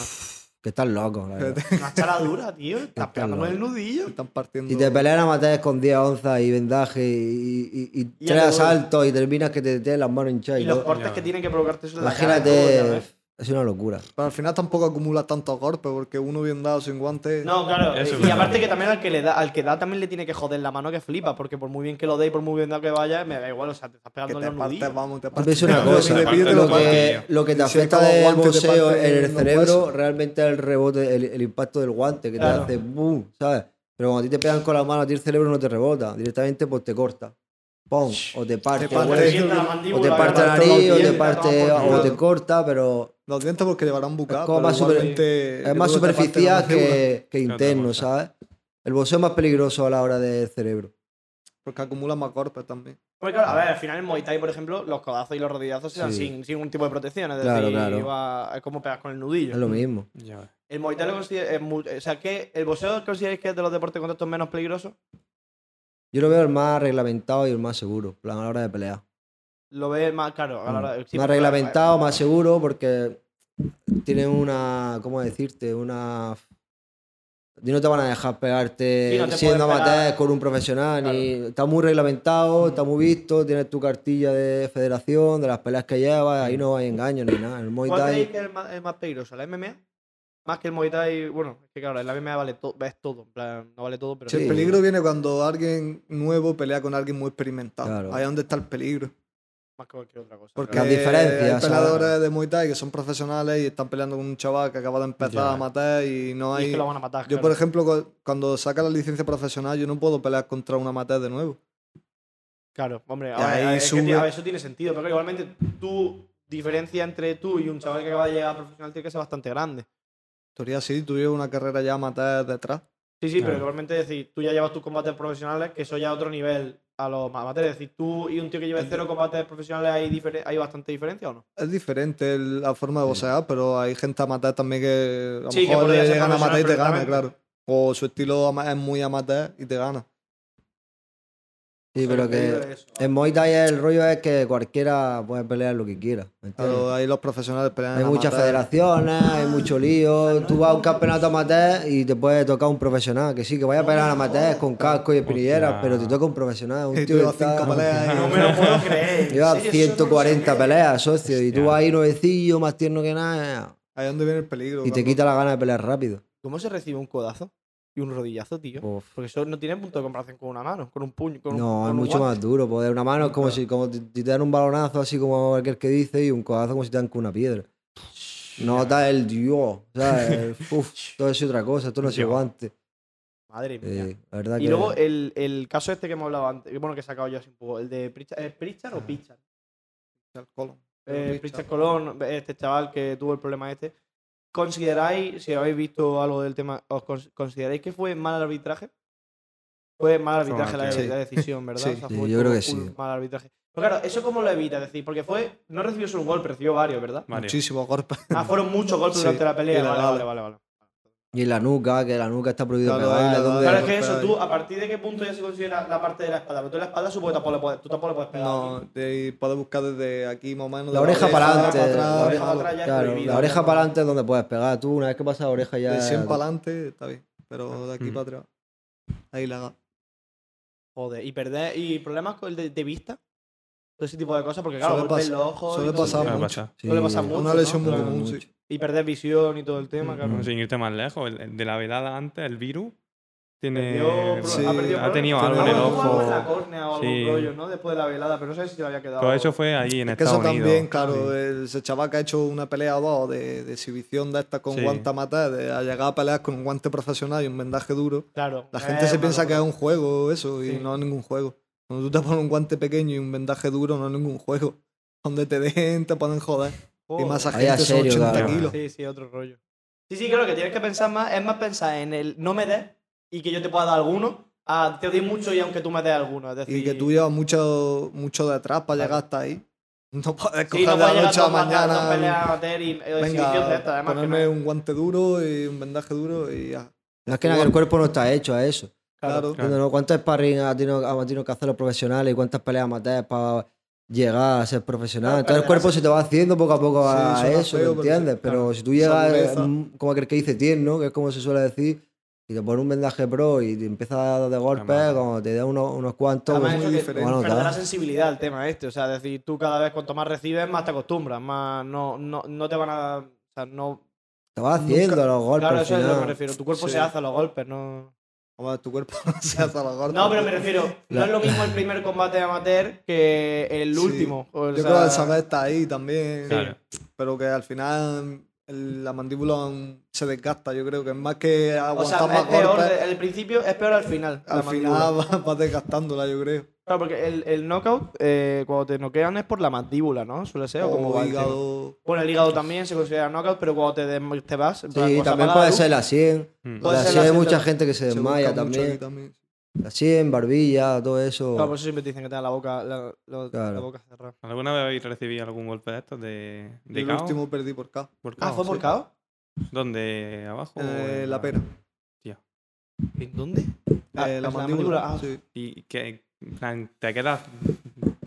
S2: Que están locos,
S1: [LAUGHS]
S2: la verdad.
S1: Una chala dura, tío. Estás
S2: Está
S1: pegando con el nudillo.
S4: Están partiendo.
S2: Y te pelean a matar con 10 onzas y vendaje y, y, y
S1: Y ya
S2: tres
S1: te
S2: asaltos y terminas que te tienes las manos hinchadas. y
S1: Y los
S2: todo.
S1: cortes
S3: Ya.
S1: que tienen que provocarte eso en la cara, ¿eh? todo,
S2: Imagínate,
S1: ¿sabes?
S2: es una locura.
S4: Pero al final tampoco acumula tantos golpes porque uno bien dado sin guantes.
S1: No, claro.
S3: Eso es
S1: y
S3: verdad.
S1: aparte que también al que le da, al que da también le tiene que joder la mano que flipa, porque por muy bien que lo dé y por muy bien dado que vaya, me da igual, o sea, te estás
S4: que
S1: pegando en
S4: te
S1: los
S4: partes,
S1: nudillos.
S4: vamos, te
S2: También
S4: partes.
S2: es una
S3: Pero
S2: cosa.
S4: Te
S3: parte
S4: pide
S3: de
S4: lo
S2: Lo
S3: los guantes,
S2: que,
S4: que...
S3: tío.
S2: lo que te
S4: Y si es
S2: afecta
S4: como
S2: del
S4: guante, te
S2: boxeo
S4: parte
S2: en el
S4: los
S2: cerebro
S4: huesos.
S2: realmente es el rebote, el, el impacto del guante que
S1: Claro.
S2: te hace boom, ¿sabes? Pero cuando a ti te pegan con la mano, a ti el cerebro no te rebota, directamente pues te corta. Pum, o te parte,
S4: Te parte-
S2: o te-
S1: revienta la
S4: o te
S2: o
S1: mandíbula,
S2: te parte
S1: claro, todo
S2: la nariz,
S1: bien,
S2: o te
S1: te
S2: parte,
S1: toma por
S2: o te
S1: culo.
S2: corta, pero
S4: Los dientes porque llevarán bucada.
S2: Es como más super-
S4: Eh,
S2: es más superficial que, que
S3: No te
S2: interno,
S3: gusta.
S2: ¿sabes? El boxeo es más peligroso a la hora del cerebro.
S4: Porque acumula más golpes también.
S1: Porque, Pues claro, a ver, al final en Muay Thai, por ejemplo, los codazos y los rodillazos se dan
S2: Sí.
S1: sin, sin ningún tipo de protección. Es decir,
S2: Claro, claro.
S1: va- es como pegas con el nudillo.
S2: Es lo mismo.
S3: Ya ves.
S1: El Muay Thai lo considera- es mu- o sea, que ¿el boxeo consideráis que es de los deportes de contacto menos peligrosos?
S2: Yo lo veo el más reglamentado y el más seguro, en plan, a la hora de pelear.
S1: Lo ves más, claro. a la hora- sí,
S2: más
S1: porque, claro,
S2: reglamentado, más seguro, porque tiene una. ¿Cómo decirte? Una. A ti no te van a dejar pegarte
S1: Sí, no te
S2: siendo
S1: puedes pegar.
S2: amateur con un profesional. ni- Está muy reglamentado, está muy visto, tienes tu cartilla de federación, de las peleas que llevas, ahí no hay engaños ni nada. El Muay
S1: ¿Cuál creéis
S2: Thai.
S1: que es el más, el más peligroso? ¿La MMA? Más que el Muay Thai, bueno, es que claro, en la MMA vale to- ves todo, en plan, no vale todo, pero
S4: Sí,
S2: Sí.
S4: El peligro viene cuando alguien nuevo pelea con alguien muy experimentado.
S2: Claro.
S4: Ahí es donde está el peligro.
S1: más que cualquier otra cosa. Eh,
S4: Porque
S2: Las
S1: claro.
S2: diferencias,
S4: Hay peleadores de Muay Thai que son profesionales y están peleando con un chaval que acaba de empezar
S3: Ya.
S4: a matar y no
S1: Y es
S4: hay.
S1: que lo van a matar.
S4: Yo,
S1: claro.
S4: por ejemplo, cu- cuando saca la licencia profesional, yo no puedo pelear contra un amateur de nuevo.
S1: Claro, hombre,
S4: Y
S1: a ver,
S4: ahí
S1: es que,
S4: sube.
S1: tío, a ver, eso tiene sentido, pero igualmente tu diferencia entre tú y un chaval que acaba de llegar a profesional tiene que ser bastante grande.
S4: En teoría, sí, tú llevas una carrera ya amateur detrás.
S1: Sí, sí, pero
S3: Claro.
S1: igualmente es decir, tú ya llevas tus combates profesionales, que eso ya es otro nivel a los amateurs. Es decir, tú y un tío que lleve cero combates profesionales, ¿hay, difere- hay bastante diferencia o no?
S4: Es diferente el- la forma de boxear, pero hay gente amateur también que a lo
S1: Sí, que
S4: mejor
S1: podría
S4: le
S1: ser
S4: llegan a matar y te
S1: profesional
S4: gana, claro. O su estilo ama- es muy amateur y te gana.
S2: Sí, pero que.
S1: Eso,
S2: En Muay Thai el rollo es que cualquiera puede pelear lo que quiera. ¿me entiendes?
S4: Claro, ahí los profesionales pelean.
S2: hay muchas
S4: amateur.
S2: federaciones, hay mucho lío. Tú vas a un campeonato amateur y te puede tocar un profesional. Que sí, que vaya a pelear amateur con casco y espinilleras,
S3: Hostia.
S2: pero te toca un profesional. Un
S4: Y tú
S2: tío que
S4: llevas
S2: está...
S4: cinco
S1: [LAUGHS]
S4: peleas ahí.
S1: No me lo puedo creer.
S2: [LAUGHS] Lleva
S1: Sí, eso no lo
S2: 140
S1: sabía.
S2: peleas, socio. Y tú
S3: Hostia.
S2: vas ahí novecillo, más tierno que nada.
S4: [LAUGHS] Ahí es donde viene el peligro.
S2: Y te
S4: cuando-
S2: quita la gana de pelear rápido.
S1: ¿Cómo se recibe un codazo y un rodillazo, tío?
S2: Uf.
S1: Porque eso no tiene punto de comparación con una mano, con un puño. Con un-
S2: No,
S1: con
S2: es
S1: un
S2: mucho
S1: guante.
S2: más duro. Poder una mano es como si como te, te dan un balonazo, así como aquel que dice, y un codazo como si te dan con una piedra. No, da el dios.
S1: [LAUGHS]
S2: ¿sabes? Uf, todo es otra cosa, esto no se
S3: Dios.
S2: aguante.
S1: Madre mía.
S2: Eh, la verdad
S1: Y
S2: que
S1: luego el, el caso este que hemos hablado antes, bueno, que he sacado yo así un poco, el de Pritchard, ¿es Pritchard
S2: Ah.
S1: o Pichar?
S4: al colon.
S1: Eh,
S4: Richard.
S1: Pritchard Colón, este chaval que tuvo el problema este. ¿Consideráis, si habéis visto algo del tema, os cons- consideráis que fue mal arbitraje? Fue mal
S3: Fue
S1: arbitraje la,
S4: arbitraje.
S1: la
S2: [LAUGHS]
S1: decisión, ¿verdad?
S4: Sí.
S2: Sí,
S1: fue
S2: yo creo
S1: todo
S2: que sí.
S1: full Mal arbitraje. Pero claro, ¿eso cómo lo evita? Es decir, porque fue, no recibió solo un golpe, recibió varios, ¿verdad? [LAUGHS]
S3: Mario.
S4: Muchísimos golpes.
S1: Ah, fueron muchos golpes
S4: Sí,
S1: durante la pelea.
S4: ilegal.
S1: Vale, vale, vale, vale.
S2: Y en la nuca, que en la nuca está prohibido
S4: Claro,
S2: pegar,
S4: ahí la-
S2: es donde-
S1: Claro, es
S4: Pero-
S1: que eso,
S4: pero-
S1: tú, a partir de qué punto ya se considera la parte de la espalda. Pero tú en la espalda supongo que tampoco le puedes, tú tampoco le puedes pegar.
S4: No, de ahí puedes buscar desde aquí más o menos.
S2: La
S4: de
S2: oreja para adelante.
S4: para atrás,
S2: La
S1: la
S2: oreja
S1: oreja
S4: algo.
S1: atrás ya es
S2: Claro,
S1: prohibido.
S2: la oreja para adelante es donde puedes pegar. Tú, una vez que pasas la oreja ya.
S4: De 100 para adelante está bien, pero de aquí
S3: Mm.
S4: para atrás. Ahí la haga.
S1: Joder, y perder, y problemas con el de, de vista, todo ese tipo de cosas, porque claro,
S4: Suele
S1: golpes en
S4: pas-
S1: los ojos. y
S4: suele
S1: todo el
S4: pasar
S1: tema.
S3: Puede
S4: mucho.
S3: pasar.
S2: Sí,
S1: Suele pasar mucho,
S4: Una lesión
S1: ¿no?
S4: muy
S1: Claro.
S4: común,
S2: mucho.
S4: sí.
S1: Y perder visión y todo el tema, claro.
S3: Sin irte más lejos, el- de la velada antes, el virus tiene,
S1: Perdió pro-
S4: Sí,
S1: ha, perdido
S3: ha
S1: problemas.
S3: tenido
S1: Ah,
S3: algo en el
S1: bueno, tuvo algo en
S3: ojo.
S1: la córnea o
S3: Sí.
S1: algún rollo, ¿no? Después de la velada, pero no sé si se le había quedado.
S3: Todo eso fue allí en
S4: Que
S3: Estados
S4: eso
S3: Unidos.
S4: también, claro, el- ese chaval que ha hecho una pelea o dos de, de exhibición de estas con
S3: Sí.
S4: guante a matar, de ha llegado a pelear con un guante profesional y un vendaje duro.
S1: Claro.
S4: La gente
S1: es
S4: se
S1: Eh, una
S4: piensa que es
S1: locura.
S4: un juego eso y
S1: Sí.
S4: no es ningún juego. Cuando tú te pones un guante pequeño y un vendaje duro, no es ningún juego. Donde te den, te pueden joder. Y
S1: Joder.
S4: más a
S2: Ahí a
S4: gente son
S2: serio,
S4: 80
S3: claro.
S4: kilos.
S1: Oh. Sí, sí, otro rollo. Sí, sí, creo que tienes que pensar más, es más pensar en el no me des y que yo te pueda dar alguno, a te doy mucho y aunque tú me des alguno. Es decir,
S4: Y que tú llevas mucho, mucho de atrás para llegar hasta ahí. No puedes
S1: sí,
S4: coger
S1: no
S4: de la
S1: puedes llegar
S4: noche a
S1: a
S4: la
S1: mañana.
S4: mañana.
S1: peleas amateur y eh, exhibición de estas,
S4: Venga,
S1: además. que
S4: ponerme
S1: no-
S4: un guante duro y un vendaje duro y ya.
S2: Más que nada que el cuerpo no está hecho a eso.
S4: Claro.
S3: Claro.
S2: No, no, ¿Cuántos sparring ha tenido, ha tenido que hacer los profesionales y cuántas peleas matar para llegar a ser profesional?
S1: Claro,
S2: Entonces el
S1: pero
S2: cuerpo
S1: te
S2: se te va haciendo poco a poco a
S4: Sí, suena
S2: eso,
S4: feo,
S2: ¿me
S4: pero
S2: entiendes?
S4: sí,
S2: Pero
S4: claro.
S2: si tú llegas, eh,
S4: Esa dureza.
S2: mm, como aquel que dice tierno, que es como se suele decir, y te pones un vendaje pro y te empiezas a dar de golpe,
S3: Además.
S2: como te da unos, unos cuantos.
S1: Además,
S2: pues,
S1: eso
S4: muy
S1: que
S4: diferente.
S2: Bueno,
S1: Perder la
S2: claro.
S1: sensibilidad al tema este. O sea, es decir, tú cada vez cuanto más recibes, más te acostumbras, más no, no, no te van a. O sea, no.
S2: te vas haciendo
S4: nunca-
S2: los golpes.
S1: Claro,
S2: al
S1: eso es a lo que me
S2: final.
S1: refiero. Tu cuerpo
S4: Sí.
S1: se hace a los golpes, no.
S4: Hombre, tu cuerpo [LAUGHS] no se hace a la gorda.
S1: No, pero me refiero, no es lo mismo el primer combate amateur que el
S4: Sí.
S1: último. o
S4: Yo
S1: sea,
S4: creo que el saber está ahí también.
S3: Claro.
S4: Pero que al final el- la mandíbula aún se desgasta. Yo creo que es más que
S1: O sea,
S4: aguantar
S1: es
S4: más
S1: peor,
S4: golpes.
S1: de- el principio es peor al final. la
S4: Al
S1: mandíbula.
S4: final [LAUGHS] vas vas desgastándola, yo creo.
S1: Claro, porque el, el knockout, eh, cuando te noquean es por la mandíbula, ¿no? Suele ser, o como
S4: O
S1: va el tema.
S4: hígado.
S1: Bueno, el hígado también se considera knockout, pero cuando te, des- te vas... en plan,
S2: Sí,
S1: cuando se
S2: también
S1: apaga
S2: puede
S1: luz,
S2: ser la 100.
S3: Mm.
S1: Puede
S2: La
S1: ser
S2: 100
S1: la
S2: hay
S1: 100
S2: mucha
S1: de-
S2: gente que se
S4: Se busca
S2: desmaya
S4: mucho
S2: también.
S4: aquí también.
S2: La 100, barbilla, todo eso.
S1: Claro, pues, por eso siempre te dicen que tengas la boca, la, la- la
S2: Claro.
S1: boca cerrada.
S3: ¿Alguna vez habéis recibido algún golpe de estos de,
S4: Yo
S3: de
S4: el
S3: KO?
S4: último perdí por K.
S3: Por
S1: Ah,
S3: KO,
S1: ¿fue por
S3: sí.
S1: KO?
S3: ¿Dónde? ¿Abajo? o
S4: Eh,
S3: en
S4: la pera.
S1: ¿En dónde? Ah,
S4: Eh,
S1: en
S4: la
S1: la
S4: mandíbula.
S1: mandíbula, ah.
S4: sí.
S3: Y que en plan, te quedas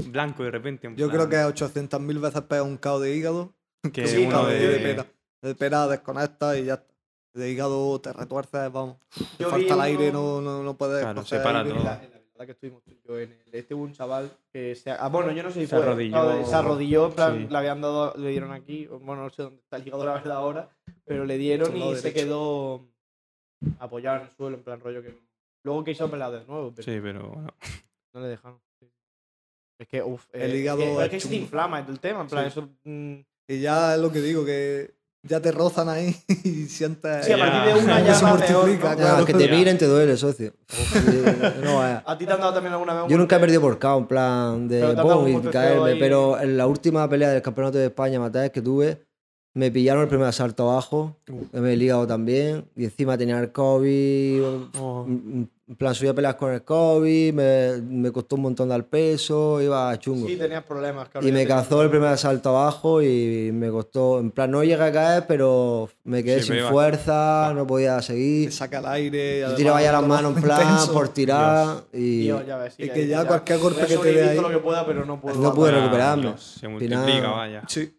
S3: blanco de repente. en
S4: Yo
S3: plan,
S1: Ah.
S4: creo que 800.000 veces pega un KO de hígado
S3: que
S4: Sí,
S3: Eh, uno
S4: claro,
S3: de,
S4: de... pera. De pera desconecta y ya está. De hígado te retuerces, vamos. Te
S1: Yo vi
S4: falta el
S1: uno-
S4: aire, no, no, no puedes.
S3: Claro,
S4: coger
S3: separa
S4: aire.
S1: En
S3: todo.
S1: la, en la verdad que estuvimos tú y yo en el este hubo un chaval que se ah, bueno yo no sé si
S3: Se
S1: fue
S3: arrodilló.
S1: claro, se arrodilló en plan
S3: Sí.
S1: le habían dado le dieron aquí o bueno no sé dónde está el hígado la verdad ahora pero le dieron
S4: Su
S1: y
S4: lado
S1: se
S4: derecho.
S1: quedó apoyado en el suelo en plan rollo que luego quiso pelar de nuevo pero
S3: Sí, pero bueno.
S1: no le dejaron Sí. es que uff
S4: El hígado
S1: es que,
S4: es
S1: que se te
S4: chungo.
S1: inflama el tema en plan
S4: Sí.
S1: eso mm,
S4: Y ya es lo que digo, que ya te rozan ahí [LAUGHS] y sientes.
S1: sí a
S3: Ya.
S1: partir de una ya
S4: Se
S1: va peor,
S4: multiplica,
S1: ¿no?
S2: Ya,
S4: claro.
S2: que te
S3: Ya.
S2: miren te
S1: [LAUGHS]
S2: duele, socio. Sí, no, vaya.
S1: a ti te han dado también alguna vez un
S2: Yo nunca he
S1: golpe?
S2: perdido por KO, en plan de
S1: Pero te han dado
S2: pum,
S1: un
S2: y
S1: golpe feo
S2: caerme,
S1: ahí.
S2: pero en la última pelea del Campeonato de España, Matáez, que tuve, me pillaron el primer asalto abajo, me he ligado también, y encima tenía el COVID,
S1: Oh.
S2: en en plan subía peleas con el COVID, me, me costó un montón dar peso, iba chungo.
S1: sí tenías problemas claro,
S2: y
S1: ya
S2: me
S1: te-
S2: cazó el primer asalto abajo y me costó, en plan no llegué a caer, pero me quedé
S3: Sí,
S2: sin
S3: pero iba-
S2: fuerza,
S1: Ah.
S2: no podía seguir.
S4: Te saca el aire.
S2: Yo
S4: además,
S2: tiraba ya las
S4: te
S2: manos en
S4: vas
S2: plan
S4: [LAUGHS] intenso.
S2: por tirar y
S1: Tío, ya ves, sí,
S4: Es que
S1: ahí,
S4: ya cualquier golpe
S1: Voy a
S4: que te dé
S1: sobrevivir
S4: ahí-
S1: todo lo que pueda pero no puedo
S2: No pude
S3: Vaya,
S2: recuperarme.
S3: Dios, se
S2: final-
S3: multiplica, vaya.
S4: Sí.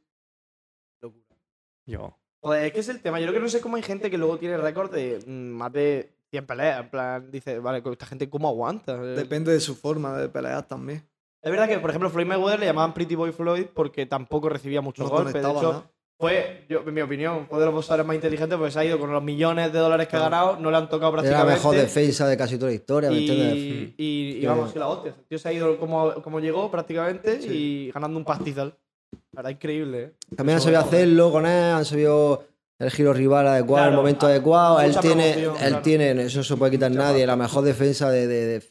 S3: Yo.
S1: Joder, es que es el tema. Yo creo que no sé cómo hay gente que luego tiene récord de mm, más de 100 peleas. En plan, dice, vale, con esta gente, ¿cómo aguanta? Eh,
S4: Depende de su forma de pelear también.
S1: Es verdad que, por ejemplo, Floyd Mayweather le llamaban Pretty Boy Floyd porque tampoco recibía muchos
S4: No
S1: golpes. De
S4: conectaba
S1: hecho,
S4: nada.
S1: fue, yo, en mi opinión, fue de los boxeadores más inteligentes porque se ha ido con los millones de dólares que ha
S4: Claro.
S1: ganado, no le han tocado
S2: Era la
S1: prácticamente.
S2: mejor defensa de casi toda la historia, ¿me entiendes?
S1: Y, y- y
S2: Que-
S1: vamos, sí, la hostia. El tío se ha ido como, como llegó prácticamente y ganando un pastizal. La verdad, increíble, ¿eh?
S2: También han
S1: sobre
S2: sabido
S1: todo.
S2: hacerlo con él, han sabido el giro rival adecuado, el
S1: Claro,
S2: momento
S1: ah,
S2: adecuado. Él
S1: mucha
S2: tiene, él
S1: promoción, claro.
S2: tiene, eso no se puede quitar
S1: Mucha
S2: nadie, la mejor defensa de, de- de-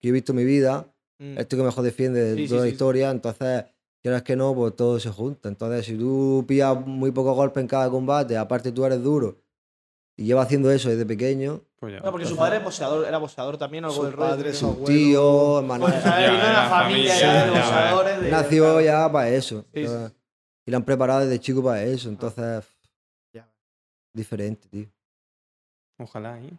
S2: que he visto en mi vida.
S1: Mm.
S2: Esto que mejor defiende de
S1: Sí, sí,
S2: toda la
S1: sí, sí.
S2: historia, entonces, quieras que no, pues todo se junta. Entonces, si tú pillas muy pocos golpes en cada combate, aparte tú eres duro y llevas haciendo eso desde pequeño,
S3: Pues ya.
S1: No, porque su padre es boxeador, era boxeador también, algo
S4: Su
S1: del rollo.
S4: padre,
S1: creo.
S4: su abuelo.
S2: tío, hermano,
S1: Pues, ¿sabes?
S3: Ya,
S1: Vino de
S3: ya,
S1: una familia ya de
S3: familia, ya,
S1: boxeadores. de-
S2: nació
S1: claro.
S2: ya para eso.
S1: Sí, Ah. sí,
S2: entonces, Y lo han preparado desde chico para eso, entonces,
S1: Ya.
S2: diferente, tío.
S3: Ojalá, ¿eh?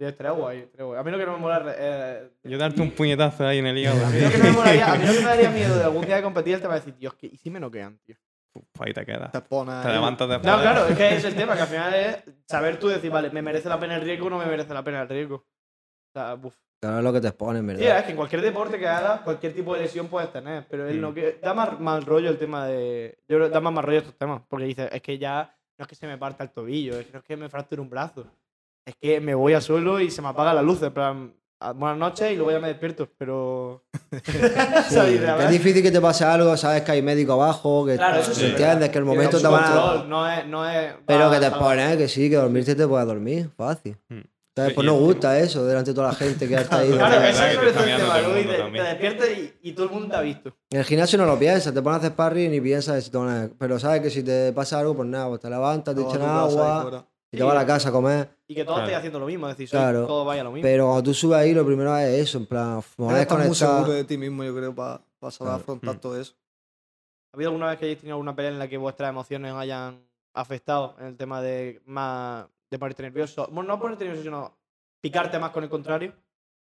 S1: Yo estaría guay, estaría guay. A mí lo que no me mola. eh,
S3: Yo darte un puñetazo ahí en el
S4: [LAUGHS]
S3: hígado.
S1: a mí lo que no me molaría- a mí lo que me daría miedo de algún día de competir el tema de decir, Dios, que, ¿y si me noquean, tío?
S3: Pues ahí te quedas.
S4: Te pones.
S3: Te levantas después.
S1: No, claro, es que es el tema, que al final es saber tú decir, vale, ¿me merece la pena el riesgo o no me merece la pena el riesgo? O sea, buf.
S2: Claro, es lo que te exponen, ¿verdad?
S1: Sí, es que en cualquier deporte que hagas, cualquier tipo de lesión puedes tener, pero él
S3: Mm.
S1: no que da más mal rollo el tema de yo creo que da más mal rollo estos temas, porque dices, es que ya no es que se me parta el tobillo, es que no es que me fracture un brazo. Es que me voy al suelo y se me apaga la luz, en plan, "Ah, buenas noches y luego ya me despierto, pero
S3: [LAUGHS]
S1: [LAUGHS]
S2: Sí,
S1: ¿Sabes?
S2: que
S1: ¿Verdad?
S2: es difícil que te pase algo, sabes que hay médico abajo, que
S1: Claro, eso sí,
S2: entiendes,
S1: ¿verdad?
S2: que el
S1: Que
S2: momento
S1: no
S2: te van
S1: es
S2: a...
S1: control, no es no es
S2: Pero
S1: va,
S2: que te
S1: va-
S2: pones, que sí, que dormirte te puedes dormir, fácil.
S3: Mm.
S2: Entonces,
S3: Sí,
S2: pues
S3: y
S2: no
S3: el
S2: gusta eso, delante de toda la
S1: [LAUGHS]
S2: gente que está ahí.
S1: Claro,
S3: Es
S1: eso es
S3: verdad que
S1: sobre
S3: te
S1: todo el
S3: está mirando
S1: tema,
S3: todo el
S1: luego y
S3: mundo
S1: te, te
S3: también.
S1: despiertas y, y todo el mundo te ha visto.
S2: En el gimnasio no lo piensas, te pones a hacer sparring y piensas si te van a- Pero sabes que si te pasa algo, pues nada, pues te levantas, te
S4: luego a
S2: echan
S4: tu casa y
S2: agua
S4: fuera.
S2: y te vas a la casa a comer.
S1: Y que todos
S3: Claro.
S1: estéis haciendo lo mismo, es decir, soy-
S2: Claro.
S1: todo vaya lo mismo.
S2: Pero cuando tú subes ahí, lo primero es eso, en plan, "Uf, me voy a
S4: Pero estás muy seguro
S2: desconectar.
S4: de ti mismo, yo creo, para saber
S2: Claro.
S4: afrontar
S3: Mm.
S4: todo eso.
S1: ¿Ha habido alguna vez que hayáis tenido alguna pelea en la que vuestras emociones os hayan afectado en el tema de más de ponerte nervioso? Bueno, no ponerte nervioso, sino picarte más con el contrario.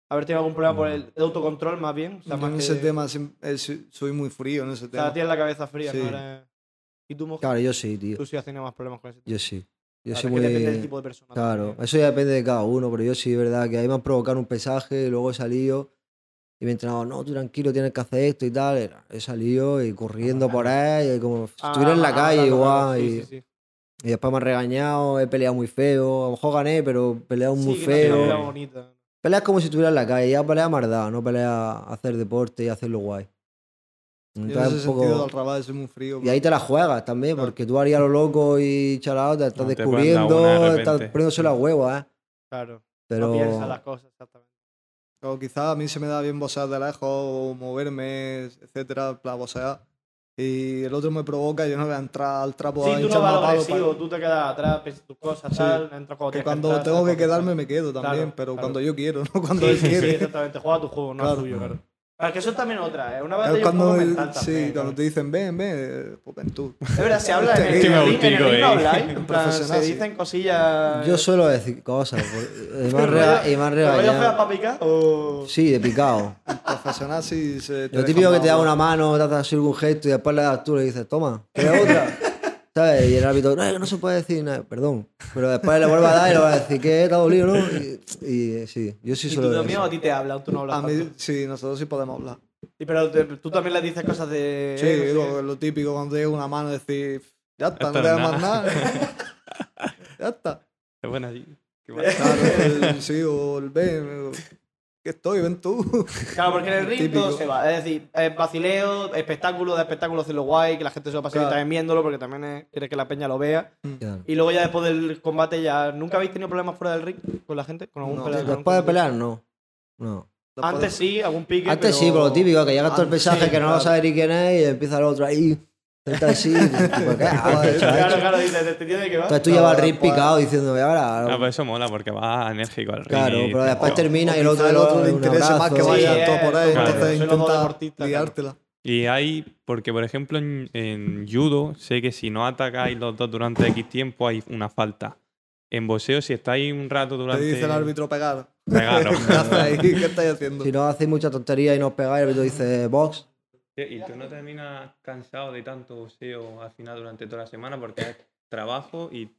S1: ¿Haber tenido algún problema por el de autocontrol más bien? O sea,
S4: Yo
S1: más
S4: Mm. en
S1: que,
S4: ese tema sim- eh, soy soy muy frío en ese
S1: O sea,
S4: tema.
S1: tienes la cabeza fría,
S4: Sí.
S1: ¿no? Eres- ¿Y tú, Mojo?
S2: Claro, yo sí, tío.
S1: Tú sí has tenido más problemas con ese tipo.
S2: Yo sí. Yo
S1: Claro,
S2: soy
S1: es
S2: muy.
S1: que depende del tipo de persona.
S2: Claro,
S1: también.
S2: eso ya depende de cada uno, pero yo sí, es verdad, que ahí me han provocado un pesaje, y luego he salido y me he entrenado, no, tú tranquilo, tienes que hacer esto y tal. Era- He salido y corriendo por ahí, y como si estuviera en
S1: Ah,
S2: la
S1: ah,
S2: calle
S1: claro, claro,
S2: igual.
S1: sí,
S2: y,
S1: sí, sí.
S2: y después me han regañado, he peleado muy feo, a lo mejor gané, pero he peleado
S1: Sí,
S2: muy
S1: que no tiene una
S2: feo.
S1: pelea bonita.
S2: Peleas como si estuviera en la calle, ya pelea mardado, no pelea hacer deporte y hacerlo guay.
S4: Yo en
S2: Entonces,
S4: ese
S2: un poco-
S4: sentido, al revés, soy muy frío.
S2: y ahí te la juegas también,
S4: Claro.
S2: porque tú harías lo loco y chalado, te estás
S3: No, te pueden dar una de
S2: descubriendo, estás
S3: repente.
S2: poniéndose las huevas, ¿eh?
S1: Claro.
S2: Pero...
S1: No piensas las cosas, exactamente.
S4: O quizás a mí se me da bien bosear de lejos, o moverme, etcétera, para bosear. Y el otro me provoca, yo no voy a entrar al trapo a
S1: Sí, tú no
S4: hincharme
S1: vas a
S4: a
S1: lo
S4: palo
S1: agresivo,
S4: para-
S1: tú te quedas atrás, piensas tus cosas,
S4: Sí.
S1: tal, entras cuando
S4: Que
S1: tienes
S4: cuando
S1: entrar,
S4: tengo
S1: sales
S4: que
S1: cuando-
S4: quedarme, me quedo también,
S1: Claro,
S4: pero
S1: claro.
S4: cuando yo quiero, [LAUGHS] no cuando
S1: Sí,
S4: él
S1: sí, sí,
S4: quiere.
S1: exactamente. Juega tu juego, no el
S4: Claro.
S1: suyo, claro. Pero es que eso es también otra, es una
S4: Es
S1: batalla un
S4: cuando,
S1: poco
S4: el-
S1: mental
S4: sí,
S1: también.
S4: cuando te dicen, ven, ven, eh, pues ven tú.
S1: Es verdad,
S4: [LAUGHS]
S1: se habla en el,
S4: Es que
S1: ring,
S4: me
S1: en el
S3: autico,
S1: ring no
S3: eh.
S1: habláis, en plan, se
S4: Profesional, sí.
S1: dicen cosillas...
S2: Yo suelo decir cosas. por- Y me han
S1: ¿Pero
S2: rega-
S1: rollo-
S2: y me han
S1: pero rollo fea
S2: regañado.
S1: pa' picar o...?
S2: Sí,
S1: [LAUGHS]
S2: de picado.
S4: Profesional, si se. te
S2: Lo
S4: dejan
S2: típico que te da
S4: mal.
S2: una mano, te haces así algún gesto y después le das tú y le dices, toma, que es
S1: [LAUGHS]
S2: otra. ¿Sabes? Y el árbitro, no, no se puede decir nada, perdón. Pero después le vuelve a dar y le va a decir, ¿qué? ¿Te ha dolido, no? Y, y, eh, sí, yo sí
S1: ¿Y tú
S2: suelo decir.
S1: también o a ti te hablan? ¿Tú no hablas
S4: A mí,
S1: tanto?
S4: sí, nosotros sí podemos hablar.
S1: Y pero te- tú también le dices cosas de...
S4: Sí,
S1: eh, no sé
S4: lo, lo típico cuando llega una mano, decir, ya
S3: Esto
S4: está, no queda
S3: es
S4: más
S3: nada". [LAUGHS]
S4: nada. [LAUGHS] ya está.
S3: Te pones allí. Qué
S4: [LAUGHS]
S3: guay.
S4: Claro, el sí o el ven, que estoy, ven tú.
S1: qué. Claro, porque en el ring
S4: Típico.
S1: todo se va. Es decir, es vacileo, espectáculo de espectáculo, hacerlo guay, que la gente se lo pase bien
S4: Claro.
S1: también viéndolo, porque también es- quieres que la peña lo vea.
S2: Claro.
S1: Y luego ya después del combate ya... ¿Nunca habéis tenido problemas fuera del ring con la gente? ¿Con algún
S4: No.
S1: peleador?
S2: Después de pelear, no. No.
S1: Antes sí, algún pique.
S2: Antes sí,
S1: pero
S2: pero lo típico, que llegas todo el
S4: Antes,
S2: pesaje que no lo
S4: claro.
S2: sabes ni quién es y empieza el otro ahí. Está así. tipo,
S1: [LAUGHS]
S2: ¿Qué haces,
S1: Claro,
S2: chaval?
S1: claro, dices, te tiene que va.
S2: Entonces tú llevas el
S4: Claro,
S2: ring
S4: después-
S2: picado diciendo, "Y ahora?
S3: Ah, pues eso mola porque va enérgico al ring.
S2: Claro,
S3: y
S2: pero
S3: te-
S2: después
S3: oh.
S2: termina y
S4: O
S2: el otro,
S4: quizá al otro le
S2: un
S4: interesa más que
S2: abrazo. eh,
S4: vaya
S1: Sí,
S4: todo por ahí,
S1: es,
S3: claro.
S4: entonces
S1: Son los dos
S4: intenta
S1: deportistas,
S4: liártela.
S3: Y hay, porque por ejemplo en, en judo, sé que si no atacáis los dos durante X tiempo hay una falta. En boxeo, si estáis un rato durante...
S4: Te dice el árbitro pegar. [LAUGHS]
S3: Pegaros.
S4: ¿Qué haces ahí? ¿Qué estáis haciendo?
S2: Si no hacéis mucha tontería y no os pegáis, el árbitro dice box.
S3: Y tú no terminas cansado de tanto boxeo al final durante toda la semana porque es trabajo y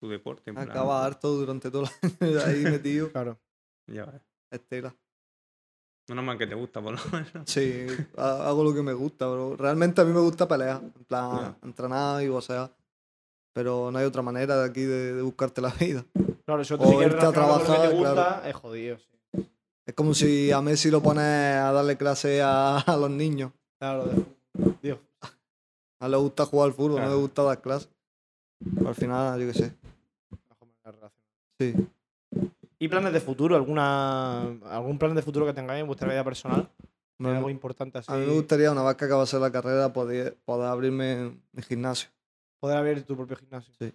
S3: tu deporte. en plan,
S4: Acaba harto durante todo el año [LAUGHS] ahí metido.
S1: Claro.
S3: ya ves.
S4: Estela.
S3: Menos mal que te gusta, por lo menos.
S4: Sí, ha- hago lo que me gusta, pero realmente a mí me gusta pelear. En plan,
S3: Ya.
S4: entrenar y boxear. Pero no hay otra manera de aquí de, de buscarte la vida.
S1: Claro, eso
S4: O
S1: te quieres
S4: irte a
S1: relacionar con lo que te
S4: trabajar,
S1: gusta,
S4: claro.
S1: es jodido. sí.
S4: Es como si a Messi lo pones a darle clase a, a los niños.
S1: Claro, de- Dios.
S4: A él le gusta jugar al fútbol, no
S3: Claro.
S4: le gusta dar clases. Al final, yo qué sé.
S1: mejor manera de relacionar.
S4: Sí.
S1: ¿Y planes de futuro? ¿Alguna, ¿Algún plan de futuro que tengáis en vuestra vida personal?
S4: Me-
S1: ¿Algo importante así?
S4: A mí me gustaría, una vez que acabase la carrera, poder, poder abrirme mi gimnasio.
S1: Poder abrir tu propio gimnasio.
S4: Sí.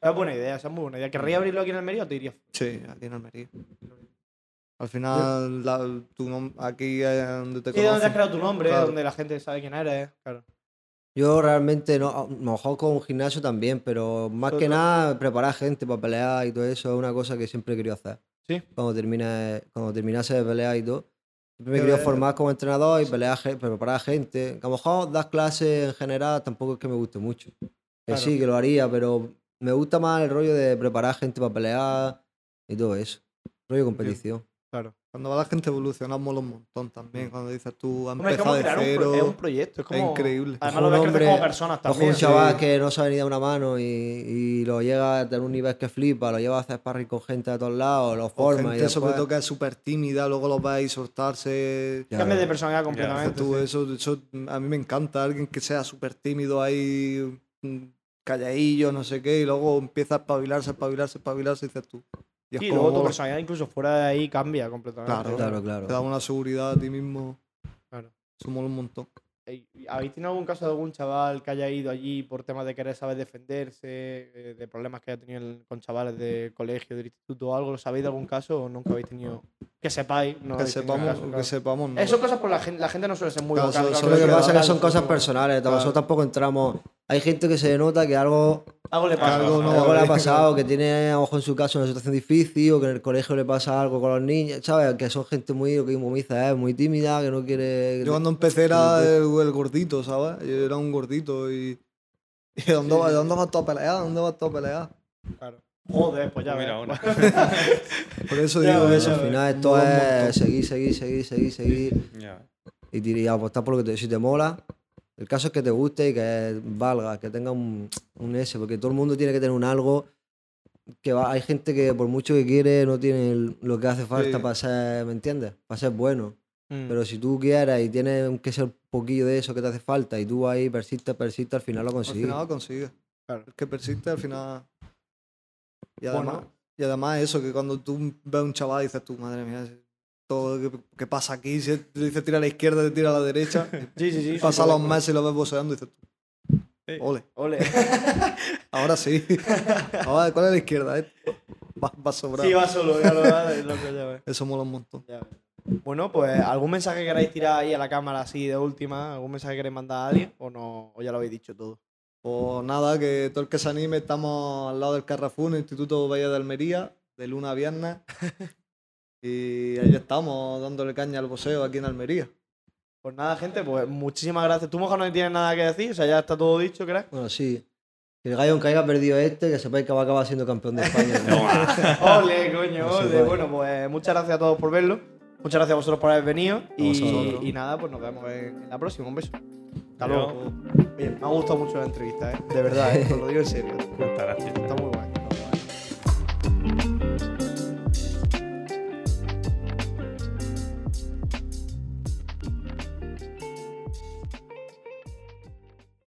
S1: Esa Es buena idea, esa es muy buena idea. ¿Querrías abrirlo aquí en Almería o te irías?
S4: Sí, aquí en Almería. Al final, la- tu nom- aquí es donde te
S1: Sí, donde has
S4: conocen.
S1: creado tu nombre,
S4: Claro.
S1: donde la gente sabe quién eres. Claro.
S2: Yo realmente no, a lo mejor con un gimnasio también, pero más
S1: Pero
S2: que
S1: tú-
S2: nada preparar gente para pelear y todo eso es una cosa que siempre he querido hacer.
S1: Sí.
S2: Cuando, termine, cuando terminase de pelear y todo, siempre me he
S4: Pero,
S2: querido
S4: eh,
S2: formar como entrenador y pelear, gen- preparar gente. Que a lo mejor dar clases en general tampoco es que me guste mucho. Que
S1: Claro.
S2: sí, que lo haría, pero me gusta más el rollo de preparar gente para pelear y todo eso. Rollo competición.
S1: Claro.
S4: Cuando va la gente evolucionamos un montón también. Cuando dices tú, has
S1: Hombre, es como
S4: empezado de
S1: crear un,
S4: cero.
S1: pro- es un proyecto. Es como...
S4: increíble.
S1: Además,
S2: Ojo,
S1: lo
S2: un
S1: ves crecer como
S2: hombre-
S1: personas
S2: Ojo,
S1: también.
S2: un chaval que no sabe ni dar una mano y, y lo llega a tener un nivel que flipa, lo lleva a hacer sparring con gente de todos lados, lo
S4: O
S2: forma y
S4: gente sobre
S2: después-
S4: todo que es súper tímida, luego los ves ahí soltarse.
S2: Ya,
S1: Cambia
S2: ya.
S1: de personalidad completamente.
S4: Tú,
S1: sí.
S4: eso, eso mm, a mí me encanta, alguien que sea súper tímido ahí, mm, calladillo, no sé qué, y luego empieza a espabilarse, espabilarse, espabilarse, y dices tú. Y es
S1: Sí,
S4: como,
S1: luego tu
S4: "Hola".
S1: personalidad incluso fuera de ahí cambia completamente.
S4: Claro,
S2: Claro,
S4: te da
S2: claro.
S4: una seguridad a ti mismo,
S1: Claro.
S4: eso mola un montón.
S1: Ey, ¿Habéis tenido algún caso de algún chaval que haya ido allí por temas de querer saber defenderse, eh, de problemas que haya tenido el- con chavales de colegio, del instituto o algo? ¿Lo sabéis de algún caso o nunca habéis tenido? Que sepáis. No
S4: que
S1: habéis tenido
S4: sepamos,
S1: caso, claro.
S4: que sepamos. ¿no?
S1: Eh, Son cosas por la gente, la gente no suele ser muy
S4: Claro,
S1: vocal.
S4: son-
S1: claro,
S4: son
S2: Lo
S1: no
S2: que
S1: suele
S2: pasa es que
S1: hablar,
S2: son
S1: no
S2: cosas
S1: suele-
S2: personales,
S4: Claro.
S2: nosotros tampoco entramos. Hay gente que se nota que algo,
S1: Algo le pasa.
S4: Algo no-
S2: algo le ha
S4: vale.
S2: pasado, que tiene a lo mejor en su caso una situación difícil o que en el colegio le pasa algo con los niños, ¿sabes? Que son gente muy, lo que mismo me dice, ¿eh? muy tímida, que no quiere...
S4: Yo cuando empecé era el, el gordito, ¿sabes? Yo era un gordito y. ¿Y dónde, va- dónde vas tú a pelear? ¿Dónde vas tú a pelear?
S1: Claro. Joder, pues ya
S3: Mira
S1: ves.
S3: ahora.
S1: [LAUGHS]
S4: Por eso
S1: Ya
S4: digo
S1: ves,
S4: eso.
S1: ya
S2: Al final esto
S4: mola un
S2: es
S4: montón.
S2: seguir, seguir, seguir, seguir, seguir.
S3: Ya.
S2: y, tira- y apostar por lo que te, si te mola. El caso es que te guste y que valga, que tenga un, un S, porque todo el mundo tiene que tener un algo. Que va- hay gente que por mucho que quiere no tiene el- lo que hace falta
S4: Sí.
S2: para ser, ¿me entiendes? Para ser bueno.
S1: Mm.
S2: Pero si tú quieras y tienes que ser un poquillo de eso que te hace falta y tú ahí persistes, persistes, al final lo
S4: Al
S2: consigues.
S4: final lo consigues.
S1: Claro.
S4: El que persiste al final. Y además,
S1: Bueno.
S4: y además eso, que cuando tú ves a un chaval y dices tú, madre mía, si- todo lo que, que pasa aquí, si te dice tira a la izquierda, te tira a la derecha, y
S1: [LAUGHS] Sí, sí, sí.
S4: pasa
S1: sí,
S4: los
S1: sí.
S4: meses y lo ves boceando y dices tú,
S3: Sí.
S4: ole,
S1: Ole.
S4: ahora
S1: [LAUGHS]
S4: sí. ahora, ¿cuál es la izquierda? eh? Va, va sobrado.
S1: Sí, va solo, ya lo va, es loco, ya ves.
S4: Eso mola un montón.
S1: Ya ves. Bueno, pues algún mensaje que queráis tirar ahí a la cámara así de última, algún mensaje que queréis mandar a alguien o no, o ya lo habéis dicho todo.
S4: Pues nada, que todo el que se anime, estamos al lado del Carrefour, en el Instituto Valle de Almería, de luna a viernes. [LAUGHS] y ahí estamos, dándole caña al boxeo aquí en Almería.
S1: Pues nada, gente, pues muchísimas gracias. Tú, Moja, no tienes nada que decir, o sea, ya está todo dicho, crack.
S2: Bueno, sí. Que el gallo aunque haya perdido este, que sepáis que va a acabar siendo campeón de España.
S1: Ole, coño,
S2: No se
S1: ole.
S2: vaya.
S1: Bueno, pues muchas gracias a todos por verlo. Muchas gracias a vosotros por haber venido.
S4: vosotros.
S1: Y, y nada, pues nos vemos en en la próxima. Un beso. Hasta
S3: Adiós.
S1: luego. Oye, me ha gustado mucho la entrevista, ¿eh? De verdad, ¿eh? Os lo digo en serio.
S3: Hasta la chicha.
S1: Está muy bueno.